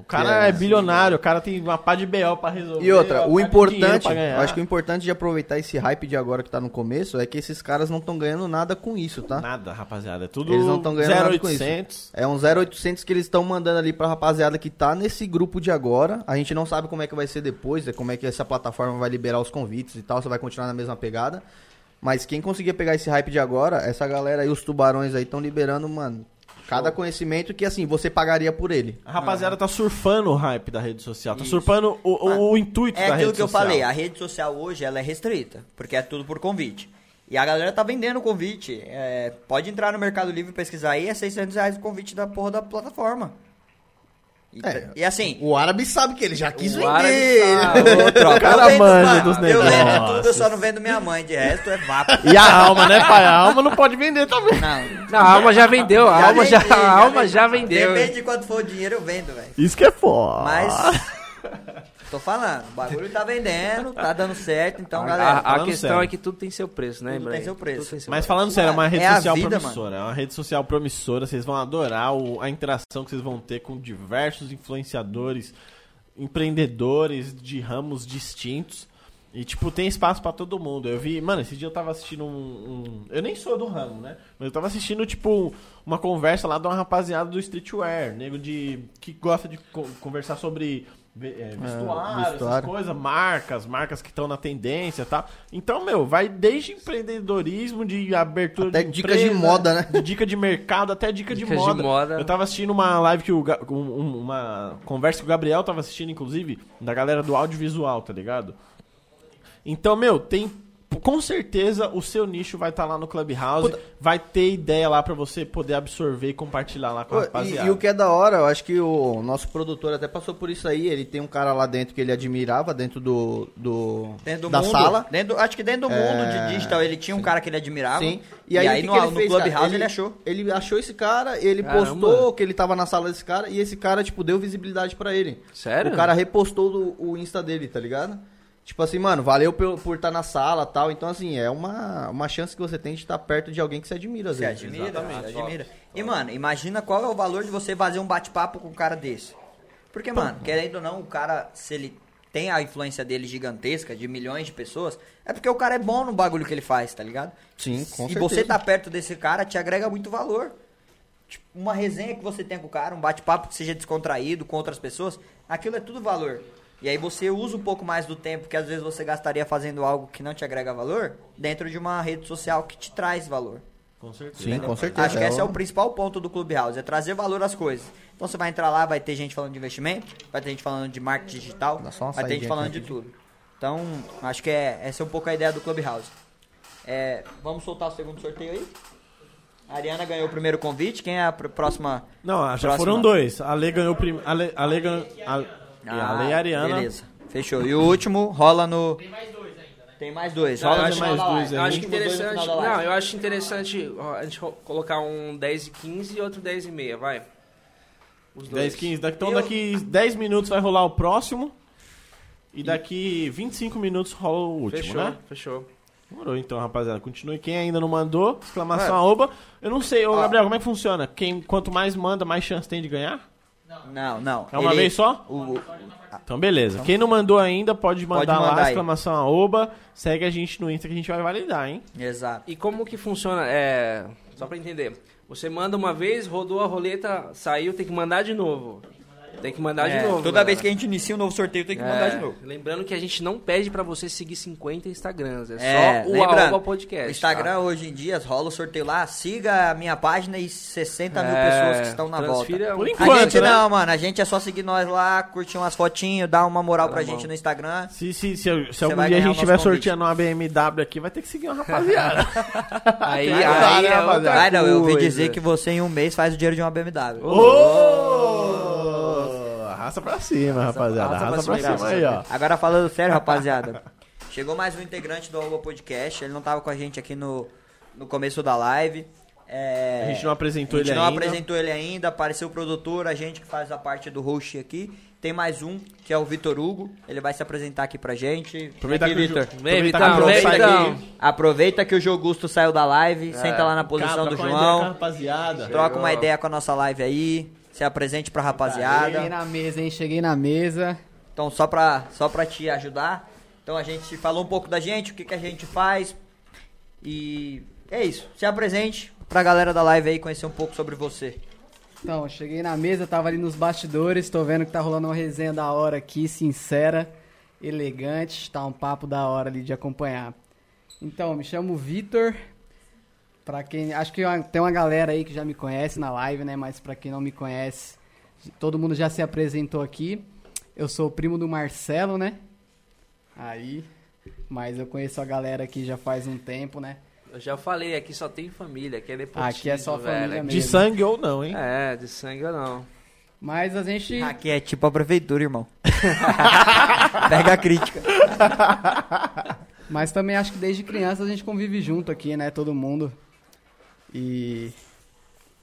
O cara é,
É,
bilionário, o cara tem uma pá de BO pra resolver.
E
uma
outra, o
pá de dinheiro
importante,
pra ganhar.
eu acho que o importante de aproveitar esse hype de agora que tá no começo é que esses caras não estão ganhando nada com isso, tá?
Nada, rapaziada. É tudo
Eles não tão ganhando nada com isso.
0800.
É um 0800 que eles estão mandando ali pra rapaziada que tá nesse grupo de agora. A gente não sabe como é que vai ser depois, é como é que essa plataforma vai liberar os convites e tal, se vai continuar na mesma pegada. Mas quem conseguir pegar esse hype de agora, essa galera aí, os tubarões aí, estão liberando, mano, cada conhecimento que, assim, você pagaria por ele.
A rapaziada tá surfando o hype da rede social, tá
Isso.
surfando o, o- o intuito
É
da
aquilo
rede social.
que eu falei, a rede social hoje ela é restrita, porque é tudo por convite. E a galera tá vendendo convite. é, pode entrar no Mercado Livre e pesquisar aí, é 600 reais o convite da porra da plataforma. E,
É.
e assim,
O árabe sabe que ele já quis
O árabe
vender.
sabe.
O cara
eu vendo-
manja
mano,
dos
Eu vendo
negócios.
tudo, eu só não vendo minha mãe, de resto é vapo.
E a alma, né, pai? A alma não pode vender também.
Não.
Não, a alma já vendeu, a alma
vendi,
já, a alma já
vendi.
vendeu. Ah.
Depende de quanto for o dinheiro, eu vendo, velho.
Isso que é foda.
Mas. Tô falando, o bagulho tá vendendo, tá dando certo, então,
A-
galera.
a, a
falando
questão
sério.
é que tudo tem seu preço, né,
Tudo tem
Ibrahim?
seu preço.
Tudo tem seu
Mas
preço.
falando sério, é uma
É
rede
a
social
vida,
promissora. É uma rede social promissora. Vocês vão adorar o- a interação que vocês vão ter com diversos influenciadores, empreendedores de ramos distintos. E, tipo, tem espaço pra todo mundo. Eu vi, mano, esse dia eu tava assistindo um, um- Eu nem sou do ramo, né? Mas eu tava assistindo, tipo, uma conversa lá de uma rapaziada do streetwear, nego de. que gosta de co- conversar sobre ve- é, vestuário, essas
vestuário.
coisas, marcas, marcas que estão na tendência e tal. Então, meu, vai desde empreendedorismo, de abertura
Até
de
dicas de moda, né?
de Dica de mercado, até dica de,
Dicas de
moda.
moda.
Eu tava assistindo uma live que o. Ga- um- um- Uma conversa que o Gabriel tava assistindo, inclusive, da galera do audiovisual, tá ligado? Então, meu, tem. Com certeza o seu nicho vai estar lá no Clubhouse, vai ter ideia lá pra você poder absorver e compartilhar lá com a
E,
rapaziada.
e o que é da hora, eu acho que o nosso produtor até passou por isso aí. Ele tem um cara lá dentro que ele admirava, dentro do, do-
Dentro do
da
mundo,
sala. É,
Dentro, do- acho que dentro do mundo de digital ele tinha um cara que ele admirava.
Sim.
E, aí,
o que
no,
que ele
no
fez, cara?
Clubhouse ele... achou.
Ele achou esse cara, ele
Caramba.
postou que ele tava na sala desse cara e esse cara, tipo, deu visibilidade pra ele.
Sério?
O cara repostou do- o Insta dele, tá ligado? Tipo assim, mano, valeu pelo- por estar na sala e tal. Então, assim, é uma, uma chance que você tem de estar perto de alguém que você admira, às
Você
vezes.
admira, você admira. E, mano, imagina qual é o valor de você fazer um bate-papo com um cara desse. Porque, mano, querendo ou não, o cara, se ele tem a influência dele gigantesca, de milhões de pessoas, é porque o cara é bom no bagulho que ele faz, tá ligado?
Sim, com
E
certeza.
você tá perto desse cara, te agrega muito valor. Tipo, uma resenha que você tem com o cara, um bate-papo que seja descontraído com outras pessoas, aquilo é tudo valor. E aí você usa um pouco mais do tempo que às vezes você gastaria fazendo algo que não te agrega valor, dentro de uma rede social que te traz valor.
Com certeza.
Sim, com certeza.
Acho que esse é o
um-
principal ponto do Clubhouse, é trazer valor às coisas. Então você vai entrar lá, vai ter gente falando de investimento, vai ter gente falando de marketing digital,
Dá só uma
vai ter gente
saidinha
falando
aqui.
de tudo. Então, acho que é, essa é um pouco a ideia do Clubhouse. É, vamos soltar o segundo sorteio aí? A Ariana ganhou o primeiro convite, quem é a pr- próxima?
Não, ah, já
Próxima.
foram dois. A Lei ganhou o prim... A Lei, a Lei ganhou. A, a Lei e a
Ah,
Ariana.
Ah, Beleza, fechou. E o último rola no... Tem mais dois ainda, né? Tem mais dois,
Não, eu
rola
é, acho
no
mais
final da
dois
live.
aí.
Eu acho que
Últimos dois no
interessante.
final da live.
Não, eu acho interessante ó, a gente ro- colocar um 10 e 15 e outro 10 e meia, vai. Os
10, 15. Daqui, então
Eu-
daqui 10 minutos vai rolar o próximo. E daqui 25 minutos rola o último,
Fechou,
né?
fechou.
Demorou então, rapaziada. Continue. Quem ainda não mandou, exclamação arroba. Eu não sei, ô
Ó.
Gabriel, como é que funciona? Quem, quanto mais manda, mais chance tem de ganhar?
Não, não.
É uma
Ele-
vez só?
o- o-
Então, beleza. Quem não mandou ainda, pode mandar,
mandar
lá,
aí.
exclamação arroba. Segue a gente no Insta que a gente vai validar, hein?
Exato.
E como que funciona? É, só pra entender. Você manda uma vez, rodou a roleta, saiu, tem que mandar de novo. Tem que mandar
É,
de novo. É.
Toda vez que a gente inicia um novo sorteio, tem que
É.
mandar de novo.
Lembrando que a gente não pede pra você seguir 50 Instagrams, é, só o
lembrando,
arroba podcast. tá?
O Instagram hoje em dia rola o sorteio lá, siga a minha página e
tá?
60 mil
É,
pessoas que estão na volta.
um
Por
A
Enquanto,
gente
né?
não, mano, a gente é só seguir nós lá, curtir umas fotinhos, dar uma moral pra
Tá bom.
gente no Instagram.
Se, se, se, se algum
vai
dia a
ganhar o
gente estiver
nosso convite.
sorteando uma BMW aqui, vai ter que seguir uma rapaziada.
tá
Aí,
Vai
aí,
lá, né,
é outra
rapaziada?
Ai, não, eu ouvi
coisa.
dizer que você em um mês faz o dinheiro de uma BMW.
Ô! Arrasta pra cima, rapaziada.
arrasta pra
Arrasta pra
cima,
cima
arrasta
aí, ó.
Agora falando sério, rapaziada. Chegou mais um integrante do Alba Podcast, ele não tava com a gente aqui no, no começo da live. É,
A gente não apresentou
a gente
ele
não
ainda.
apresentou ele ainda, apareceu o produtor, a gente que faz a parte do host aqui. Tem mais um, que é o Vitor Hugo, ele vai se apresentar aqui pra gente.
Aproveitar
aqui,
que o Ju-
Vitor. tá
Vem,
Aproveitar
Vitão,
que
vem,
o João
Vitão.
sai
Aproveita que o Jogusto saiu da live, senta lá na posição
tá
Cara,
do
troca uma ideia É, com a
João,
Rapaziada.
troca uma ideia com a nossa live aí, se apresente
Tá
pra rapaziada.
né?
Cheguei na mesa, hein? Cheguei na mesa.
Então, só pra, só pra te ajudar. Então, a gente falou um pouco da gente, o que, que a gente faz. E é isso. Se apresente pra galera da live aí conhecer um pouco sobre você.
Então, cheguei na mesa, tava ali nos bastidores, tô vendo que tá rolando uma resenha da hora aqui, sincera, elegante, tá um papo da hora ali de acompanhar. Então, me chamo Vitor. Pra quem. Acho que tem uma galera aí que já me conhece na live, né? Mas pra quem não me conhece, todo mundo já se apresentou aqui. Eu sou o primo do Marcelo, né? Aí. Mas eu conheço a galera aqui já faz um tempo, né?
Eu já falei, aqui só tem família, aqui é nepotismo,
Aqui é só
velho.
família
Aqui-
mesmo.
De sangue ou não, hein?
É, de sangue ou não.
Mas a gente.
Aqui é tipo a prefeitura, irmão. Pega a crítica.
Mas também acho que desde criança a gente convive junto aqui, né? Todo mundo. E.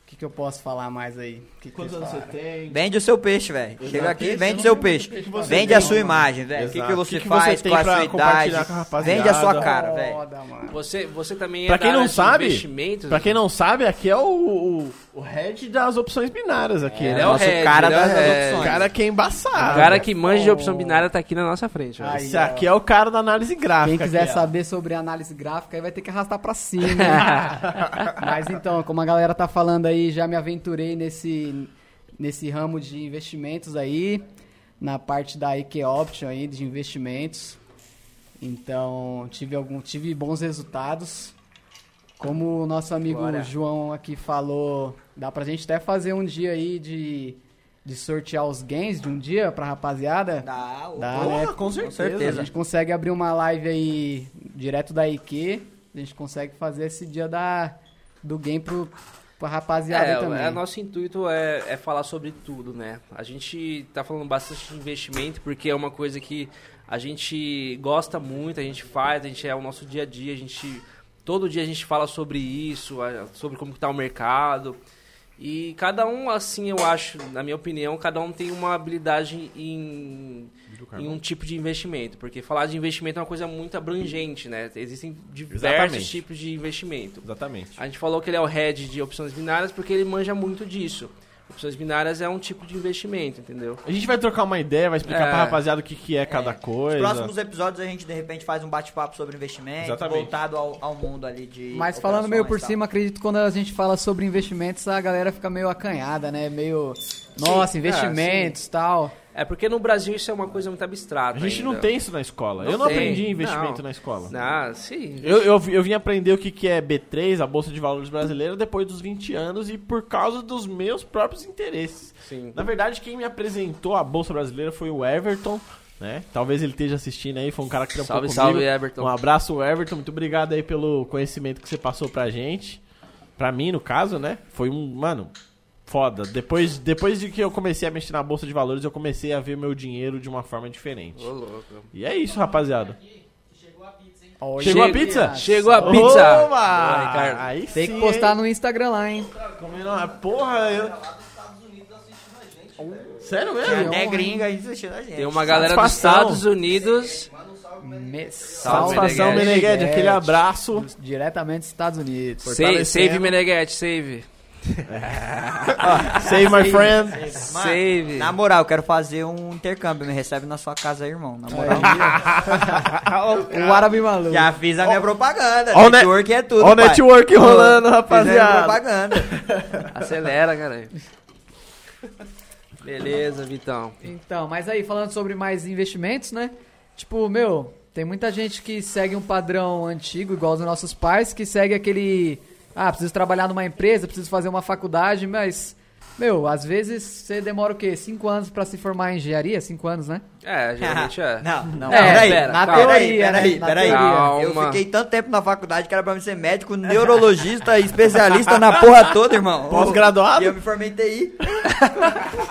O que, que eu posso falar mais aí? O Que que
Quantos
vocês
anos você
falaram?
É.
tem?
Vende o seu peixe, velho. Chega aqui,
Peixe,
vende
eu
seu
não
peixe.
sei o que você
Vende
tem,
a sua
mano.
imagem, velho. O que,
Exato.
que
O
você
que que você
faz
tem
com a
pra
sua
compartilhar
idade?
com a rapaziada?
Vende a sua cara, velho.
Foda, mano.
Você, você também é
Pra
da
quem
área
não
de
sabe,
investimentos,
Pra quem não sabe, aqui é o, o, o head das opções binárias aqui,
É,
né?
é o
Nossa,
head,
cara
ele é
das
o head.
O
opções.
cara que é embaçado.
O cara que manja de opção
Oh.
binária tá aqui na nossa frente. ó.
Ai,
Esse aqui é o cara da análise
Quem
gráfica.
quiser
aqui, ó.
saber sobre análise gráfica aí vai ter que arrastar pra cima. hein? Mas então, como a galera tá falando aí, já me aventurei nesse, nesse ramo de investimentos aí, na parte da IK Option aí de investimentos. Então, tive algum tive bons resultados. Como o nosso amigo
Bora.
João aqui falou, dá pra gente até fazer um dia aí de, de sortear os gains de um dia pra rapaziada.
Dá, o-
Dá, né?
Porra, com certeza.
A gente consegue abrir uma live aí direto da IQ. A gente consegue fazer esse dia da, do game pro, pra rapaziada
É,
também.
é, nosso intuito é, é falar sobre tudo, né? A gente tá falando bastante de investimento porque é uma coisa que a gente gosta muito, a gente faz, a gente é o nosso dia a dia, a gente todo dia a gente fala sobre isso, a- sobre como que tá o mercado. E cada um assim, eu acho, na minha opinião, cada um tem uma habilidade em em um tipo de investimento, porque falar de investimento é uma coisa muito abrangente, né? Existem diversos
Exatamente.
tipos de investimento.
Exatamente.
A gente falou que ele é o head de opções binárias porque ele manja muito disso. Opções binárias é um tipo de investimento, entendeu?
A gente vai trocar uma ideia, vai explicar
É.
pra rapaziada o que, que é cada
Nos
coisa.
próximos episódios a gente de repente faz um bate-papo sobre investimento,
Exatamente.
voltado ao, ao mundo ali de.
Mas falando meio por
operações tá. e
cima, acredito que quando a gente fala sobre investimentos, a galera fica meio acanhada, né? Meio. Nossa, investimentos e tal.
É porque no Brasil isso é uma coisa muito
A
abstrata.
gente
ainda.
não tem isso na escola.
Não
eu não
tem.
aprendi investimento
Não.
na escola.
Ah, sim.
Eu, eu, vi- eu vim aprender o que, que é B3, a Bolsa de Valores Brasileira, depois dos 20 anos e por causa dos meus próprios interesses.
Sim.
Na verdade, quem me apresentou a Bolsa Brasileira foi o Everton, né? Talvez ele esteja assistindo aí, foi um cara que trampou
Salve,
comigo.
salve, Everton.
Um abraço, Everton. Muito obrigado aí pelo conhecimento que você passou pra gente. Pra mim, no caso, né? Foi um, mano, foda. Depois, depois de que eu comecei a mexer na Bolsa de Valores, eu comecei a ver meu dinheiro de uma forma diferente.
Ô, louco.
E é isso, rapaziada.
Olha,
Chegou a
Chega-
pizza?
Chegou a pizza.
Oba!
Boa, Ah, Ricardo.
Aí
Tem
sim,
que postar
hein?
no Instagram lá, hein?
Comendo uma porra. eu- Sério
operações.
mesmo?
Tem até gringa aí assistindo a gente.
Tem uma galera dos
Satisfação.
Estados Unidos.
Me-
Satisfação,
Meneghete.
Meneghete. Aquele abraço.
Diretamente dos Estados Unidos.
Save,
Fortalecendo.
save Meneghete, save.
Ah, Save my friend.
Mano,
Save.
Na moral, eu quero fazer um intercâmbio. Me recebe na sua casa aí, irmão. Na moral.
O árabe maluco.
Já fiz a minha propaganda.
Ó o ne-
network é tudo.
Ó o
pai.
network rolando,
Fizemos
rapaziada.
propaganda.
Acelera, caralho. Beleza, Vitão.
Então, mas aí, falando sobre mais investimentos, né? Tipo, meu, tem muita gente que segue um padrão antigo, igual os nossos pais, que segue aquele. Ah, preciso trabalhar numa empresa, preciso fazer uma faculdade, mas. Meu, às vezes você demora o quê? Cinco anos pra se formar em engenharia? Cinco anos, né?
É, geralmente é.
Não, não.
É,
peraí,
pera,
na
calma.
peraí,
teoria, né?
peraí,
na
peraí.
teoria.
Eu
Calma.
fiquei tanto tempo na faculdade que era pra mim ser médico, neurologista, especialista na porra toda, irmão.
Pós-graduado?
E eu me formei em TI.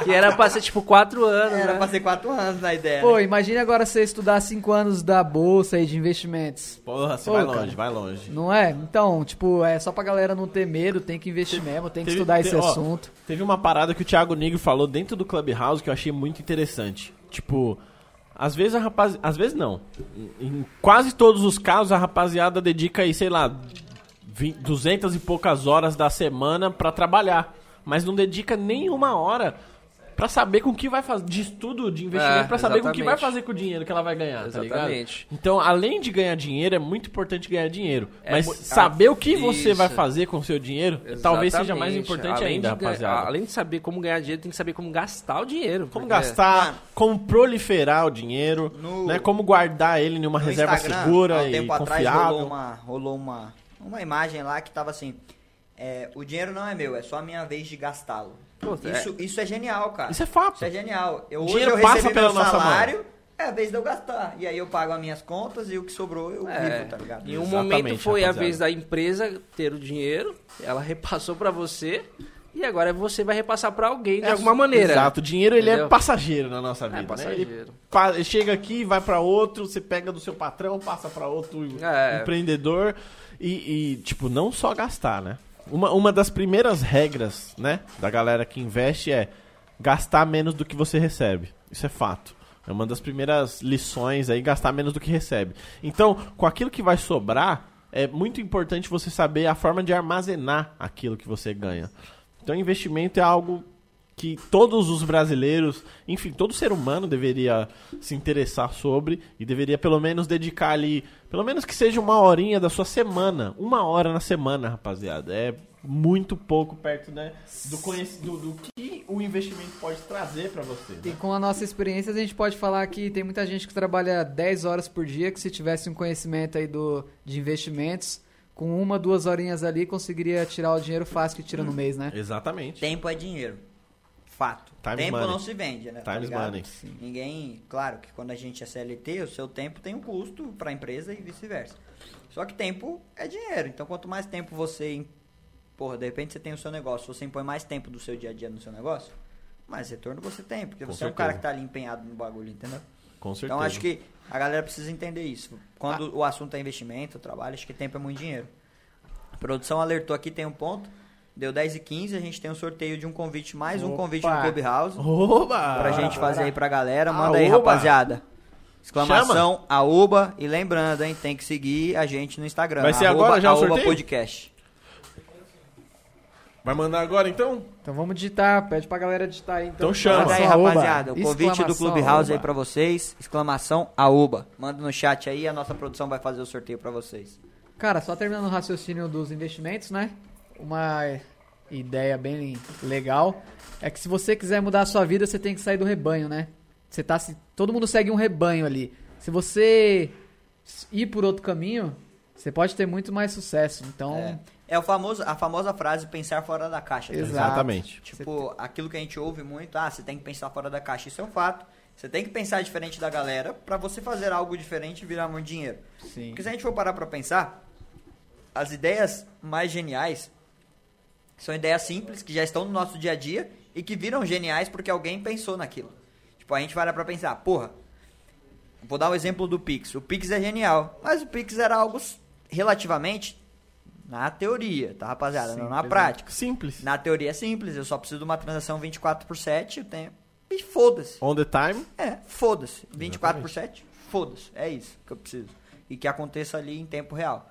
Que era pra ser tipo 4 anos,
Era
né?
pra ser quatro anos na ideia.
Pô,
né?
imagine agora você estudar cinco anos da bolsa aí de investimentos.
Porra, você
Ô,
vai
cara.
longe, vai longe.
Não é? Então, tipo, é só pra galera não ter medo, tem que investir mesmo, tem
teve-
que estudar esse
te- ó,
assunto.
Teve uma parada que o Thiago Nigro falou dentro do Clubhouse que eu achei muito interessante. Tipo, às vezes a rapaz, às vezes não. Em, em quase todos os casos a rapaziada dedica aí, sei lá, vi- 200 e poucas horas da semana pra trabalhar, mas não dedica nenhuma hora
Pra saber com o que vai fazer, de estudo de investimento,
É,
pra saber com o que vai
exatamente.
fazer com o dinheiro que ela vai ganhar, tá ligado?
Exatamente.
Então, além de ganhar dinheiro, é muito importante ganhar dinheiro.
É
mas
mu-
saber o que
ah,
você vai
isso.
fazer com o seu dinheiro talvez seja mais
Exatamente.
importante
Além
ainda,
de ganhar-
rapaziada.
Além de saber como ganhar dinheiro, tem que saber como gastar o dinheiro.
Como
porque-
gastar,
Ah.
como proliferar o dinheiro,
No-
né? Como guardar ele numa
No
reserva
Instagram, há
segura
um
e
tempo
confiável.
atrás rolou uma, rolou uma, uma imagem lá que tava assim: é, o dinheiro não é meu, é só a minha vez de gastá-lo.
Pô, é-
Isso, isso é genial, cara.
Isso é fato.
Isso é genial. Eu,
O
hoje
dinheiro
eu
passa
recebi
pela
meu
nossa mão.
salário, é a vez de eu gastar. E aí eu pago as minhas contas e o que sobrou eu
É.
vivo, tá ligado?
Em um
Exatamente,
momento foi a
rapaziada.
vez da empresa ter o dinheiro, ela repassou pra você e agora você vai repassar pra alguém
É,
de alguma maneira. É,
Exato, o dinheiro ele é
Entendeu?
passageiro na nossa vida. né? Ele
passageiro.
pa- ele chega aqui, vai pra outro, você pega do seu patrão, passa pra outro
É.
empreendedor e, e, tipo, não só gastar, né? Uma, uma das primeiras regras, né, da galera que investe é gastar menos do que você recebe. Isso é fato. É uma das primeiras lições aí, gastar menos do que recebe. Então, com aquilo que vai sobrar, é muito importante você saber a forma de armazenar aquilo que você ganha. Então, investimento é algo que todos os brasileiros, enfim, todo ser humano deveria se interessar sobre e deveria pelo menos dedicar ali, pelo menos que seja uma horinha da sua semana, uma hora na semana, rapaziada. É muito pouco perto, né, do, conhec- do, do que o investimento pode trazer pra você.
E
né?
com a nossa experiência, a gente pode falar que tem muita gente que trabalha 10 horas por dia, que se tivesse um conhecimento aí do, de investimentos, com uma, duas horinhas ali, conseguiria tirar o dinheiro fácil que tira no mês, né?
Exatamente.
Tempo é dinheiro. Fato.
Time is
tempo
money.
não se vende, né?
Time is
ligado?
money.
Ninguém, claro que quando a gente é CLT, o seu tempo tem um custo para a empresa e vice-versa. Só que tempo é dinheiro. Então, quanto mais tempo você, em- porra, de repente você tem o seu negócio, você impõe mais tempo do seu dia a dia no seu negócio, mais retorno você tem, porque
Com
você é um
certeza.
cara que tá ali empenhado no bagulho, entendeu?
Com certeza. Ah.
Então, acho que a galera precisa entender isso. Quando o assunto é investimento, trabalho, acho que tempo é muito dinheiro. A produção alertou aqui, tem um ponto. Deu 10 e 15 a gente tem um sorteio de um convite, mais um convite no Clubhouse.
Oba!
Pra gente fazer aí pra
Ah,
galera. Manda aí,
Aoba!
rapaziada. Exclamação, aoba. E lembrando, hein, tem que seguir a gente no Instagram.
Vai ser
arroba
agora já o
aoba
sorteio?
podcast.
Vai mandar agora então?
Então vamos digitar, pede pra galera digitar aí. Então,
Então chama.
Manda aí,
Exclamação,
rapaziada.
aoba.
O convite do
Exclamação,
Clubhouse aí
aoba.
pra vocês. Exclamação, aoba. Manda no chat aí, a nossa produção vai fazer o sorteio pra vocês.
Cara, só terminando o raciocínio dos investimentos, né? Uma ideia bem legal é que se você quiser mudar a sua vida, você tem que sair do rebanho, né? Você tá se todo mundo segue um rebanho ali. Se você s- ir por outro caminho, você pode ter muito mais sucesso. Então,
É, é o famoso, a famosa frase pensar fora da caixa. tá ligado?
Exato.
Exatamente.
Tipo, aquilo que a gente ouve muito, ah, você tem que pensar fora da caixa, isso é um fato. Você tem que pensar diferente da galera pra você fazer algo diferente e virar muito dinheiro.
Sim.
Porque se a gente for parar pra pensar, as ideias mais geniais são ideias simples que já estão no nosso dia a dia e que viram geniais porque alguém pensou naquilo. Tipo, a gente para pra pensar, porra, vou dar o exemplo do Pix. O Pix é genial, mas o Pix era algo s- relativamente na teoria, tá, rapaziada? não na
Simples, né?
prática.
Simples.
Na teoria é simples, eu só preciso de uma transação 24 por 7, eu tenho. E foda-se.
On the time.
É, foda-se. 24 por 7, foda-se. É isso que eu preciso. E que aconteça ali em tempo real.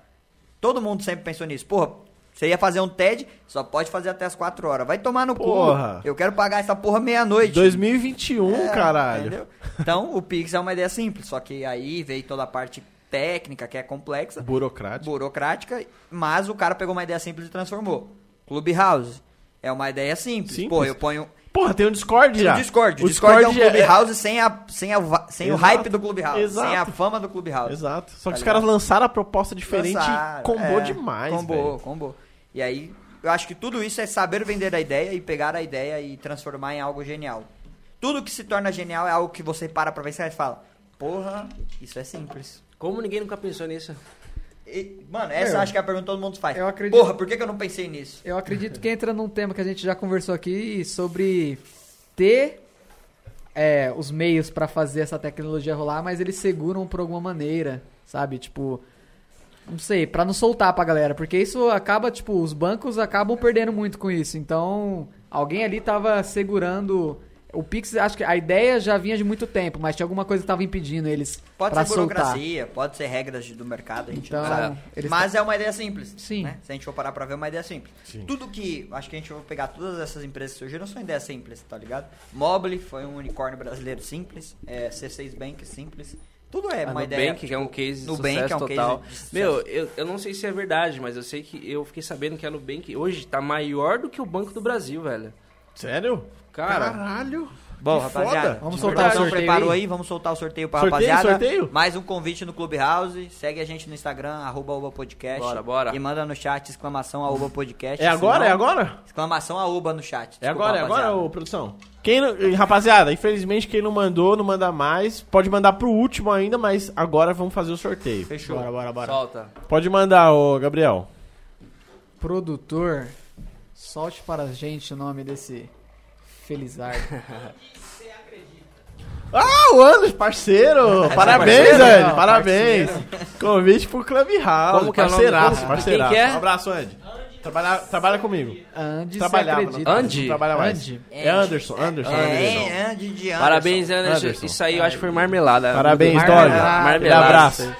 Todo mundo sempre pensou nisso. Porra, você ia fazer um TED, só pode fazer até as 4 horas. Vai tomar no
Porra.
cu. Eu quero pagar essa porra meia-noite.
2021,
É,
caralho.
entendeu? Então, o Pix é uma ideia simples, só que aí veio toda a parte técnica que é complexa
Burocrático.
burocrática, mas o cara pegou uma ideia simples e transformou. Clubhouse é uma ideia simples.
Simples.
Pô, eu ponho
Porra, tem um Discord já.
o Discord. O Discord, é um Clubhouse sem, a, sem, a, va- sem o
Exato.
hype do Clubhouse, sem a
Exato.
fama do Clubhouse.
Exato. Só que
Tá
os caras
ligado?
lançaram a proposta diferente e
Lançaram,
combou
é,
demais,
Combou,
velho.
combou. E aí, eu acho que tudo isso é saber vender a ideia e pegar a ideia e transformar em algo genial. Tudo que se torna genial é algo que você para pra pensar e fala, porra, isso é simples.
Como ninguém nunca pensou nisso?
E, mano, essa
Eu-
acho que é a pergunta que todo mundo faz.
eu acredito-
Porra, por que, que eu não pensei nisso?
eu acredito que entra num tema que a gente já conversou aqui sobre ter é, os meios pra fazer essa tecnologia rolar, mas eles seguram por alguma maneira, sabe? Tipo, não sei, pra não soltar pra galera, porque isso acaba, tipo, os bancos acabam perdendo muito com isso. Então, alguém ali tava segurando O Pix, acho que a ideia já vinha de muito tempo, mas tinha alguma coisa que estava impedindo eles
Pode
pra
ser
soltar.
burocracia, pode ser regras de- do mercado, a gente
Então,
não sabe.
eles
Mas é uma ideia simples.
Sim.
né? Se a gente for parar pra ver, é uma ideia simples. Tudo que. Acho que a gente vai pegar todas essas empresas que surgiram são ideias simples, tá ligado? Mobile foi um unicórnio brasileiro simples. É, C6 Bank simples. Tudo é
É,
uma
Nubank,
ideia.
que é um case de
Nubank
sucesso
é um case
total.
de sucesso.
Meu, eu, eu não sei se é verdade, mas eu sei que eu fiquei sabendo que a Nubank hoje tá maior do que o Banco do Brasil, velho.
Sério?
Cara,
Caralho.
Bom,
que
rapaziada,
foda.
Vamos
de
soltar o
verdade,
sorteio
preparou
aí?
aí, vamos soltar o sorteio pra
Sorteio,
rapaziada.
sorteio?
Mais um convite no Clubhouse. Segue a gente no Instagram, arroba Uba Podcast.
Bora, bora.
E manda no chat exclamação Uba Podcast.
É agora?
senão-
É agora?
Exclamação Uba no chat.
É
Desculpa,
agora, é
rapaziada.
agora, ô, produção. Quem não- eh, rapaziada, infelizmente quem não mandou, não manda mais. Pode mandar pro último ainda, mas agora vamos fazer o sorteio.
Fechou.
Bora, bora, bora.
solta.
Pode mandar, ô Gabriel.
Produtor, solte para a gente o nome desse Felizardo.
Ah, o Andros, parceiro! parabéns,
parceiro?
Andy,
Não,
parabéns. Convite pro Clubhouse.
Como que é o nome?
parceiraço,
Como-
parceiraço.
quem que é?
Um abraço, Andy. Trabalha, trabalha comigo.
Andy, se
Trabalhava,
acredita.
não-
Andy?
não trabalha mais.
Andy.
É Anderson, Anderson. Anderson.
É, é, de, de Anderson.
Parabéns, Anderson.
Anderson.
Isso aí eu acho que foi marmelada.
Parabéns,
Marmelada.
Dog. Aquele
Marmelada. É,
abraço.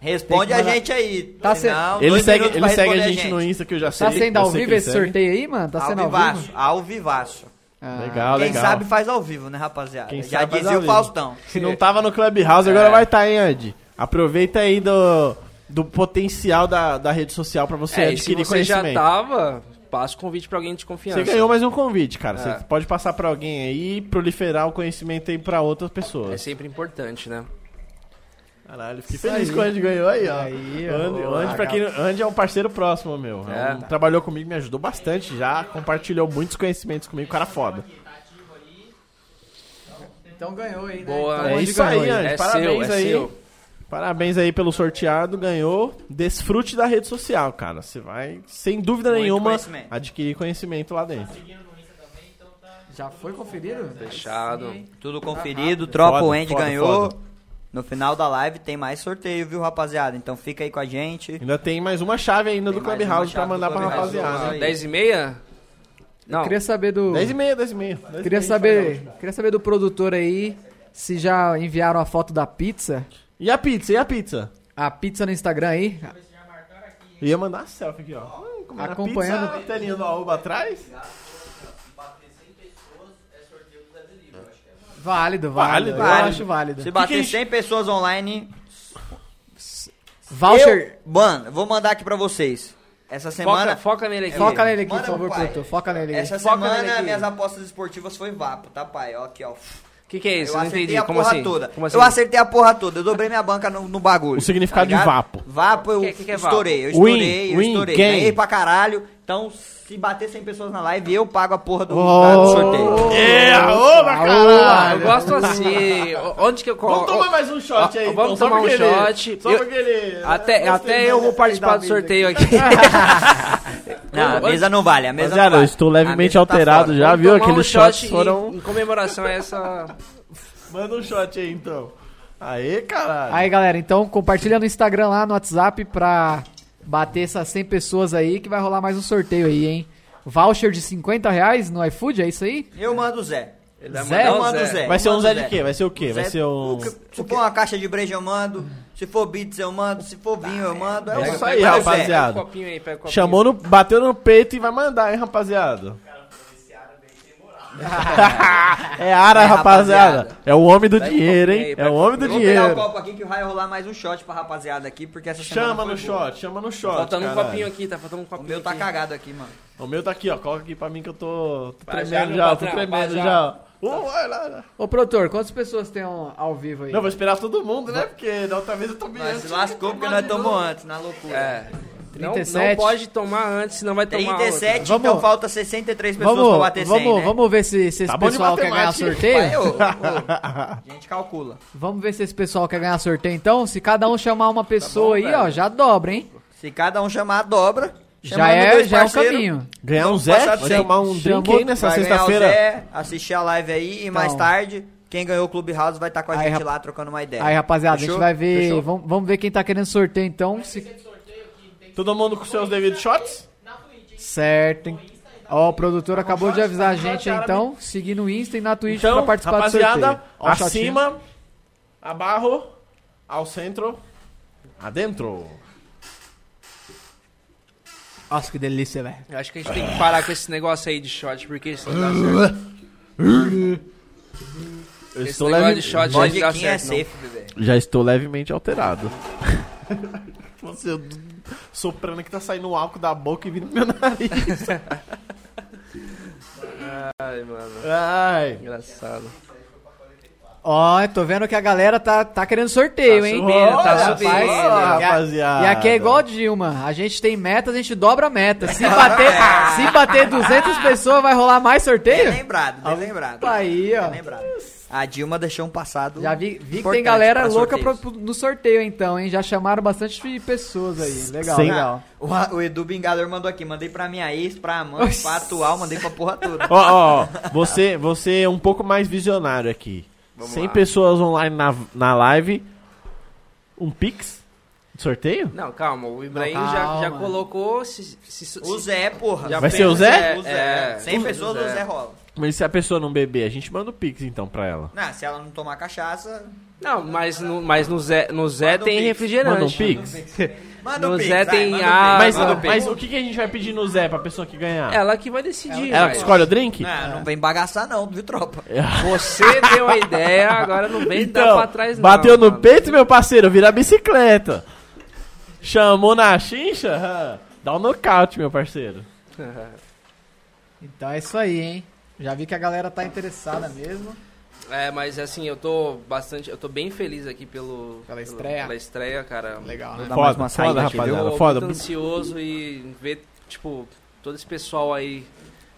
Responde a
Tem que
gente aí.
Tá
senão,
Ele
dois
segue,
minutos
ele
pra
segue a
responder
gente, no Insta que eu já sei.
Tá sendo
eu
ao
sei
vivo
que ele
esse
segue.
sorteio aí, mano? Tá
Ao
sendo ao
vivaço,
vivo?
ao vivaço.
Ah,
Legal,
Quem
Tá legal.
sabe faz ao vivo, né, rapaziada?
Quem
Já
sabe faz
dizia
ao
o
vivo.
Faustão.
Se não tava no Clubhouse, agora
É.
vai estar, tá, hein, Andy? Aproveita aí do, do potencial da, da rede social pra você
É, e se
adquirir
você já
conhecimento.
tava, passa o convite pra alguém de confiança.
Você ganhou mais um convite, cara. Você pode passar pra alguém aí e proliferar o conhecimento aí pra outras
É
pessoas.
sempre importante, né?
Caralho, fiquei feliz quando a gente ganhou aí, ó.
Aí, ó.
Andy, o Andy, pra quem não- Andy é um parceiro próximo, meu. É
É.
um- trabalhou comigo, me ajudou bastante já, compartilhou muitos conhecimentos comigo, cara foda.
Então ganhou aí, né?
Boa.
Então,
É
Andy
isso aí,
ganhou,
Andy.
É
Parabéns
seu, é
aí.
seu.
Parabéns aí pelo sorteado, ganhou. Desfrute da rede social, cara. Você vai, sem dúvida
Muito
nenhuma,
conhecimento.
adquirir conhecimento lá dentro.
Já foi conferido?
Fechado.
Tudo conferido, tropa, o
Foda,
Andy
foda,
ganhou.
foda.
No final da live tem mais sorteio, viu, rapaziada? Então fica aí com a gente.
Ainda tem mais uma chave ainda
Tem
do
mais uma
Clubhouse pra
chave
mandar
do
pra
Clubhouse,
rapaziada.
aí.
10 e meia? Não.
Queria saber do...
10 e meia, 10 e meia. 10 e meia a
Queria
gente
saber,
faz a última.
queria saber do produtor aí se já enviaram a foto da pizza.
E a pizza, e a pizza?
A pizza no Instagram aí.
Ia mandar uma selfie aqui, ó. Hum, comendo a
Acompanhando.
Pizza, a telinha do Aoba atrás.
Válido, válido.
Válido,
eu
válido.
acho válido.
Se bater
que a gente-
100 pessoas online,
Voucher.
eu, mano, eu vou mandar aqui pra vocês. Essa semana,
Foca, foca nele aqui.
Foca nele aqui,
Manda
por favor,
pro pai.
produtor. Foca nele aqui.
essa é
Foca nele
semana
aqui.
minhas apostas esportivas foi vapo, tá pai? Ó aqui, ó.
O que, que é isso?
Eu
Eu não
acertei
entendi.
a
Como
porra
assim?
toda.
Como assim?
Eu acertei a porra toda. Eu dobrei minha banca no, no bagulho.
O
Tá
significado de
ligado?
vapo.
Vapo eu
Que- que que é vapo?
estourei. Eu
Win,
estourei, eu
win,
estourei.
gain.
Ganhei pra caralho. Então, se bater 100 pessoas na live, eu pago a porra do, da- do
Oh.
sorteio.
É, Aoba,
Ah, eu
caralho!
gosto assim. O- Onde que eu
Vamos
coloco?
tomar mais um shot aí,
Vamos
então, só
tomar um
porque ele-
shot.
Só
Eu-
porque ele...
Até,
Gostei
até
mais
eu vou
é
dessa
participar do
mesa aqui.
sorteio aqui.
Não, a mesa não vale, a mesa
Rapaziada,
não
eu
vale.
estou
A
levemente
mesa tá
alterado
fora.
já,
Vamos
viu?
tomar
Aqueles
um
shots
shot em-
foram.
Em comemoração a essa.
Manda um shot aí então. Aê, caralho.
Aí, galera, então compartilha no Instagram lá, no WhatsApp, pra bater essas 100 pessoas aí, que vai rolar mais um sorteio aí, hein? Voucher de 50 reais no iFood, é isso aí?
Eu mando o Zé.
vai
Zé?
Eu
mandar o
mando o Zé.
Vai ser um
Eu
Zé
mando o
de quê? Vai ser o quê? Vai
Zé-
ser um.
o que- Se for uma caixa de breja, eu mando. Se for beats, eu mando. Se for vinho, eu mando.
É
o
isso
Zé.
aí,
Vai o Zé.
rapaziada.
Pega o copinho aí, pega o copinho.
Chamou no. Bateu no peito e vai mandar, hein, rapaziada? é ara, rapaziada.
É, rapaziada.
É o homem do
Pega um
dinheiro,
pouquinho
hein?
aí,
É
pega
o
um
homem do
Eu vou pegar o
dinheiro.
copo aqui que vai rolar mais um shot pra rapaziada aqui, porque essa semana
Chama
foi
no
boa.
shot, chama no shot.
Faltando um
caralho.
copinho aqui, tá faltando um
O
copinho.
meu tá
aqui.
cagado aqui, mano.
O meu tá aqui, ó. Coloca aqui pra mim que eu tô, tô
Vai já,
tremendo
meu
já,
patrão,
tô tremendo
vai Tá.
já. ó. Uh, vai lá, lá.
Ô, produtor, quantas pessoas tem ao ao vivo aí?
Não, vou esperar todo mundo, né? Porque da outra vez eu tomei
Mas se
antes.
lascou porque nós tomamos antes, na loucura.
tá É. Não,
37.
não pode tomar antes, senão vai tomar outra.
37,
Vamos-
então falta 63 pessoas
Vamos,
pra bater 100,
vamos,
né?
vamos ver se, se esse
Tá bom de
pessoal quer ganhar
matemática.
sorteio.
Vai, ô, ô, A gente calcula.
Vamos ver se esse pessoal quer ganhar sorteio então. Se cada um chamar uma pessoa
Tá
aí, ó, já dobra, hein?
Se cada um chamar a dobra,
Já
chamando
é,
dois
já é o
parceiros,
caminho.
Ganhar um Zé?
passar
Vai
sem.
tomar um drink
Chamou-
aí nessa
vai ganhar
sexta-feira.
o Zé, assistir a live aí e mais tarde, quem ganhou o Clubhouse vai estar com a
Então. Aí,
gente
rap-
lá trocando uma ideia.
Aí, rapaziada, a
Fechou?
gente vai ver.
Fechou?
Vamos, vamos ver quem tá querendo sorteio então. Se-
Todo mundo com seus devidos shots?
Certo. hein? Ó, o
Tá
produtor acabou de avisar a gente, então, seguir no Insta e na Twitch
Então,
pra participar do sorteio.
rapaziada,
Ó, o chatinho.
acima, abarro, ao centro, adentro.
Nossa, que delícia, velho.
Eu acho que a gente tem que parar com esse negócio aí de shot, porque isso não dá certo.
Eu
Esse
estou
negócio
leve-
de shot
já,
aí não dá
Vodka é
certo, não.
safe, bebê.
já estou levemente alterado. Você soprando que tá saindo o álcool da boca e vindo no meu nariz.
Ai, mano.
Ai.
Engraçado.
Ó, eu tô vendo que a galera tá, tá querendo sorteio, hein?
subindo, tá
Olha,
subindo.
rapaz.
Olha,
E a-
rapaziada.
E aqui é igual a Dilma, a gente tem metas, a gente dobra a meta. Se bater,
É.
se bater 200 pessoas, vai rolar mais
Bem
sorteio?
lembrado, bem lembrado.
Tá aí, ó.
Bem lembrado. A Dilma deixou um passado.
Já vi, vi que tem
é importante
galera
pra
louca
sorteios.
pro- pro- no sorteio, então, hein? Já chamaram bastante pessoas aí. Legal,
Sim.
legal.
Ah, O, o Edu Bingador mandou aqui, mandei pra minha ex, pra Amanda, pra atual, mandei pra porra toda.
Ó, ó, ó, você, você é um pouco mais visionário aqui. 100
lá.
pessoas online na, na live, um pix de sorteio?
Não, calma. O Ibrahim
Não,
já, já
calma.
colocou. Se, se, se-
O Zé, porra.
já
Vai
fez é,
ser o Zé?
O Zé. 100 pessoas, o Zé rola.
Mas se a pessoa não beber, a gente manda o pix então pra ela.
Não, se ela não tomar cachaça,
Não, mas no, mas no Zé, no Zé
Manda um
tem
pix.
refrigerante.
Manda um pix?
manda
No
o pix,
Zé
vai,
tem
manda o
a-
pix.
mas,
Ah, manda o pix.
mas o que, que a gente vai pedir no Zé pra pessoa que ganhar? Ela,
Ela que vai decidir.
que
mas
escolhe o drink?
Não, não vem bagaçar não, viu, tropa?
Você deu a ideia, agora não vem dar pra trás não.
Então, bateu no
mano.
peito, meu parceiro, vira a bicicleta. Chamou na chincha? Ah, Dá um nocaute, meu parceiro.
Então é isso aí, hein? Já vi que a galera tá interessada mesmo.
É, mas assim, eu tô bastante, eu tô bem feliz aqui pelo...
Pela
pelo-
estreia.
Pela estreia, cara.
Legal, né?
Dá mais
Foda, foda,
uma saída aqui,
Eu
rapaziada,
tô
foda.
muito ansioso e ver, tipo, todo esse pessoal aí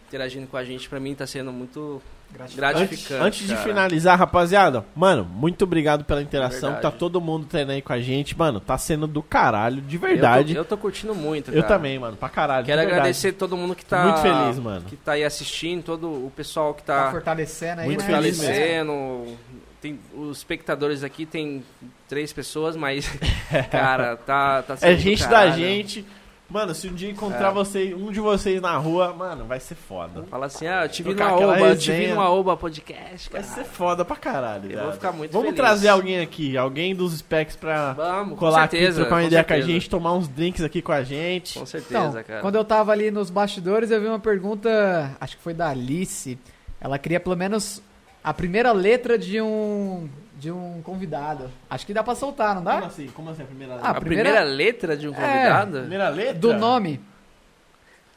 interagindo com a gente, pra mim tá sendo muito
Antes,
gratificante,
antes de
Tá cara.
finalizar, rapaziada, mano, muito obrigado pela interação.
Verdade.
Tá todo mundo treinando aí com a gente, mano. Tá sendo do caralho, de
Eu tô-
verdade.
Eu tô, curtindo muito,
Eu,
cara.
também, mano, pra caralho.
Quero
de verdade.
agradecer todo mundo que tá...
Muito feliz, mano.
Que tá aí assistindo, todo o pessoal que
Tá
tá...
fortalecendo aí,
Muito
né?
feliz mesmo.
fortalecendo. Tem, os espectadores aqui tem três pessoas, mas, cara, tá, tá sendo
É
do
gente da
caralho. É.
gente. Mano, se um dia encontrar você, um de vocês na rua, mano, vai ser foda.
Fala assim, ah, eu te vi
Tocar
numa
aquela
oba, eu te vi
resenha.
numa oba podcast,
Vai
cara.
ser foda pra caralho.
Eu
viado.
vou ficar muito
Vamos
feliz.
trazer alguém aqui, alguém dos specs pra
Vamos, com
colar
certeza.
aqui, trocar uma
com
ideia
certeza.
com a gente, tomar uns drinks aqui com a gente.
Com certeza,
Então,
cara.
quando eu tava ali nos bastidores, eu vi uma pergunta, acho que foi da Alice. Ela queria pelo menos a primeira letra de um de um convidado. Acho que dá pra soltar, não
Como
dá?
assim? Como assim a primeira
Ah,
letra?
A primeira...
primeira
letra de um
É.
convidado?
primeira letra?
Do nome.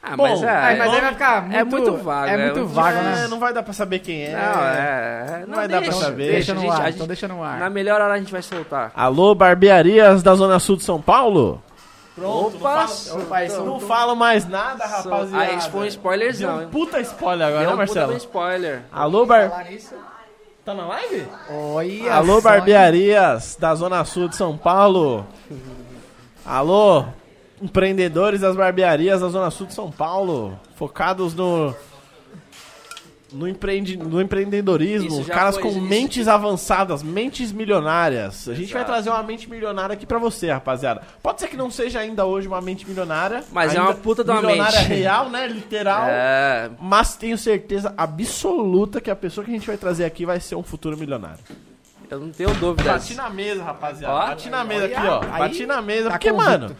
Ah,
Bom,
mas é...
Ah, mas aí vai ficar muito,
é muito vago,
É
é
muito
um-
vago,
É,
né?
não vai dar pra saber quem é.
Não, é... Não,
vai dar pra
deixa,
saber.
Deixa,
Deixa no
gente,
ar,
a
então
gente-
deixa no
Na
ar.
melhor hora a gente vai soltar.
Alô, barbearias da Zona Sul de São Paulo? Pronto,
Opa,
não,
Então,
falo, não falo mais nada, rapaziada.
Aí isso foi um spoilerzão,
Deu um
hein?
puta spoiler agora,
Deu
né,
um puta
Marcelo?
bem spoiler.
Alô, bar... Tá na live?
Olha
Alô,
só,
barbearias da Zona Sul de São Paulo. Alô, empreendedores das barbearias da Zona Sul de São Paulo. Focados no. No, empreende, no empreendedorismo,
Isso já
caras
foi-
com
isso-
mentes avançadas, mentes milionárias. A gente vai
Exato.
trazer uma mente milionária aqui pra você, rapaziada. Pode ser que não seja ainda hoje uma mente milionária.
Mas é
ainda
uma puta de uma
milionária
mente.
real, né? Literal.
É,
Mas tenho certeza absoluta que a pessoa que a gente vai trazer aqui vai ser um futuro milionário.
eu não tenho dúvidas.
Bati na mesa, rapaziada.
Ó.
Bati na mesa aqui, ó. Bati na mesa,
tá
porque,
convicto.
mano.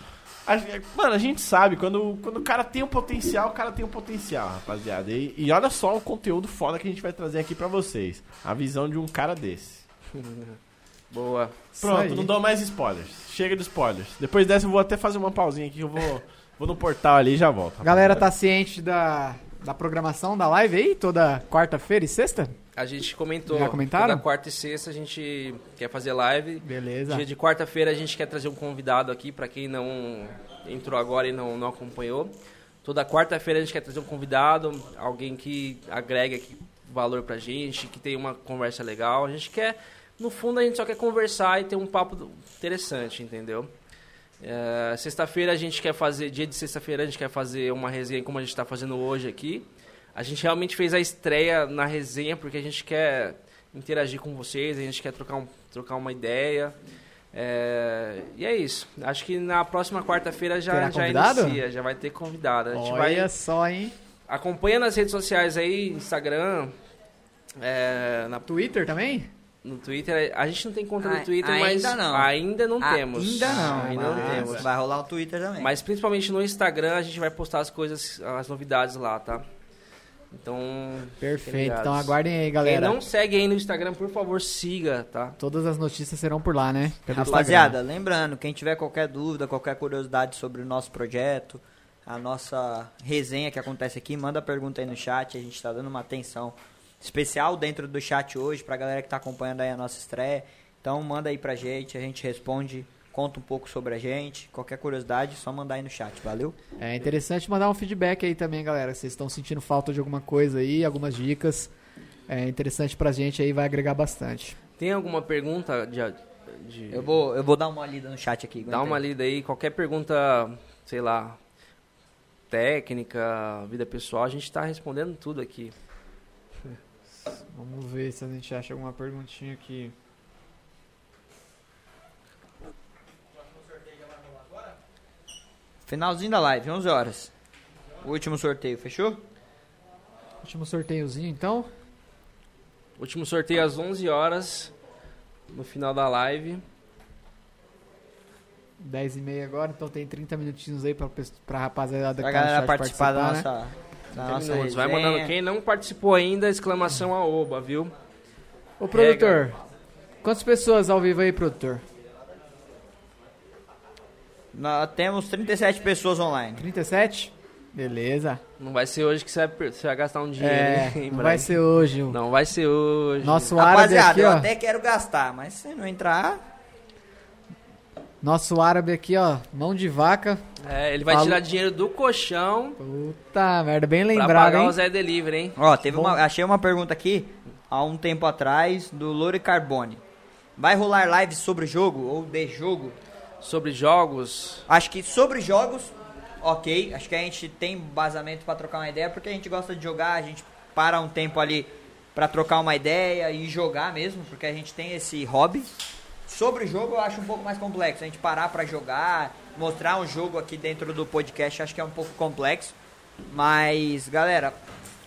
a gen- mano, a gente sabe, quando, quando o cara tem um potencial, o cara tem um potencial, rapaziada. E, e olha só o conteúdo foda que a gente vai trazer aqui pra vocês. A visão de um cara desse.
Boa.
isso aí.
Pronto, não dou mais spoilers. Chega de spoilers. Depois dessa eu vou até fazer uma pausinha aqui que eu vou, vou no portal ali e já volto.
A galera tá ciente da, da programação da live aí, toda quarta-feira e sexta?
A gente comentou.
Já comentaram?
Toda quarta e sexta a gente quer fazer live.
Beleza.
Dia de quarta-feira a gente quer trazer um convidado aqui, pra quem não entrou agora e não, não acompanhou. Toda quarta-feira a gente quer trazer um convidado, alguém que agregue aqui valor pra gente, que tenha uma conversa legal. A gente quer, no fundo, a gente só quer conversar e ter um papo do- interessante, entendeu? É, sexta-feira a gente quer fazer, dia de sexta-feira a gente quer fazer uma resenha como a gente está fazendo hoje aqui. A gente realmente fez a estreia na resenha porque a gente quer interagir com vocês, a gente quer trocar, um- trocar uma ideia. É, e é isso. Acho que na próxima quarta-feira já,
Terá
já
convidado?
inicia, já vai ter convidado. A gente
Olha
vai
só, hein?
Acompanha nas redes sociais aí, Instagram, é, na-
Twitter também?
no Twitter. A gente não tem conta
Ai-
no Twitter,
ainda
mas
não.
ainda não temos.
Ainda não.
Ainda não
mas
temos.
Vai rolar o Twitter também.
Mas principalmente no Instagram a gente vai postar as coisas, as novidades lá, tá? Então.
Perfeito.
fiquem ligados.
Então aguardem aí,
Quem
galera.
não segue aí no Instagram, por favor, siga, tá?
Todas as notícias serão por lá, né? Pelo
Rapaziada, lembrando, quem tiver qualquer dúvida, qualquer curiosidade sobre o nosso projeto, a nossa resenha que acontece aqui, manda pergunta aí no chat, a gente tá dando uma atenção especial dentro do chat hoje pra galera que tá acompanhando aí a nossa estreia. Então manda aí pra gente, a gente responde, conta um pouco sobre a gente, qualquer curiosidade, só mandar aí no chat, valeu?
Instagram. É interessante mandar um feedback aí também, galera. Vocês estão sentindo falta de alguma coisa aí, algumas dicas. É interessante pra gente aí, vai agregar bastante.
Tem alguma pergunta de. de-
Eu vou, eu vou dar uma lida no chat aqui.
Dá
aguenta
uma
aí.
lida aí, qualquer pergunta, sei lá, técnica, vida pessoal, a gente tá respondendo tudo aqui.
Vamos ver se a gente acha alguma perguntinha aqui.
Finalzinho da live, 11 horas. O último sorteio,
Tá
fechou?
Último sorteiozinho, então.
Último sorteio às 11 horas, no final da live.
10 e meia agora, então tem 30 minutinhos aí pra, pes- pra rapaziada
Pra
que tá no
galera
chat
participar da
né?
nossa, da nossa
Minutos. Vai
resenha.
mandando quem não participou ainda, exclamação aoba, viu?
Ô, produtor, quantas pessoas ao vivo aí, produtor?
Nós temos 37 pessoas online.
37? Beleza.
Não vai ser hoje que você vai, per- você vai gastar um dinheiro. hein,
É, não
Brian?
vai ser hoje. o
Não vai ser hoje.
Nosso árabe
Rapaziada,
aqui,
eu
ó.
até quero gastar, mas se não entrar,
Nosso árabe aqui, ó. Mão de vaca.
É, ele vai
Fala-
tirar dinheiro do colchão
Puta merda, bem
pra
lembrado,
pagar o
hein?
Zé Delivery, hein?
ó,
Tá
teve uma, achei uma pergunta aqui há um tempo atrás do Lore Carbone. Vai rolar live sobre o jogo ou de jogo?
Sobre jogos.
Acho que sobre jogos, ok. Acho que a gente tem embasamento pra trocar uma ideia, porque a gente gosta de jogar, a gente para um tempo ali pra trocar uma ideia e jogar mesmo, porque a gente tem esse hobby. Sobre o jogo eu acho um pouco mais complexo. A gente parar pra jogar, mostrar um jogo aqui dentro do podcast, acho que é um pouco complexo. Mas, galera,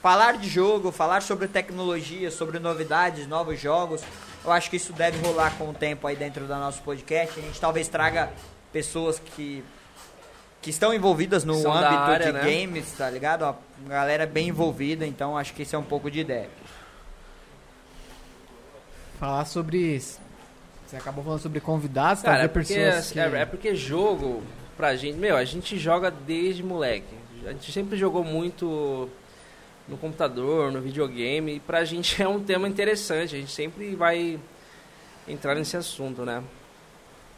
falar de jogo, falar sobre tecnologia, sobre novidades, novos jogos, eu acho que isso deve rolar com o tempo aí dentro do nosso podcast. A gente talvez traga pessoas que que estão envolvidas no
São da
âmbito
área,
de
né?
games, tá ligado? Uma galera bem envolvida, então acho que isso é um pouco de ideia.
Falar sobre isso. Você acabou falando sobre convidados,
Cara, é
trazer
porque,
tá pessoas que...
é, é porque jogo, pra gente, meu, a gente joga desde moleque. A gente sempre jogou muito no computador, no videogame, e pra gente é um tema interessante. A gente sempre vai entrar nesse assunto, né?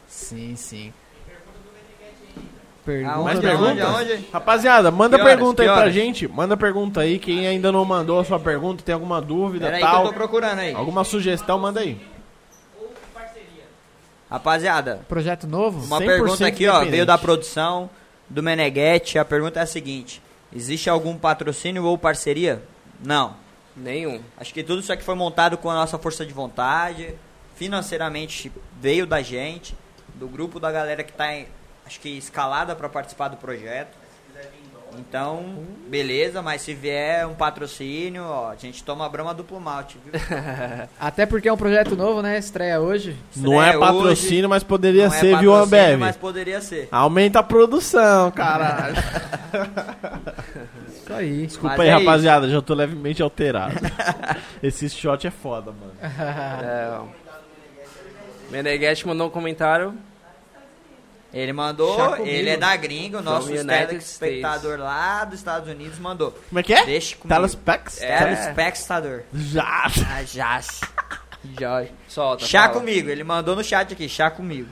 Sim, sim.
Aonde,
Pergunta
Mais
não.
aonde,
perguntas?
aonde?
Rapaziada, manda
Que horas,
pergunta aí
que
pra
horas?
gente. Manda pergunta aí. Quem ainda não mandou a sua pergunta, tem alguma dúvida
Peraí que eu
tal.
tô procurando aí.
Alguma sugestão, manda aí.
Rapaziada,
Projeto novo?
uma
100%
pergunta aqui, ó,
independente.
veio da produção do Meneghetti. A pergunta é a seguinte: existe algum patrocínio ou parceria? Não.
Nenhum.
Acho que tudo isso aqui foi montado com a nossa força de vontade. Financeiramente veio da gente, do grupo da galera que tá, em- acho que escalada para participar do projeto. Então, beleza, mas se vier um patrocínio, ó, a gente toma brama duplo malte, viu?
Até porque é um projeto novo, né? Estreia hoje.
Não é
hoje,
patrocínio, mas poderia
não é
ser, viu,
patrocínio,
Ambev?
Mas poderia ser.
Aumenta a produção, caralho.
Isso aí.
Desculpa
Mas
aí,
é isso.
rapaziada, já tô levemente alterado. Esse shot é foda, mano.
É, Meneghetti mandou um comentário.
Ele mandou,
Chá comigo. né,
ele é da gringa, o nosso
United
telespectador lá dos Estados Unidos mandou.
Como é que é?
Deixa comigo.
Telespecs?
É.
Telespectador.
Já!
Ah, já.
Jorge. Solta.
Chá
fala.
comigo, ele mandou no chat aqui, chá comigo.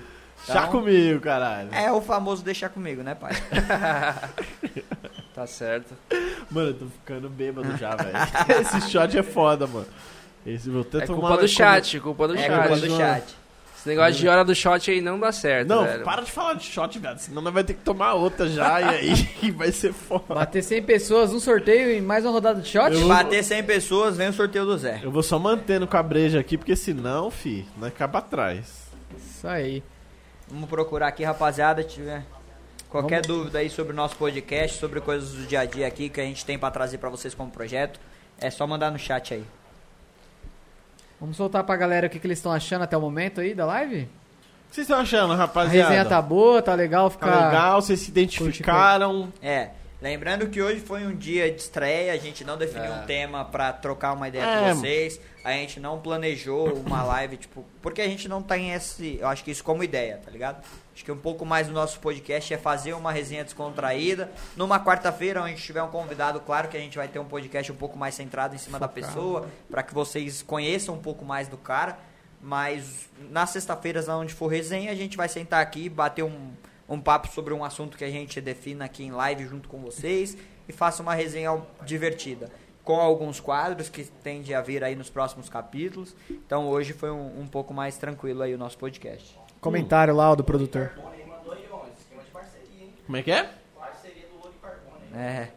Já comigo, caralho.
É o famoso deixar comigo, né, pai?
Tá certo.
Mano, eu tô ficando bêbado já, velho. Esse shot é foda, mano. Esse vou até
É
tomar
culpa
uma-
do chat, culpa do
é
chat.
culpa do chat.
Esse negócio de hora do shot aí não dá certo,
Não,
velho.
para de falar de shot, velho. Senão nós vai ter que tomar outra já e aí vai ser foda.
Bater 100 pessoas, um sorteio e mais uma rodada de shot?
Se bater 100 pessoas, vem o sorteio do Zé.
Eu vou só mantendo com a breja aqui, porque senão, fi, nós acaba atrás.
Isso aí.
Vamos procurar aqui, rapaziada. Tiver. Qualquer dúvida aí sobre o nosso podcast, sobre coisas do dia a dia aqui que a gente tem pra trazer pra vocês como projeto, é só mandar no chat aí.
Vamos soltar pra galera o que, que eles estão achando até o momento aí da live?
O que vocês estão achando,
A resenha
rapaziada?
tá boa, tá legal,
Tá
fica...
legal, vocês se identificaram.
É, lembrando que hoje foi um dia de estreia, a gente não definiu um tema pra trocar uma ideia
É.
com vocês, a gente não planejou uma live, tipo, porque a gente não tem esse, eu acho que isso como ideia, tá ligado? Acho que um pouco mais do nosso podcast é fazer uma resenha descontraída. Numa quarta-feira, onde tiver um convidado, claro que a gente vai ter um podcast um pouco mais centrado em cima da pessoa, pra que vocês conheçam um pouco mais do cara. Mas nas sexta-feiras, onde for resenha, a gente vai sentar aqui e bater um, um papo sobre um assunto que a gente defina aqui em live junto com vocês e faça uma resenha ao- divertida. Com alguns quadros que tende a vir aí nos próximos capítulos. Então hoje foi um, um pouco mais tranquilo aí o nosso podcast.
Comentário lá ó, do produtor.
Como é que é?
É.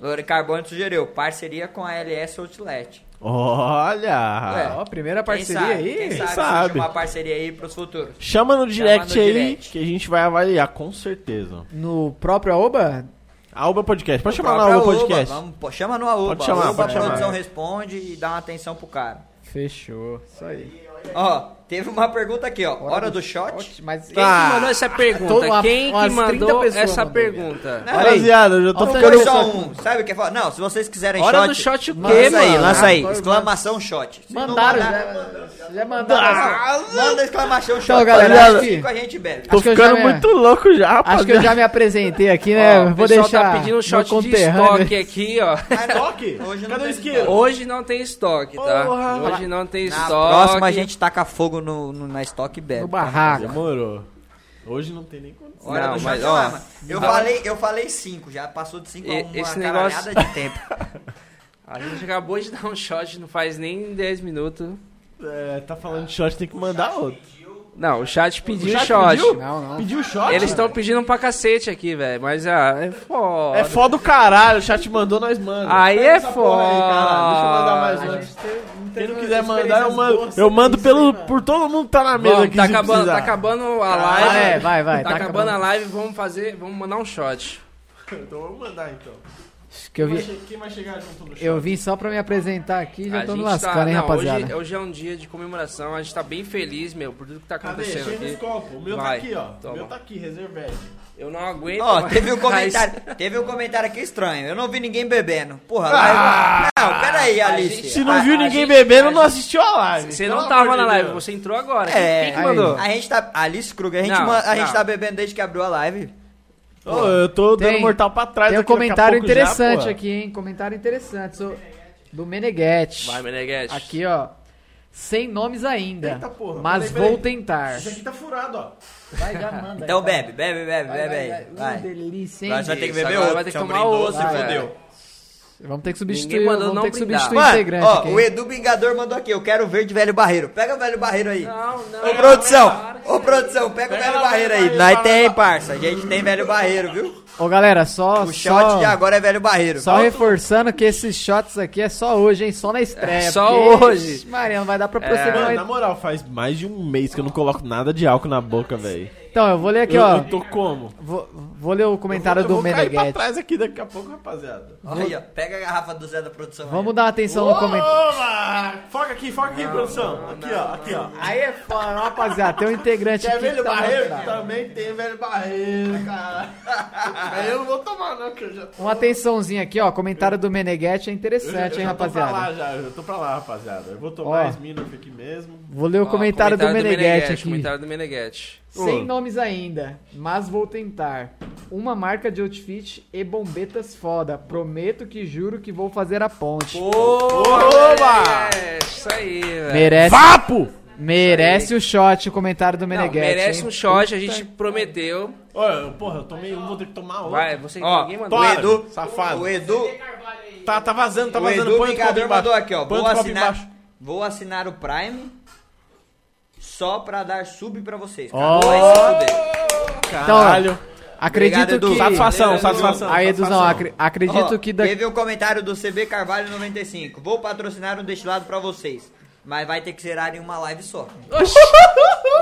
Lore Carbone sugeriu parceria com a LS Outlet.
Olha!
Ó, primeira
Quem
parceria
sabe,
aí.
Quem sabe,
sabe?
surge uma parceria aí pros futuros.
Chama no direct
no
aí
direct.
que a gente vai avaliar, com certeza.
No próprio Aoba,
Alba Podcast. Pode chamar lá
é
Própria
Alba
Aoba,
Podcast.
vamos, pô, chama no Aoba.
Pode chamar,
Aoba
pode chamar.
produção responde e dá uma atenção pro cara.
fechou. Isso aí.
Ó, teve uma pergunta aqui, ó. Hora, do, shot?
Mas
Quem que mandou essa pergunta?
Todo- Ah, uma-
Quem que
umas 30
mandou
pessoas
essa
mandou.
pergunta?
É,
Não,
Rapaziada, eu já tô
não
ficando.
foi só um. Sabe o que é foda? Não, se vocês quiserem
Hora
shot.
do shot o quê,
lança aí,
mano?
lança aí.
Ah,
Exclamação shot. Se não
mandaram
mandar-
já. Já mandaram.
Ah, manda exclamação shot.
Então, galera, acho que-
cinco a gente bebe.
Tô
Acho que eu
ficando
já me-
muito louco já,
Acho que eu já me apresentei aqui, né?
Ó, o
Vou
pessoal
deixar
tá pedindo um
meu
shot de
conterrâneo-
estoque aqui, ó.
Ah, não.
Toque?
Hoje não
Cadê o
tem
isqueiro?
Hoje não tem estoque, tá?
Porra.
Hoje não tem
Na
estoque.
próxima a gente taca fogo no, no- na estoque e bebe.
no barraco.
Demorou. Hoje não tem nem condição.
Hora
Não,
do
mas,
shot, é
ó,
lá, mano. eu falei, eu falei 5, já passou de 5 a
E-
uma
esse
caralhada
negócio-
de tempo.
A gente acabou de dar um shot, não faz nem 10 minutos.
É, tá falando de shot, tem que mandar outro.
Não, o chat pediu
chat
shot.
pediu?
Não, não.
Pediu shot?
Eles estão pedindo pra cacete aqui, velho. Mas ah, é foda.
É foda o caralho, o chat mandou, nós manda.
Aí
Pega
é
essa porra aí, caralho. Deixa eu mandar mais
foda.
um. Quem não quiser mandar, eu mando, eu mando pelo, por todo mundo que tá na mesa
Vamos,
aqui.
tá,
se
acabando, tá
precisar.
acabando a live.
é, vai, vai,
Tá,
tá
acabando, a
acabando.
live, vamos fazer. Vamos mandar um shot.
Então vamos mandar então.
Acho que eu
Quem vai
vi.
che- Quem vai chegar junto no
Eu vim só pra me apresentar aqui e já
A
tô me
gente tá-
lascando, hein,
não,
rapaziada.
Hoje, hoje é um dia de comemoração, a gente tá bem feliz, meu, por tudo que tá
Cadê?
acontecendo
Cheio nos
aqui.
copos. O meu
Vai,
tá aqui, ó.
toma.
O meu tá aqui, reservete.
Eu não aguento.
Ó,
mais.
teve um comentário, teve um comentário aqui estranho. Eu não vi ninguém bebendo. Porra, lá eu... Não, peraí, Alice.
gente-
Se não
A-
viu
a
ninguém
gente-
bebendo,
a
não
gente-
assistiu a live.
Você
Pelo
não tava
amor
na
de
live,
Deus.
você entrou agora.
É,
Quem que
aí.
mandou?
A gente tá. Alice Kruger, a gente,
Não,
ma- a gente
não.
tá bebendo desde que abriu a live.
Ô, eu tô dando
Tem-
mortal pra trás.
Tem um
aqui, daqui a
comentário
pouco já,
interessante
porra.
aqui, hein? Comentário interessante. sou- Do Meneghetti.
Vai, Meneghete.
Aqui, ó. Sem nomes ainda.
Eita, porra.
Mas
Peraí, peraí.
vou tentar.
Esse aqui tá furado, ó.
Vai, já manda.
Então bebe, bebe, bebe, bebe aí.
Vai.
Vai.
delícia, hein?
Agora você vai ter que
Isso,
beber
agora
outro.
vai ter que
Então
tomar
brindou,
outro,
se
velho.
fudeu.
Vamos ter que substituir,
Ninguém mandou
vamos
não
ter que
brindar.
substituir o
Mano,
integrante
ó,
aqui.
o Edu Vingador mandou aqui, eu quero o verde velho barreiro. Pega o velho barreiro aí.
Não, não.
Ô produção,
Para.
ô produção, pega, o
Pega
velho
lá o
barreiro
velho
aí.
barreiro,
Nós tem, parça. A gente tem velho barreiro, viu?
Ô, galera, só...
O
só...
shot de agora é velho barreiro.
Só reforçando que esses shots aqui é só hoje, hein? Só na estreia.
É só
porque,
hoje.
ixi, Maria, não vai dar pra prosseguir.
Mano,
mais-
na moral, faz mais de um mês que eu não coloco nada de álcool na boca, velho.
Então, eu vou ler aqui,
Eu,
ó.
eu tô como?
Vou, vou ler o comentário
eu vou,
do
eu vou cair pra
Meneghetti.
trás aqui daqui a pouco, rapaziada.
Aí, ó, pega a garrafa do Zé da produção. aí.
Vamos dar uma atenção no comentário.
Toma! Foca aqui, foca aqui, produção. aqui, ó, aqui, ó.
Aí é foda, rapaziada. Tem um integrante
Quer
aqui.
velho
que tá
barreiro?
mostrando.
Também tem velho barreiro, cara. Aí eu não vou tomar, não, que eu já tô.
Uma atençãozinha aqui, ó. Comentário do Meneghetti é
eu
interessante,
já-
hein,
eu já tô pra lá
rapaziada.
já, eu já tô pra lá, rapaziada. Eu vou tomar
Ó.
esse Smirnoff aqui mesmo.
Vou ler o
Ó,
comentário, do Meneghetti aqui.
Comentário do Meneghete.
Sem nomes ainda, mas vou tentar. Uma marca de outfit e bombetas foda. Prometo que juro que vou fazer a ponte.
Oba! É, isso aí, velho.
Merece,
Papo!
merece o shot o comentário do
Não,
Meneghetti.
merece
hein?
um shot, a gente prometeu.
Olha, porra, eu tomei um, vou ter que tomar outro.
Vai, você
Ó,
ninguém mandou.
o
Claro,
Edu,
safado.
o Edu,
Tá, tá vazando, tá
o
vazando.
Edu
Põe outro copo
Vingador
embaixo.
mandou aqui, ó.
Põe
Vou
outro copo
assinar,
embaixo.
vou assinar o Prime só pra dar sub pra vocês. cara.
Ó.
Vai se fuder.
Então,
Caralho.
acredito
Obrigado, Edu.
que.
Satisfação,
Beleza, Edu.
satisfação.
Aí, Eduzão,
satisfação.
acre- acredito
Ó,
que daqui.
Teve um comentário do CB Carvalho 95. Vou patrocinar um destilado pra vocês, mas vai ter que zerar em uma live só.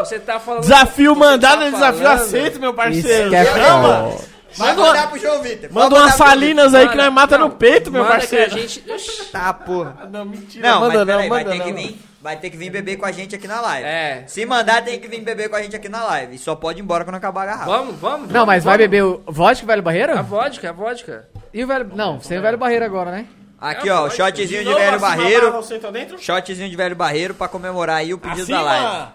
Você tá falando.
Desafio
você tá
mandado é desafio
falando-
aceito, meu parceiro.
Isso que é
Chama!
Vai
Manda uma-
mandar pro João Vitor. vai
Manda umas
mandar pro João Vitor.
salinas aí que
Manda-
nós mata
não,
no peito, meu
manda que
parceiro.
a gente- Oxi.
Tá, porra.
Ah, Não, mentira.
Não,
manda
mas
não,
peraí, vai
manda
ter que
não.
vir. Vai ter que vir beber com a gente aqui na live.
É.
Se mandar, tem que vir beber com a gente aqui na live. E só pode ir embora quando acabar a garrafa.
Vamos, vamos.
Não, mas vai
vamos.
beber o vodka, o velho barreiro?
A vodka, a vodka.
E o velho. Não, sem o velho barreiro agora, né?
Aqui,
É,
ó, o
pode.
shotzinho de
novo, assim,
velho
acima,
barreiro.
barra, senta dentro.
Shotzinho de velho barreiro pra comemorar aí o pedido
Assim,
da live.
Acima!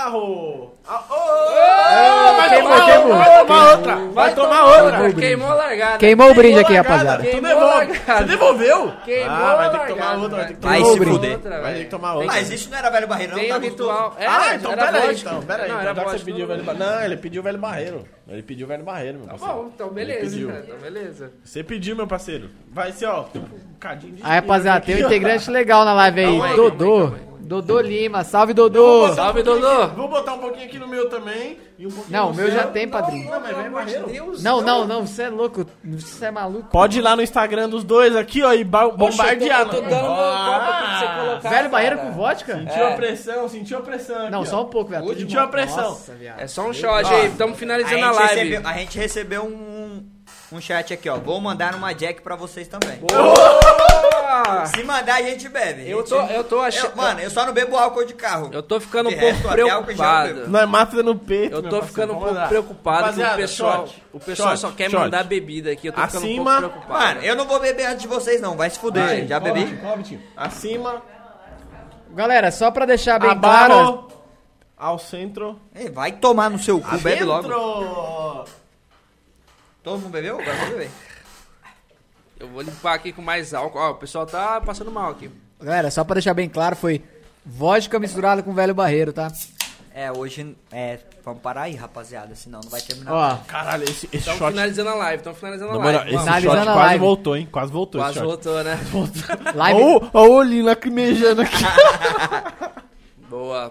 Abarro! Ah, ô, ô,
Ah,
ô, Vai
queimou,
tomar
queimou.
outra, vai tomar outra! Vai tomar outra!
Queimou a largada.
Queimou o brinde aqui,
Largada,
rapaziada.
Tu
Queimou
devolve!
largada.
Tu devolveu!
Queimou
Ah, vai ter que
a
tomar
largada,
outra, vai ter que
velho.
tomar outra.
Vai
velho.
ter que tomar outra.
Mas isso não era velho barreiro, não,
Tem
tá
o
gostoso.
ritual. É,
ah, então
era
peraí,
vodka.
então, peraí.
Não,
Não,
era
então, já que você
vodka,
pediu o
não.
velho barreiro. Não, ele pediu o velho barreiro. Ele pediu o velho barreiro, meu
Tá
parceiro.
bom, então beleza.
pediu.
cara, Então beleza.
Você pediu, meu parceiro. Vai ser, ó, um cadinho de.
Aí, rapaziada, tem um integrante legal na live aí.
Calma aí,
Dodô.
calma aí,
Dodô Lima. Salve, Dodô.
Vou botar um
Salve,
pouquinho
Dodô.
aqui- Vou botar um pouquinho aqui no meu também. E um pouquinho
Não,
no
o meu já
seu.
tem, padrinho.
Não, mas velho barreiro.
Deus.
Não, não, não. Você é louco. Você é maluco.
Pode ir lá no Instagram dos dois aqui, ó, e ba- bombardear.
Tô dando copo aqui pra você colocar.
Velho barreiro
cara.
com vodka?
Sentiu a pressão, sentiu a pressão. aqui,
Não,
ó.
só um pouco, velho.
Sentiu a pressão.
Nossa, viado.
É só um shot aí, estamos
A
finalizando
gente,
a, live.
recebeu, a gente recebeu um, um chat aqui, ó. Vou mandar uma jack pra vocês também.
Ah,
Se mandar, a gente bebe.
Eu tô, eu tô
achando.
achando.
Mano, eu só não bebo álcool de carro.
Eu tô ficando um
De
pouco
resto, até álcool em gel eu
preocupado.
bebo.
Nós mata é no peito.
Eu
meu
tô
parceiro,
ficando um
vamos
pouco
lá.
preocupado que o
Rapaziada,
pessoal,
shot,
o pessoal
shot,
só quer
shot.
mandar bebida aqui. Eu tô ficando um
Acima-
pouco preocupado.
Mano, eu não vou beber antes de vocês, não. Vai se fuder.
Vai,
Já
cobre,
bebi?
cobre, tio. Acima,
Galera, só pra deixar bem claro.
abarro, ao centro.
Ei, Vai tomar no seu
Tá
cu, bebe logo.
Centro!
Todo mundo bebeu? Agora eu vou beber.
Eu vou limpar aqui com mais álcool. Ó, o pessoal tá passando mal aqui.
Galera, só pra deixar bem claro, foi vodka misturada com velho barreiro, tá?
É, hoje. É, vamos parar aí, rapaziada. Senão não vai terminar.
Ó,
Caralho, esse, esse
Estamos
shot...
finalizando a live, estamos finalizando Então, a
Na
live.
moral, esse
Vamos.
Finalizando
shot
a
quase
live.
voltou, hein? Quase voltou
Quase
esse shot.
voltou, né?
live,
Ó o olhinho lacrimejando aqui.
Boa.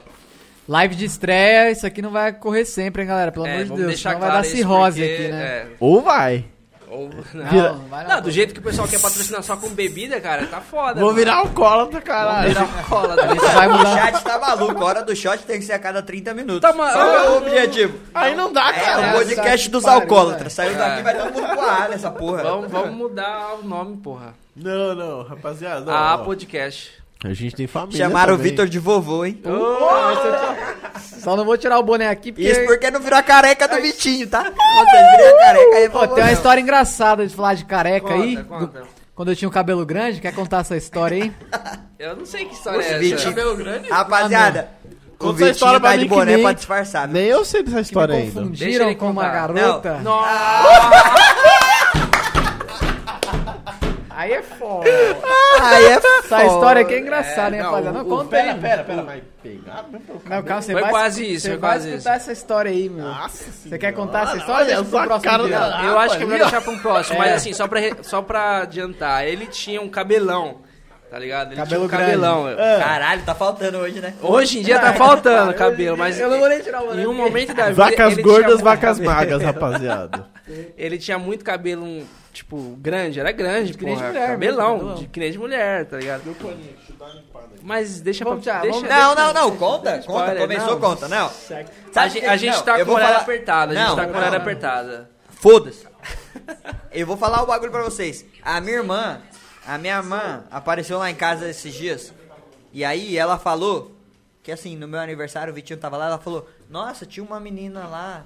live de estreia, isso aqui não vai correr sempre, hein, galera? Pelo
É,
amor de
vamos
Deus.
deixar
Senão
claro
vai dar
isso
cirrose
porque,
aqui, né?
é,
Ou vai.
ou- não.
Vira- vai lá,
Não, do jeito que o pessoal quer patrocinar só com bebida, cara, tá foda.
Vou
mano.
virar alcoólatra, caralho.
cola da
Isso vai
O
mudar.
chat tá maluco. A hora do shot tem que ser a cada 30 minutos.
Tá, mas-
Qual é o objetivo?
Aí não dá,
É
cara.
o podcast dos
pariu,
alcoólatras. Saiu
É.
daqui, vai todo mundo pro ar nessa porra.
Vamos, vamos mudar o nome, porra.
Não, não, rapaziada. não,
A
ó.
podcast.
A gente tem família
Chamaram
também.
o Vitor de vovô, hein?
Só não vou tirar o boné aqui, porque...
Isso porque não virou a careca do Vitinho, tá? Vocês viram a careca aí,
Pô,
vovô.
tem uma história engraçada de falar de careca
Conta,
aí.
conta.
do- Quando eu tinha o cabelo grande, quer contar essa história aí?
Eu não sei que história
Esse
é
Vitinho.
essa.
Ah.
Rapaziada, o
Conta essa
Vitinho
história pra
tá de
mim que
boné
nem-
pra disfarçar. viu?
Nem eu sei dessa
Que me
história ainda.
Deixa
confundiram
ele
com uma
contar.
garota.
Nossa,
Aí é foda.
Aí é
Essa história aqui é
É,
engraçada, hein,
não,
rapaziada? Não, conta aí.
pera, pera. Vai pegar mesmo pelo
Não, calma, você
Foi
vai,
quase isso, Ah,
você
foi
vai
quase
escutar essa história aí, meu.
Nossa
Você quer contar essa
Senhora,
história?
olha
Deixa pro
só a
próximo
cara
dia.
dela.
eu acho que é melhor
ali, ó.
deixar pra um próximo. Mas assim, só pra, re- só pra adiantar, ele tinha um cabelão, tá ligado? Ele
Cabelo
tinha um cabelão.
Caralho, tá faltando hoje, né?
Hoje em dia tá faltando cabelo, mas
Eu não vou nem tirar o
em um
boné.
momento da vida...
Vacas
ele
gordas,
tinha-
vacas magras, rapaziada.
Ele tinha muito cabelo, tipo, grande, era grande,
que nem de
porra,
mulher,
cabelão,
mesmo, cabelão.
de que nem de mulher, tá ligado? Mas deixa
Vamos,
pra...
Thiago,
deixa,
Não,
vamos-
não, não, conta, conta,
Spoiler,
começou,
não.
conta, não.
A,
Sabe
gente-
que-
a gente
não,
tá
eu
com
vou
a orelha
falar-
apertada, a gente
Não,
tá com a orelha apertada.
Foda-se. Eu vou falar o bagulho pra vocês. A minha irmã, a minha irmã apareceu lá em casa esses dias. E aí ela falou que assim, no meu aniversário o Vitinho tava lá, ela falou: "Nossa, tinha uma menina lá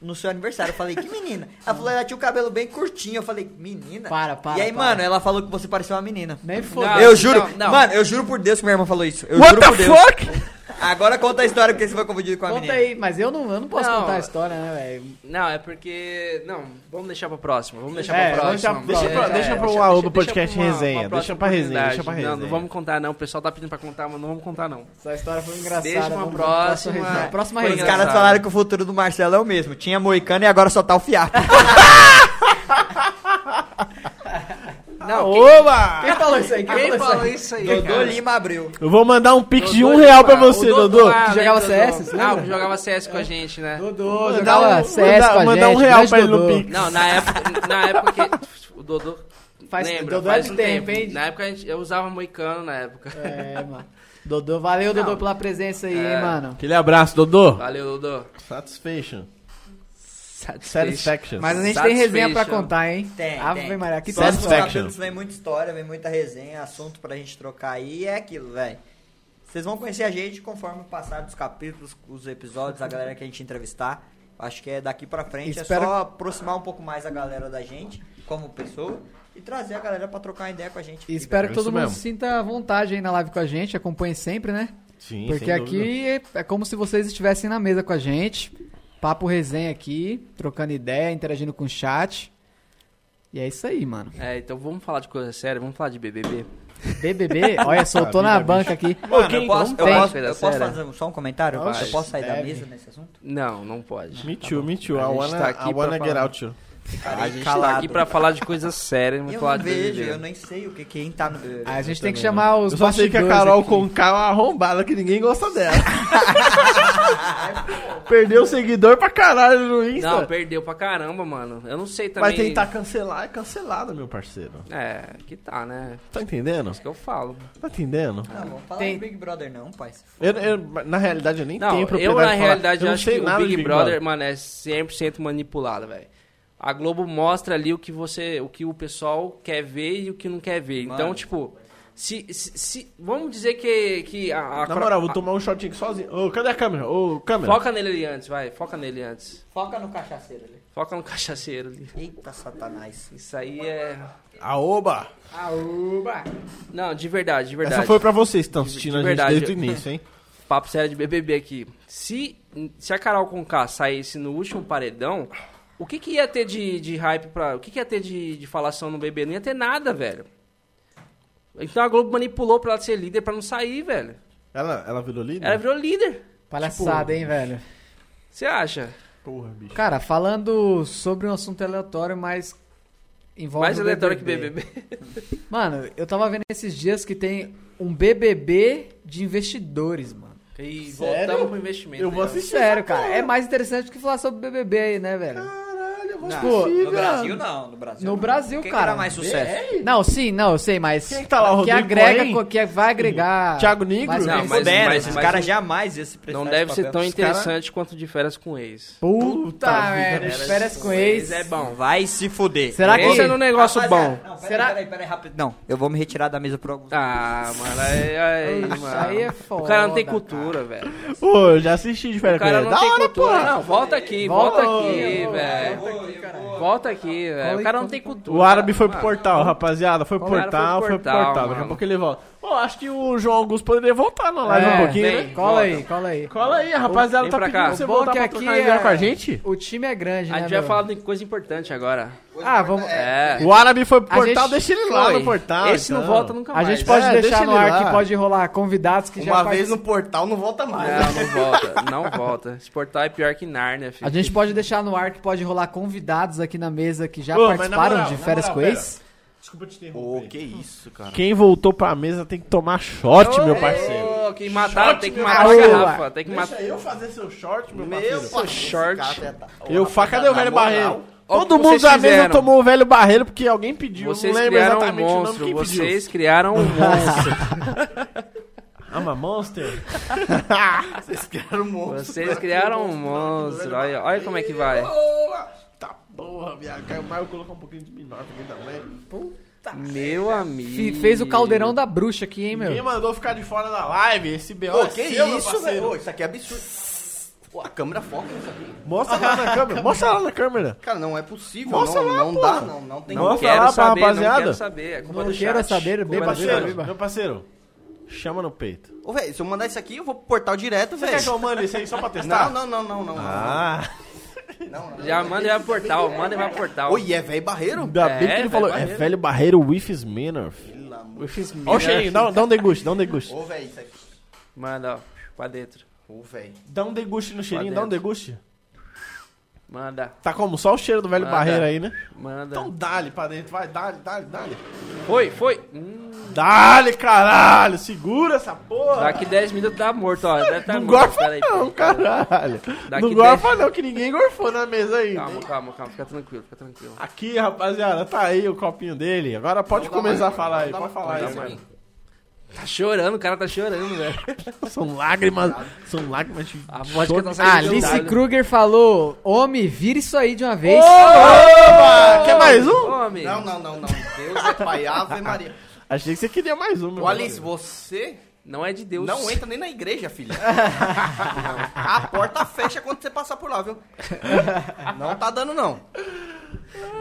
no seu aniversário". Eu falei: "Que menina?". Ela falou: "Ela tinha o cabelo bem curtinho". Eu falei: "Menina?".
Para, para,
E aí,
para.
mano, ela falou que você parecia uma menina.
Nem
Não,
foda.
eu juro,
não, não.
mano, eu juro por Deus que minha irmã falou isso. Eu
What
juro
the
por Deus.
fuck?
Agora conta a história porque você foi confundido com a
Conta
menina.
aí, mas eu não, eu não posso
Não.
contar a história, né, velho?
Não, é porque... Não, vamos deixar pra próxima, vamos deixar
É,
pra
vamos
próxima.
deixar pra
Deixa pra,
É,
próxima.
deixa
é,
pra
deixa-
uma
deixa
Uba
pra
Podcast
uma- uma
Resenha. Deixa
próxima
pra resenha, deixa
oportunidade.
pra resenha.
Não, não vamos contar não, o pessoal tá pedindo pra contar, mas não vamos contar não.
Essa história foi engraçada.
Deixa pra
vamos-
próxima.
resenha. Próxima
Foi
Os
resenha.
engraçado.
caras falaram que o futuro do Marcelo é o mesmo. Tinha moicano e agora só tá o fiapo.
Não, quem-
Oba!
Quem falou isso aí? Quem,
quem
falou
falou
isso aí?
isso aí,
Dodô
cara?
Lima abriu.
Eu vou mandar um pix de um
Dodô
real
Lima,
pra você,
o
Dodô.
ah,
que jogava
lembra,
CS, você
Não,
lembra?
que jogava CS com a gente, né?
Dodô,
Mandar um-
jogava CS com a
mandar-
gente.
mandar um real
grande
pra ele no
Dodô.
Pix.
Não, na época, na época que tipo, o Dodô
Faz-
lembra,
Dodô é
faz
de
um
tempo,
tempo,
hein?
Na época a gente, eu usava moicano na época.
É, mano. Dodô, valeu,
Não.
Dodô, pela presença aí,
É.
hein, mano.
Aquele abraço, Dodô.
Valeu, Dodô.
Satisfaction.
Satisfaction.
Mas a gente tem resenha pra
Satisfaction.
contar, hein?
Tem,
Ave
tem.
Maria, que
Só nos
situação.
Satisfaction.
capítulos vem muita história, vem muita resenha, assunto pra gente trocar aí. E é aquilo, velho. Vocês vão conhecer a gente conforme o passar dos capítulos, os episódios, a galera que a gente entrevistar. Acho que é daqui pra frente.
Espero-
É só aproximar um pouco mais a galera da gente, como pessoa, e trazer a galera pra trocar uma ideia com a gente.
E espero que
É Isso
todo mundo
mesmo.
se sinta à vontade aí na live com a gente, acompanhe sempre, né?
Sim,
Porque
sem dúvida.
aqui é, é como se vocês estivessem na mesa com a gente. Papo resenha aqui, trocando ideia, interagindo com o chat. E é isso aí, mano.
É, então vamos falar de coisa séria, vamos falar de BBB.
BBB, olha, soltou na banca aqui.
Mano, eu posso, eu
tem.
posso, eu
Coisa
posso
séria.
fazer só um comentário?
Oxe,
eu posso sair da
deve.
mesa nesse assunto?
Não, não pode.
Me too, me too.
A
I
gente
wanna,
tá aqui
I wanna
pra
get
falar.
out you.
A gente
calado.
tá aqui pra falar de coisa séria, não
Eu
falar
não
de
vejo,
BBB.
eu nem sei o que quem tá no.
Ah, A gente tem que chamar os
Eu só sei que a
bastidores
Carol
aqui.
Conká é uma arrombada que ninguém gosta dela. Perdeu o seguidor pra caralho no Insta.
Não, perdeu pra caramba, mano. Eu não sei
é-
também.
Vai tentar cancelar, é cancelada, meu parceiro.
É, que tá, né?
Tá entendendo?
Isso que eu falo.
Tá entendendo?
Não, vamos falar
Tem-
de Big Brother não, pai. se
Eu, eu- na realidade, eu nem
Não,
tenho
eu
propriedade
na
de falar.
realidade
eu não
acho
sei
que o
nada de
Big Brother, mano, é 100% manipulado, velho. A Globo mostra ali o que você, o que o pessoal quer ver e o que não quer ver. Então,
Mano.
tipo, se, se, se- vamos dizer que que a, a
Na moral, eu vou tomar um shotinho aqui sozinho. Ô, cadê a câmera? Ô,
a-
câmera.
foca nele ali antes, vai, foca nele antes.
Foca no cachaceiro ali.
Foca no cachaceiro ali.
Eita, satanás.
Isso aí é
Aoba!
Não, de verdade, de verdade.
Essa foi pra vocês que estão assistindo
de
a gente
verdade.
desde o início, hein?
Papo sério de BBB aqui. Se, se a Carol Conká saísse no último paredão, o que, que ia ter de, de hype pra. O que, que ia ter de, de falação no BBB? Não ia ter nada, velho. Então a Globo manipulou pra ela ser líder pra não sair, velho.
Ela, ela virou líder?
Ela virou líder.
tipo,
Palhaçada, hein, velho?
Você acha?
Porra, bicho.
Cara, falando sobre um assunto aleatório, mas envolve
Mais
o
aleatório que BBB.
Mano, eu tava vendo esses dias que tem um BBB de investidores, mano.
E
Sério?
voltamos pro investimento.
Eu vou
né?
assistir.
Sério, cara, é mais interessante do que falar sobre BBB aí, né, velho?
Caralho, eu vou
Não,
assistir, velho.
no Brasil não, no Brasil.
No
não.
Brasil,
Quem
cara.
Era mais sucesso.
Não, sim, não, eu sei, mas
Quem que tá lá, o
que
Rodrigo
agrega,
Cohen?
co- que vai agregar.
Thiago Nigro?
mais
Não,
bem-
mas-
Puderam,
mas-
esses
mas
caras
não-
jamais iam se
Não
prestar esse
deve ser
papel.
tão
Os cara-
interessante quanto de férias com ex.
Puta merda, de férias com ex.
É bom.
Vai se fuder.
Será que-
Esse é um negócio bom.
Não, peraí,
Será-
peraí, peraí, rápido. Não, eu vou me retirar da mesa por alguns
Ah, mano, aí, aí,
Isso
mano.
aí é
O cara não tem
foda,
cultura, velho.
Ô, eu já assisti de
O
férias com
cara
ele.
não
Da
tem
hora,
cultura.
porra.
Não, volta aqui, volta aqui, velho. Volta aqui, velho. O cara não tem cultura.
O árabe foi pro
Ah,
portal, rapaziada. Foi pro
O cara
portal,
foi
foi
pro
pro portal.
portal,
Daqui a
mano.
pouco ele volta. Pô, acho que o João Augusto poderia voltar na live um pouquinho,
vem.
né?
Cola
Volta.
aí, cola aí.
Cola aí, a rapaziada
Vem
tá
pra
pedindo
cá.
pra você
O bom
voltar
que
pra
aqui
trocar ideia
é-
com a gente.
O time é grande, né?
A gente vai
meu?
falar de coisa importante agora.
Ah, vamos.
É.
O árabe foi pro
A
portal,
gente-
deixa ele lá
Foi.
no portal.
Esse não
então.
volta nunca
A
mais.
gente pode
É,
deixar
deixa
no
ele
ar
lá.
que pode rolar convidados que já
Uma vez no portal não volta mais. né?
Não, não volta. Não volta. Esse portal é pior que Narnia, filho.
A gente pode deixar no ar que pode rolar convidados aqui na mesa que já
Ô, mas na
participaram
moral,
de
na
férias
moral,
com ex.
Desculpa te
Ô,
interromper.
que isso, cara.
Quem voltou pra mesa tem que tomar shot, meu parceiro.
Ô, que mataram, tem que
meu
matar a
parceiro.
garrafa. Tem que matar.
eu fazer seu short, meu
Pô, short.
Eu faço, cadê o velho barreiro?
Ó, o
Todo
que
mundo
vocês
da mesa
fizeram.
tomou o velho barreiro porque alguém pediu. eu
Vocês
não lembro
criaram um
exatamente o nome
monstro.
que pediu.
Vocês criaram um monstro.
Ama Monster?
Vocês criaram um monstro.
Vocês criaram um monstro. Olha, olha como é que vai.
Tá porra, viado. Caiu mais, eu colocar um pouquinho de menor porque também.
Meu amigo.
Fe- Fez o caldeirão da bruxa aqui, hein,
Quem
meu?
mandou ficar de fora da live? Esse BO
Ô,
é
que
seu, meu
isso,
parceiro.
velho? Ô, Isso aqui é absurdo. Pô, a câmera foca nisso aqui.
Mostra lá na câmera. Mostra lá na câmera.
Cara, não é possível.
Mostra
não,
lá,
não
porra.
dá, não. Não tem
Não
Não
como.
quero
quero
saber,
saber,
não
não
quero
quero saber. É culpa
Não
do
quero
chat.
saber,
Culpa
beba,
do chat.
beba, beba.
meu parceiro. Chama no peito.
Ô, velho, se eu mandar isso aqui, eu vou pro portal direto,
Você quer que
velho.
eu mande isso aí só pra testar?
Não, não, não, não, não.
Ah,
não, não, não.
Já manda e vai pro portal, manda e vai pro portal.
Oi, é velho barreiro?
ainda
É,
bem que ele
velho
falou.
barreiro.
É velho barreiro with his manner.
Pelo amor.
Eu fiz merda.
Ó o cheirinho, dá, um- dá um deguste, dá um deguste.
Ô, velho, isso aqui.
Manda, ó, pra dentro.
Ô, velho.
Dá um deguste no cheirinho, dá um
dentro.
deguste.
Manda,
Tá como? Só o cheiro do velho
Ah,
barreiro
tá.
aí, né?
manda.
Então dá-lhe pra dentro, vai, dá-lhe, dá-lhe, dá-lhe.
Foi, foi. Hum,
Dá-lhe, caralho, segura essa porra.
daqui 10 minutos tá morto, ó. Deve tá
Não
morto.
gorfa
Pera aí,
não,
pera aí.
caralho.
Daqui
Não gorfa não, que ninguém gorfou na mesa ainda. hein?
Calma, calma, calma. Fica tranquilo, fica tranquilo.
Aqui,
Então
rapaziada, tá aí o copinho dele. Agora pode começar a falar aí, pode falar aí, mano.
Tá chorando, o cara tá chorando, velho.
São lágrimas. São lágrimas de.
A vodka
choro
tá
de
saindo
caralho.
de um
Alice
Caralho.
Ah, Kruger falou: Homem, vira isso aí de uma vez.
Opa! Quer mais um?
Homem.
Não, não, não, não. Deus é pai, Ave Maria.
Achei que você queria mais um, meu
Ô, Alice,
brother.
você
Não é de Deus.
não entra nem na igreja, filha.
Ah.
A porta fecha quando você passar por lá, viu? Não tá dando, não.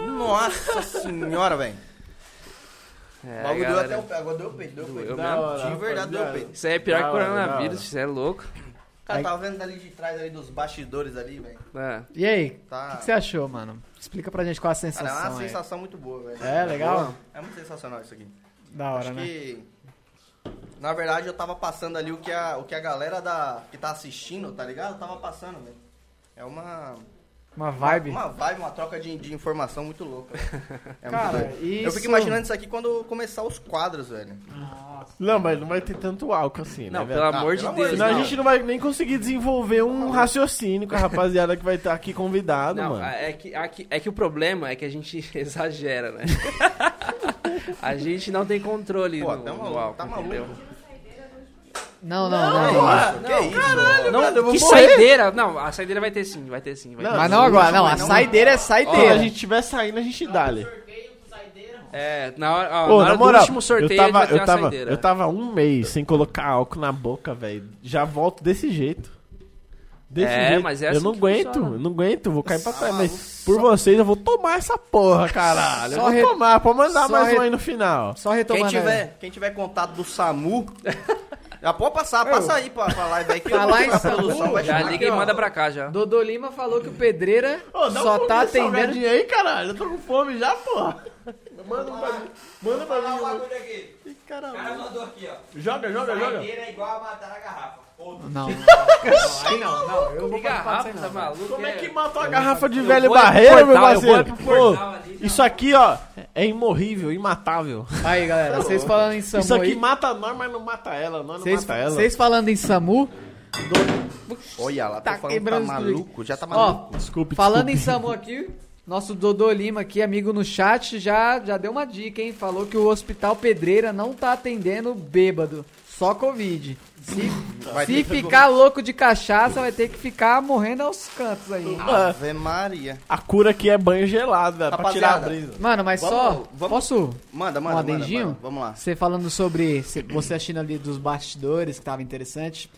Nossa senhora, velho.
É,
O bagulho deu
galera.
até o pé. Agora deu o peito, deu o peito.
Doeu mesmo.
De verdade, deu o peito.
Isso aí é pior
Da
que
hora, da
coronavírus,
hora.
isso é louco.
Cara, tava vendo ali de trás, ali dos bastidores ali, velho.
É.
E aí, o
Tá.
que, que você achou, mano? Explica pra gente qual a sensação.
Cara, é uma
aí.
sensação muito boa, velho.
É, legal?
É muito sensacional isso aqui.
Da hora,
Acho
né?
que, na verdade, eu tava passando ali o que a, o que a galera da, que tá assistindo, tá ligado? Eu tava passando, velho. É uma,
Uma vibe.
uma vibe, uma troca de, de informação muito louca. velho. É muito
Cara,
doido. Eu
isso-
fico imaginando isso aqui quando começar os quadros, velho.
Não, mas não vai ter tanto álcool assim,
Não,
né,
pelo
velho?
amor de
pelo amor
Deus.
de
Senão a
não.
gente não vai nem conseguir desenvolver um raciocínio com a rapaziada que vai estar aqui convidado,
Não,
mano.
é que, é, que, é que o problema é que a gente exagera, né? a gente não tem controle
Pô,
no,
tá
no
maluco,
álcool,
tá
entendeu?
maluco.
Não, não, não. não.
que isso? Caralho,
Não,
eu vou
que
morrer.
saideira! Não, a saideira vai ter sim, vai ter sim. Vai
Não,
ter.
Mas não agora, não. A
não.
saideira é
Quando
saideira.
a gente estiver saindo, a gente dá ali.
É, na hora, ó, na
Ô,
hora
na moral,
do último sorteio
eu
a
tava,
gente vai ter
eu,
uma
tava,
saideira.
eu tava um mês sem colocar álcool na boca, velho. Já volto desse jeito. Desse
É,
jeito.
mas é
eu
assim
não
que
aguento,
funciona. Ah,
eu não aguento, vou cair pra trás. Mas
maluco,
por vocês eu vou tomar essa porra, caralho. Eu
Só
vou
re-
tomar, pode mandar
só
mais
re-
um aí no final.
Só
Quem
retomando. né? aí.
tiver, quem tiver contato do SAMU, já pode passar, passa aí pra, pra live aí que
Falar em
a
SAMU,
produção vai
Já
chamar.
liga e manda pra cá já.
Dodô Lima falou que o Pedreira
Ô, dá um
só
pouco
tá
desse salgadinho
atendendo.
aí, caralho. Eu tô com fome já, porra. Manda pra mim. Manda pra
Olha o
mim.
bagulho aqui.
Ih,
O
Caralho.
cara mandou aqui, ó.
Joga, joga, joga.
Saideira é igual a matar a garrafa. Ponto.
Não,
Aí não, não. Eu
Que garrafa, tá maluco?
Como é que
É-
matou a garrafa de
eu
velho
vou é pro
barreiro, meu
portal, eu vou é
parceiro?
pro
Pô,
portal ali, já.
isso aqui, ó, é imorrível, imatável.
Aí, galera, vocês falando em
Isso
SAMU
aqui
aí.
mata nós, mas não mata ela. Nós não
Vocês
mata ela.
vocês falando em SAMU,
Olha lá,
Tá
tá, falando, tá
quebrando tudo aqui.
maluco, já tá maluco.
ó,
Desculpe,
falando em
desculpe.
SAMU aqui, nosso Dodô Lima aqui, amigo no chat, já, já deu uma dica, hein? Falou que o Hospital Pedreira não tá atendendo bêbado, só Covid.
Vai
Se,
ter
se
que-
ficar louco de cachaça, vai ter que ficar morrendo aos cantos aí.
Ave Maria.
Ah, A cura aqui é banho gelado, velho, pra tirar a
Rapaziada.
brisa.
Mano, mas
Vamos-
só,
vamos-
posso
Manda,
um
manda, manda,
adendinho?
manda. Vamos lá.
Você falando sobre cê- você achando ali dos bastidores que tava interessante.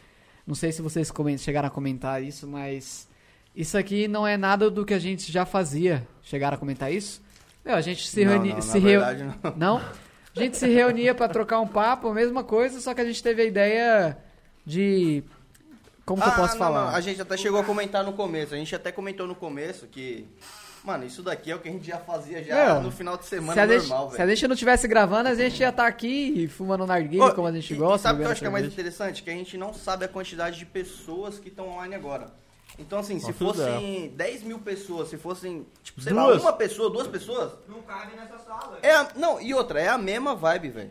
Não sei se vocês comen- chegaram a comentar isso, mas isso aqui não é nada do que a gente já fazia. Chegaram a comentar isso? Meu, a gente se
Não,
reunia,
não,
se
na
reu-
verdade, não.
A gente se reunia pra trocar um papo, a mesma coisa, só que a gente teve a ideia de como que eu
Ah,
posso
não,
falar?
não, A gente até chegou a comentar no começo. A gente até comentou no começo que. Mano, isso daqui é o que a gente já fazia já
Não.
no final de
se,
semana
a gente,
normal,
se a
velho.
gente não tivesse gravando, a gente ia estar aqui fumando narguilha,
Ô,
como a gente
e-
gosta.
E sabe o que eu
bebendo
acho que é mais
cerveja.
interessante? Que a gente não sabe a quantidade de pessoas que estão online agora. Então, assim, se
Confusão.
fossem 10 mil pessoas, se fossem, tipo, sei lá,
Duas.
uma pessoa, duas pessoas,
Não cabe nessa sala.
É a- não, e outra, é a mesma vibe, velho.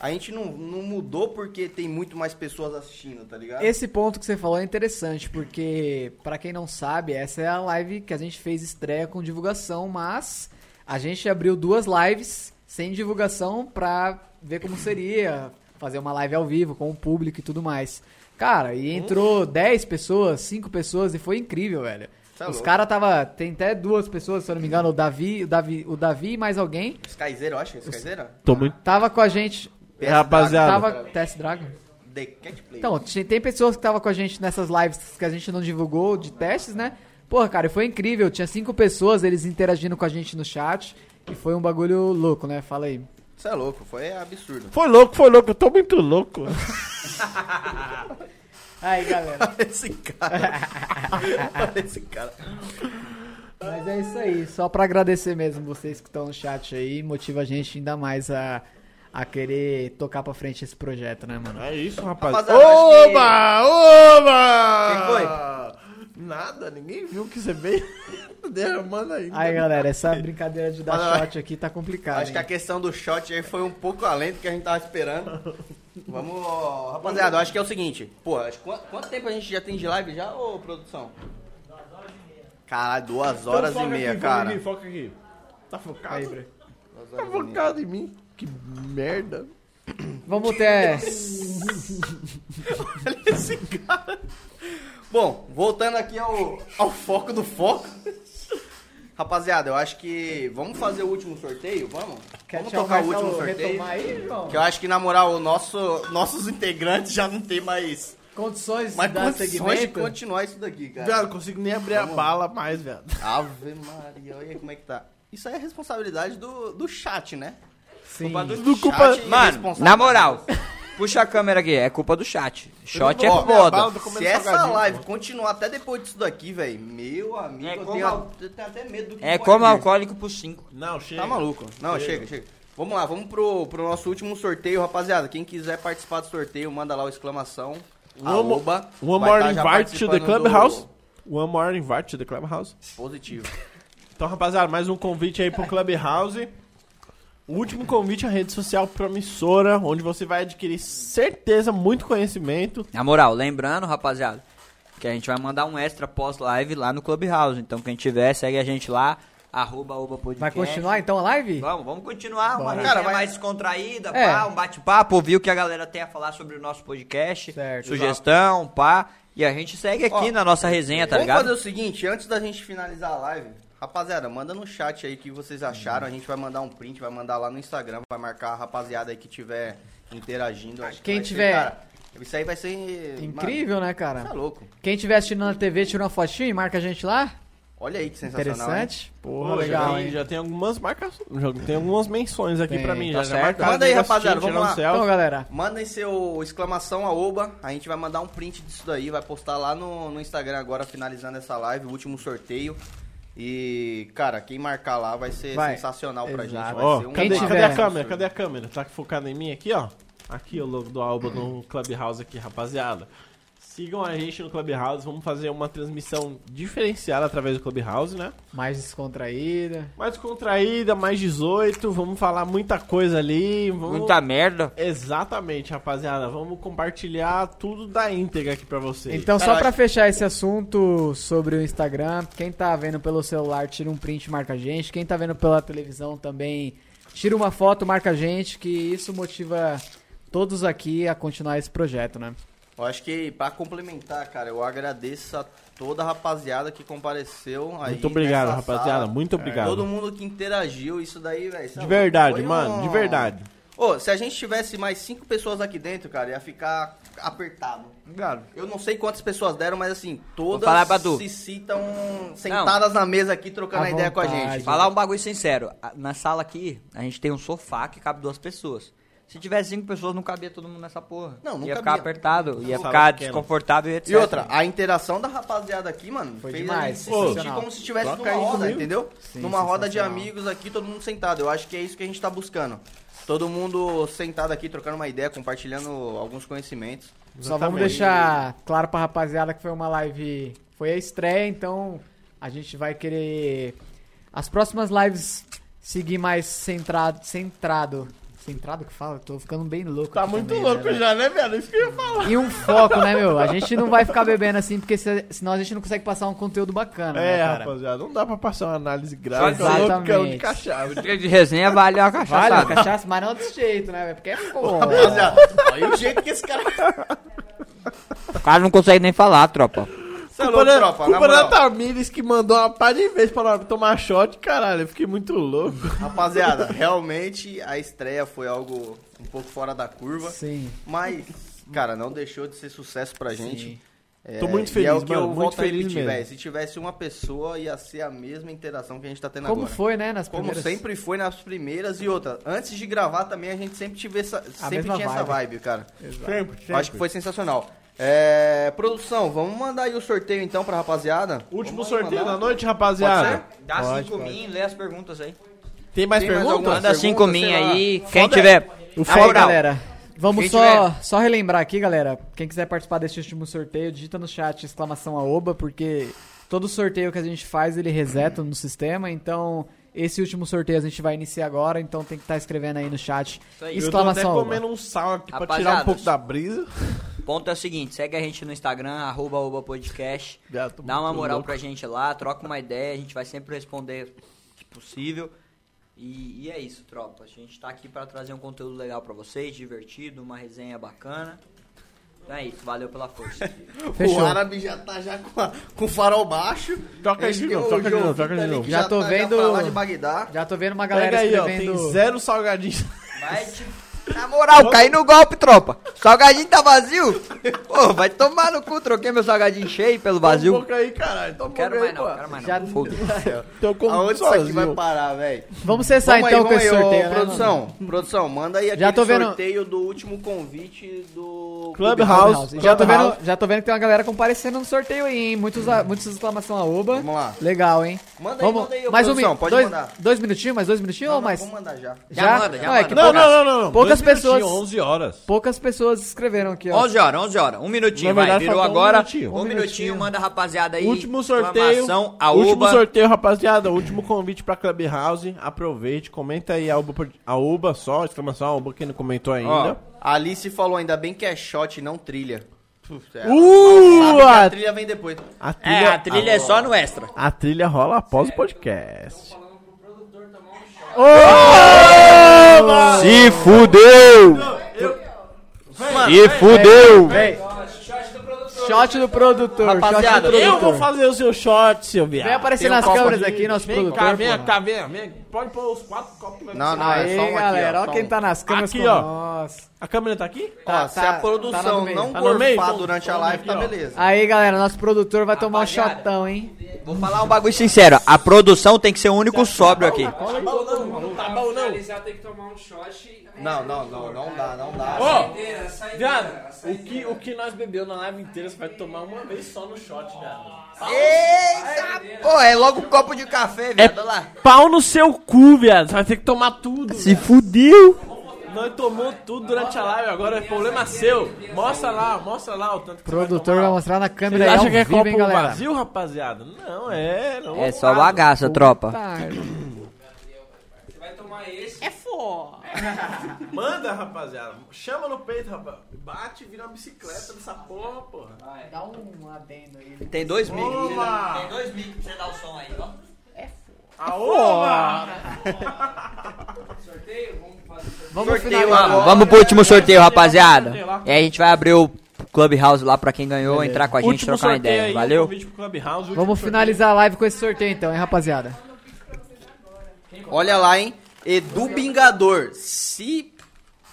A gente não, não mudou porque tem muito mais pessoas assistindo, tá ligado?
Esse ponto que você falou é interessante, porque, pra quem não sabe, essa é a live que a gente fez estreia com divulgação, mas a gente abriu duas lives sem divulgação pra ver como seria fazer uma live ao vivo com o público e tudo mais. Cara, e entrou 10 pessoas, 5 pessoas e foi incrível, velho.
Uhum. Tá
Os
louco.
caras tava. Tem até duas pessoas, se eu não me engano, o Davi, o Davi, o Davi e mais alguém.
Skyzeiro, eu acho que é Skyzeiro?
Tô muito...
Tava com a gente.
PS
É, Rapaziada.
Tava. Test Dragon?
The Cat Play.
Então, ti- tem pessoas que estavam com a gente nessas lives que a gente não divulgou de testes, né? Porra, cara, foi incrível. Tinha cinco pessoas, eles interagindo com a gente no chat. E foi um bagulho louco, né? Fala aí.
Isso é louco, foi absurdo.
Foi louco, foi louco, eu tô muito louco.
Aí, galera.
Esse cara. Esse cara.
Mas é isso aí. Só pra agradecer mesmo vocês que estão no chat aí. Motiva a gente ainda mais a, a querer tocar pra frente esse projeto, né, mano?
É isso, rapaz.
Rapaziada, acho que-
Oba! Oba! Então
Quem
foi? Nada, ninguém viu que você veio derramando ainda.
Aí, galera, essa brincadeira de dar
Fala,
shot aqui tá complicada.
Acho que a
hein?
questão do shot aí foi um pouco além do que a gente tava esperando. Vamos, rapaziada, eu acho que é o seguinte. Pô, acho que quanto, quanto tempo a gente já tem de live já, ô produção? Caralho, duas
Então
horas e
foca
meia,
aqui,
cara.
Foca aqui, foca aqui. Tá focado?
Aí, Bre.
tá focado em mim. Que merda.
Vamos ter.
Bom, voltando aqui ao, ao foco do foco. Rapaziada, eu acho que vamos fazer o último sorteio, vamos? vamos tocar o último sorteio.
então, retomar aí, irmão?
Que eu acho que, na moral, o nosso, nossos integrantes já não tem mais,
Condições
mais
da
condições de
segmento?
continuar isso daqui, cara.
Viado, não consigo nem abrir a
Vamos.
bala mais, viado.
Ave Maria, olha como é que tá. Isso aí é responsabilidade do, do chat, né?
Sim.
Do culpa...
Chat
Mano,
irresponsável.
na moral, puxa a câmera aqui, é culpa do chat. Shot é
Ó,
foda.
tá
Se essa live continuar até depois disso daqui, velho, meu amigo,
É
eu,
como
tenho,
al-
eu tenho até medo do que
É
pode
como
vir.
alcoólico por 5.
Não, chega.
Tá maluco. Não, chega, chega. Vamos lá, vamos pro, pro nosso último sorteio, rapaziada. Quem quiser participar do sorteio, manda lá o exclamação.
One mo-
arroba.
One
Vai
more invite
tá já
to the
participando
clubhouse.
do-
One more invite to the clubhouse.
Positivo.
Então, rapaziada, mais um convite aí pro Clubhouse. O último convite à rede social promissora, onde você vai adquirir certeza, muito conhecimento.
Na moral, lembrando, rapaziada, que a gente vai mandar um extra pós-live lá no Clubhouse. Então quem tiver, segue a gente lá, arroba Oba Podcast.
Vai continuar então a live?
Vamos, vamos continuar. Uma
Bora.
resenha
Cara, vai-
mais descontraída,
É.
pá, um bate-papo, ouvir o que a galera tem a falar sobre o nosso podcast,
Certo.
sugestão, pá. E a gente segue aqui
Ó,
na nossa resenha, tá
Vamos
ligado?
fazer o seguinte, antes da gente finalizar a live, rapaziada, manda no chat aí o que vocês acharam. A gente vai mandar um print, vai mandar lá no Instagram, vai marcar a rapaziada aí que tiver interagindo. Acho que
Quem
vai ser,
tiver-
cara, isso aí vai ser mano,
Incrível, né,
Tá
cara?
louco.
Quem estiver assistindo na TV, tira uma fotinha e marca a gente lá.
Olha aí que sensacional. hein?
Interessante. Porra,
Pô, já,
legal,
tem,
hein?
já tem algumas marcações, já tem algumas menções aqui
Tem,
pra mim. já,
tá
já
certo.
marcaram,
Manda aí,
já
rapaziada,
assistiram,
vamos
tiraram
Então,
selfie.
galera,
Mandem seu exclamação aoba, a gente vai mandar um print disso daí, vai postar lá no, no Instagram agora, finalizando essa live, o último sorteio. E, cara, quem marcar lá vai ser
Vai.
sensacional pra
Exato.
gente. Vai
Ó,
ser um
Quem
cadê,
tiver-
cadê a câmera? Cadê a câmera? Tá focada em mim aqui, ó. Aqui o logo do Alba no Clubhouse aqui, rapaziada. Sigam a gente no Clubhouse, vamos fazer uma transmissão diferenciada através do Clubhouse, né?
mais descontraída.
Mais contraída, mais 18, vamos falar muita coisa ali. Vamos...
Muita merda.
Exatamente, rapaziada. Vamos compartilhar tudo da íntegra aqui pra vocês.
Então,
Cara,
só pra fechar esse assunto sobre o Instagram, quem tá vendo pelo celular, tira um print, marca a gente. Quem tá vendo pela televisão também, tira uma foto, marca a gente, que isso motiva todos aqui a continuar esse projeto, né?
Eu acho que pra complementar, cara, eu agradeço a toda a rapaziada que compareceu aí.
Muito obrigado,
nessa
rapaziada.
sala.
Muito obrigado.
Todo mundo que interagiu, isso daí, velho. isso é
De
louco.
verdade,
Foi
mano. De
um-
verdade.
Ô, se a gente tivesse mais cinco pessoas aqui dentro, cara, ia ficar apertado. Eu não sei quantas pessoas deram, mas assim, todas
falar pra tu.
se citam sentadas na mesa aqui trocando
À
a ideia com a
vontade.
gente.
Falar um bagulho sincero. a- Na sala aqui, a gente tem um sofá que cabe duas pessoas. Se tivesse cinco pessoas, não cabia todo mundo nessa porra.
Não, não cabia.
Ia ficar apertado, ia
Sala
ficar
pequena.
desconfortável e etc.
E outra, a interação da rapaziada aqui, mano,
Foi
fez a
demais,
gente se
Ô,
sentir como se estivesse
toca
numa
aí
roda,
comigo.
entendeu?
Sim,
numa roda de
sensacional.
amigos aqui, todo mundo sentado. Eu acho que é isso que a gente tá buscando. Todo mundo sentado aqui, trocando uma ideia, compartilhando alguns conhecimentos.
Só vamos deixar claro pra rapaziada que foi uma live. Foi a estreia, então a gente vai querer. As próximas lives seguir mais centrado. Centrado. Centrado que fala? Eu tô ficando bem louco.
Tá
aqui
muito
também,
louco
né,
já, né, velho? Isso que eu ia falar.
velho? E um foco, né, meu? A gente não vai ficar bebendo assim, porque se- senão a gente não consegue passar um conteúdo bacana.
É,
né, cara?
rapaziada, não dá pra passar uma análise grave. Tá
Exatamente.
louco, cão de cachaça.
Dia de resenha vale a
Vale,
cachaça.
cachaça, mas não desse jeito, né, velho? Porque é foda.
Rapaziada, olha o jeito que esse cara.
O cara não consegue nem falar, tropa.
Cê é
culpa
louco,
da,
tropa, na
culpa da
moral.
Tamires que mandou uma par de vezes pra nós tomar shot, caralho. Eu fiquei muito louco.
Rapaziada, realmente a estreia foi algo um pouco fora da curva.
Sim.
Mas, cara, não deixou de ser sucesso pra gente. É,
Tô muito
e
feliz,
é o que
mano,
eu
muito
volto a
feliz
repetir,
mesmo.
velho. Se tivesse uma pessoa, ia ser a mesma interação que a gente tá tendo
Como
agora.
foi, né? Nas
Como
primeiras...
sempre foi nas primeiras e outra. Antes de gravar também, a gente sempre, tive essa, sempre
mesma
tinha essa
vibe.
vibe, cara.
Sempre,
Eu Acho que foi sensacional. É, produção, vamos mandar aí o sorteio então pra rapaziada?
Último
Vamos
sorteio
mandar.
da noite, rapaziada.
Dá cinco mil e lê as perguntas aí.
Tem mais
Tem mais
perguntas?
alguma?
Manda
Pergunta,
cinco
sei
mil
lá.
aí. Quem tiver.
O
Na
foco,
moral,
galera. Vamos
Quem
só, só relembrar aqui, galera. Quem quiser participar deste último sorteio, digita no chat exclamação aoba, porque todo sorteio que a gente faz, ele reseta no sistema. Então, esse último sorteio a gente vai iniciar agora, então tem que estar escrevendo aí no chat.
Eu
aí.
tô até
Exclamação aoba.
comendo um sal aqui pra
Rapaziada,
tirar um pouco da brisa.
O ponto é o seguinte: segue a gente no Instagram, arroba Oba Podcast.
Viado, tô
Dá uma
muito
moral
louco.
pra gente lá, troca uma ideia, a gente vai sempre responder que possível. E, e é isso, tropa. A gente tá aqui para trazer um conteúdo legal para vocês, divertido, uma resenha bacana. Então é isso, valeu pela força.
O
Fechou.
árabe já tá já com, a- com o farol baixo.
Toca aí
Esse
de
que é
novo,
o
toca de novo,
João
toca de
Vitor ali
novo.
que
Já tô
tá-
vendo-
pra lá de Bagdá.
Já tô vendo uma galera
Pega aí, ó, tem
escrevendo.
zero salgadinhos.
Vai te... tipo, Na moral, caí no golpe, tropa. Salgadinho tá vazio? Pô, vai tomar no cu, troquei meu salgadinho cheio pelo
Toma um
vazio.
pouco aí, caralho. Toma um pouco
Quero mais
aí,
não,
pô.
quero mais
Já-
não. Foda.
Teu como
Aonde isso aqui
um sozinho.
vai parar, velho?
Vamos cessar
Vamos aí,
então com
vamos
esse
aí, ô,
sorteio, né,
produção,
mano?
produção, manda aí aquele
Já tô vendo-
sorteio do último convite do
Clubhouse.
E Já
tá
tô, vendo, já tô vendo que tem uma galera comparecendo no sorteio aí, hein? Muitos, a- muitos exclamação aoba.
Hum. Vamos lá.
Legal, hein?
Manda aí,
Vamos,
manda aí, ô,
mais um
produção,
minuto.
pode
dois,
mandar.
dois minutinhos, mais dois minutinhos
Não,
ou
não,
mais?
vou mandar já.
Já manda, já
Não, é
manda.
que
Não,
poucas,
não, não, não.
poucas
Dois minutinhos,
pessoas-
11 horas.
poucas pessoas escreveram aqui, ó.
11 horas, 11 horas. Um minutinho,
Na
vai.
verdade,
Virou
faltou um
agora. Um
minutinho.
minutinho,
Um minutinho.
manda a rapaziada aí.
Último sorteio.
exclamação, A
Último
Uba.
sorteio, rapaziada. Último convite pra Clubhouse. Aproveite, comenta aí a Uba, por- a Uba só, exclamação, a Uba que não comentou ainda.
A Alice falou ainda bem que é shot, não trilha. Putz, é,
uh!
sabe que
A,
a trilha vem depois.
Uh, a
É,
trilha,
a trilha é só no extra.
a trilha rola após o podcast.
Se fudeu! Se fudeu!
Shot do produtor.
Rapaziada,
shot do
Eu
produtor.
vou fazer o seu short, seu viado.
Vem aparecer
Tem um
nas
copo
câmeras
aqui.
aqui, nosso
Vem
produtor.
cá, vem
pô.
cá, vem, vem. Pode pôr os quatro copos. mesmo.
Não, não, é
Aí,
só um aqui,
galera,
ó.
ó, quem tá nas câmeras
Aqui,
com
ó.
nós.
A câmera tá aqui?
Ó,
Tá,
se
tá-
a
tá
produção
no meio.
não
Tá no meio?
gorfar
Então,
durante a
toma
live,
aqui,
tá
ó.
beleza.
Aí, galera, nosso produtor vai tomar um
Rapaziada.
shotão, hein?
Vou falar um bagulho sincero. A produção tem que ser o único sóbrio aqui.
Tá bom, não.
tem que tomar um shot.
Não, não, não, não dá, não dá.
Ô, viado, o que, o que nós bebeu na live inteira, você vai tomar uma vez só no shot, viado.
Eita, pô, é logo um copo de café, viado. Olha lá.
Pau no seu cu, viado. Você vai ter que tomar tudo.
Se fudeu!
Nós tomou tudo durante a live, agora é problema seu. Mostra lá, mostra lá o tanto que
O produtor vai mostrar na câmera
Você
aí, ao
acha que é
vivo,
copo
hein, galera?
vazio, rapaziada? Não, é. Não
É só bagaça, tropa.
Tá,
Vai tomar esse.
Manda, rapaziada. Chama no peito, rapaz. Bate e vira uma bicicleta nessa porra, porra.
Dá um adendo aí.
Tem dois mil.
Toma!
Tem dois mil pra você dar o som aí, ó.
Ah, Aoba!
Sorteio, vamos fazer.
Vamos
Sorteio
finalizar.
agora.
Vamos pro último sorteio, rapaziada. E aí a gente vai abrir o Clubhouse lá pra quem ganhou, entrar com a gente,
Último
trocar uma
sorteio
ideia.
aí,
Valeu?
convite pro Clubhouse, último
Vamos
sorteio.
finalizar a live com esse sorteio então, hein, rapaziada?
Olha lá, hein? Edu Bingador, se.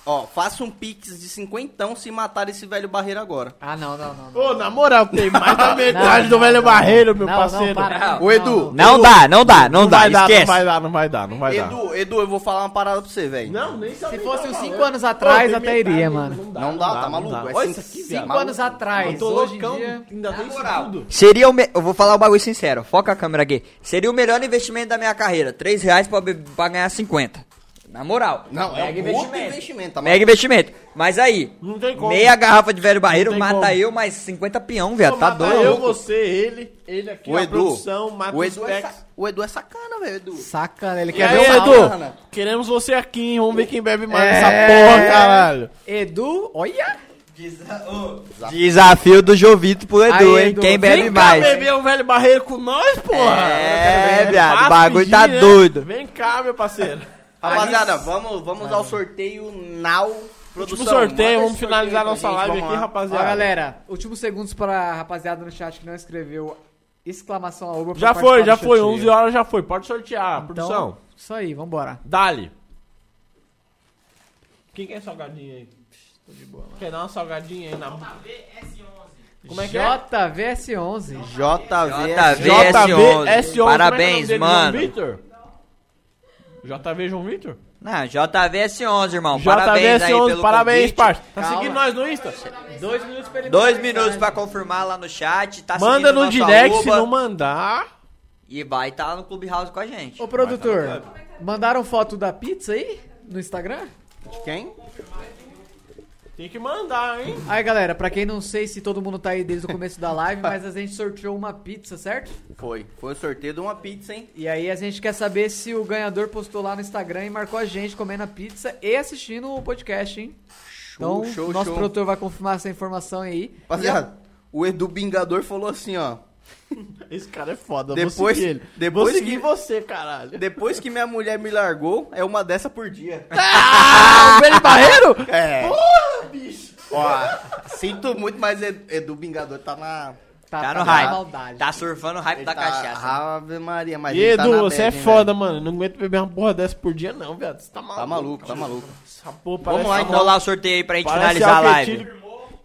Ó, faça um pix de cinquentão se matar esse velho barreiro agora.
Ah, não, não, não.
Ô, na moral, tem mais da metade do velho barreiro, meu
Não, não,
parceiro.
para.
Não.
Ô, Edu,
Não dá, não dá, não, dá.
vai dar, não
Esquece.
vai dar, não vai dar, não vai dar.
Edu, Edu, eu vou falar uma parada pra você, velho.
Não, nem
Se
sabia.
fosse uns 5 anos atrás,
tem
até iria,
metade,
mano.
Não, dá, tá maluco?
dá.
É
Olha isso
cinco-
aqui, viado.
5 anos atrás,
Eu tô
hoje em
loucão,
dia...
ainda tem isso tudo.
Seria o me... Eu vou falar um bagulho sincero. Foca a câmera aqui. Seria o melhor investimento da minha carreira. 3 reais pra, be- pra ganhar 50. Na moral.
Não, é um investimento. investimento tá
Mega investimento. Mas aí,
Não tem como.
meia garrafa de velho barreiro
Não tem
mata
como.
eu mais 50 peão, velho. Tá
Mata
doido.
Eu, você, ele, ele aqui,
O
a
Edu.
produção, mata
o,
os
Edu é
packs.
sa- o Edu é sacana, velho, Edu.
Sacana, ele
E
quer
aí,
ver um- o
Edu?
Edu.
Queremos você aqui, hein? Vamos ver quem bebe mais essa porra, caralho.
Edu, olha!
Desafio do Jovito pro Edu,
Aí,
hein?
Edu,
Quem
vem
bebe
Vem
mais.
cá beber um velho barreiro com nós, porra.
É, viado,
Fácil
o bagulho tá
pedir, né?
doido.
Vem cá, meu parceiro.
Rapaziada, vamos, vamos ao sorteio now.
Último
Produção, manda
sorteio,
esse
vamos finalizar
pra
nossa
gente,
live
vamos
aqui,
lá.
Ó,
rapaziada.
galera, últimos segundos para a rapaziada no chat que não escreveu exclamação aoba pra
Já
participar
foi,
do
já foi,
sorteio.
11 horas já foi. Pode sortear, produção.
Então, isso aí, vambora.
Dali. Quem quer salgadinho aí? Quer dar uma salgadinha aí na. Como é que é?
JVS11.
JV.
JVS11. Parabéns,
João
mano.
Vitor? JV João Vitor?
Não, JVS11, irmão. Então, parabéns aí
JVS11,
pelo
parabéns,
convite.
parça. Tá
Calma.
seguindo nós no Insta?
Dois minutos pra ele
Dois minutos pra confirmar lá no chat. Tá
Manda
seguindo
no
nosso
direct se
arroba
não mandar.
E vai estar tá no Clubhouse com a gente.
Ô produtor, mandaram foto da pizza aí no Instagram?
De quem?
Tem que mandar, hein?
Aí galera, pra quem não sei se todo mundo tá aí desde o começo da live, mas a gente sorteou uma pizza, certo?
Foi. Foi o sorteio de uma pizza, hein?
E aí a gente quer saber se o ganhador postou lá no Instagram e marcou a gente comendo a pizza e assistindo o podcast, hein? Então,
Show, show,
nosso
show.
produtor vai confirmar essa informação aí.
Rapaziada, o Edu Bingador falou assim, ó.
Esse cara é foda, vou
Depois-
seguir ele.
depois
vou seguir
que-
você, caralho.
Depois que minha mulher me largou, é uma dessa por dia.
Ah, Velho Barreiro?
É.
Porra, bicho.
Ó, sinto muito, mas Ed- Edu Vingador tá na.
Tá
Tá, tá
no
na
hype.
maldade.
Tá surfando o hype
ele
da
tá-
cachaça.
Ave Maria, mas.
E
ele tá
Edu,
na
você é
bad, hein,
foda, mano. Não aguento beber uma porra dessa por dia, não, viado. Você tá maluco.
velho? Tá maluco, tá maluco.
Essa porra
Vamos lá,
parece- tá-
então. rolar o sorteio aí pra gente
parece é
finalizar a
apetite.
live.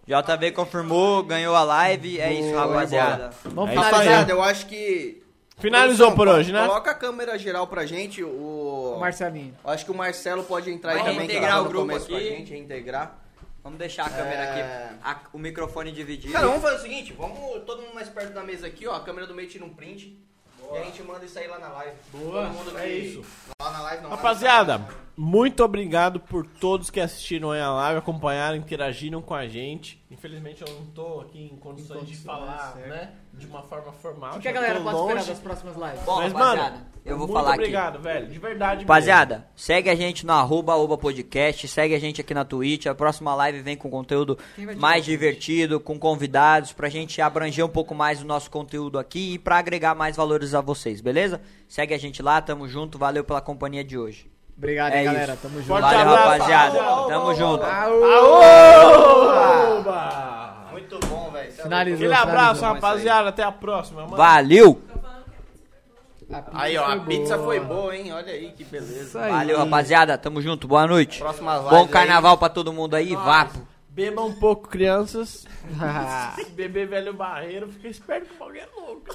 JV confirmou, ganhou a live. É isso, rapaziada.
Vamos
Tá
finalizar.
Finalizado, eu acho que.
É Finalizou por
Produção,
hoje, né?
Coloca a câmera geral pra gente, o.
Marcelinho.
Eu Acho que o Marcelo pode entrar aí
Vai
também, que
reintegrar
tava
o
no
grupo
começo com a
aqui.
gente, reintegrar.
Vamos deixar a câmera
É.
aqui, a- o microfone dividido.
Cara,
um-
vamos fazer o seguinte, vamos todo mundo mais perto da mesa aqui, ó, a câmera do meio tira um print. E a gente manda isso aí lá na live.
Boa,
Todo mundo
é
que-
isso.
Lá na live não. né? lá na-
Rapaziada, muito obrigado por todos que assistiram aí a live, acompanharam, interagiram com a gente. Infelizmente eu não tô aqui em condições, de falar, né? De uma forma formal.
O que a
já
galera
tô
pode
longe.
esperar das próximas lives?
Bom,
Mas,
rapaziada,
mano,
eu vou
muito
falar aqui.
obrigado, velho. De verdade mesmo.
Rapaziada, segue a gente no arroba Oba Podcast, segue a gente aqui na Twitch. A próxima live vem com conteúdo mais divertido, com convidados, pra gente abranger um pouco mais o nosso conteúdo aqui e pra agregar mais valores a vocês, beleza? Segue a gente lá, tamo junto, valeu pela companhia de hoje.
Obrigado,
É
hein,
isso.
galera. Tamo junto.
Forte
Valeu,
abraço,
rapaziada.
aô,
Tamo junto.
Aô! Oba!
Muito bom, velho. cê é louco.
Finalizou.
Aquele abraço,
finalizou.
rapaziada. Até a próxima, mano.
Valeu!
A pizza
Aí, ó, a
foi
pizza
boa.
foi boa, hein? Olha aí que beleza.
Isso aí.
Valeu, rapaziada. Tamo junto. Boa noite.
Próximas lives
Bom
aí.
carnaval pra todo mundo aí. Vapo.
Beba um pouco, crianças. Se beber velho barreiro, fica esperto que o bagulho é louco.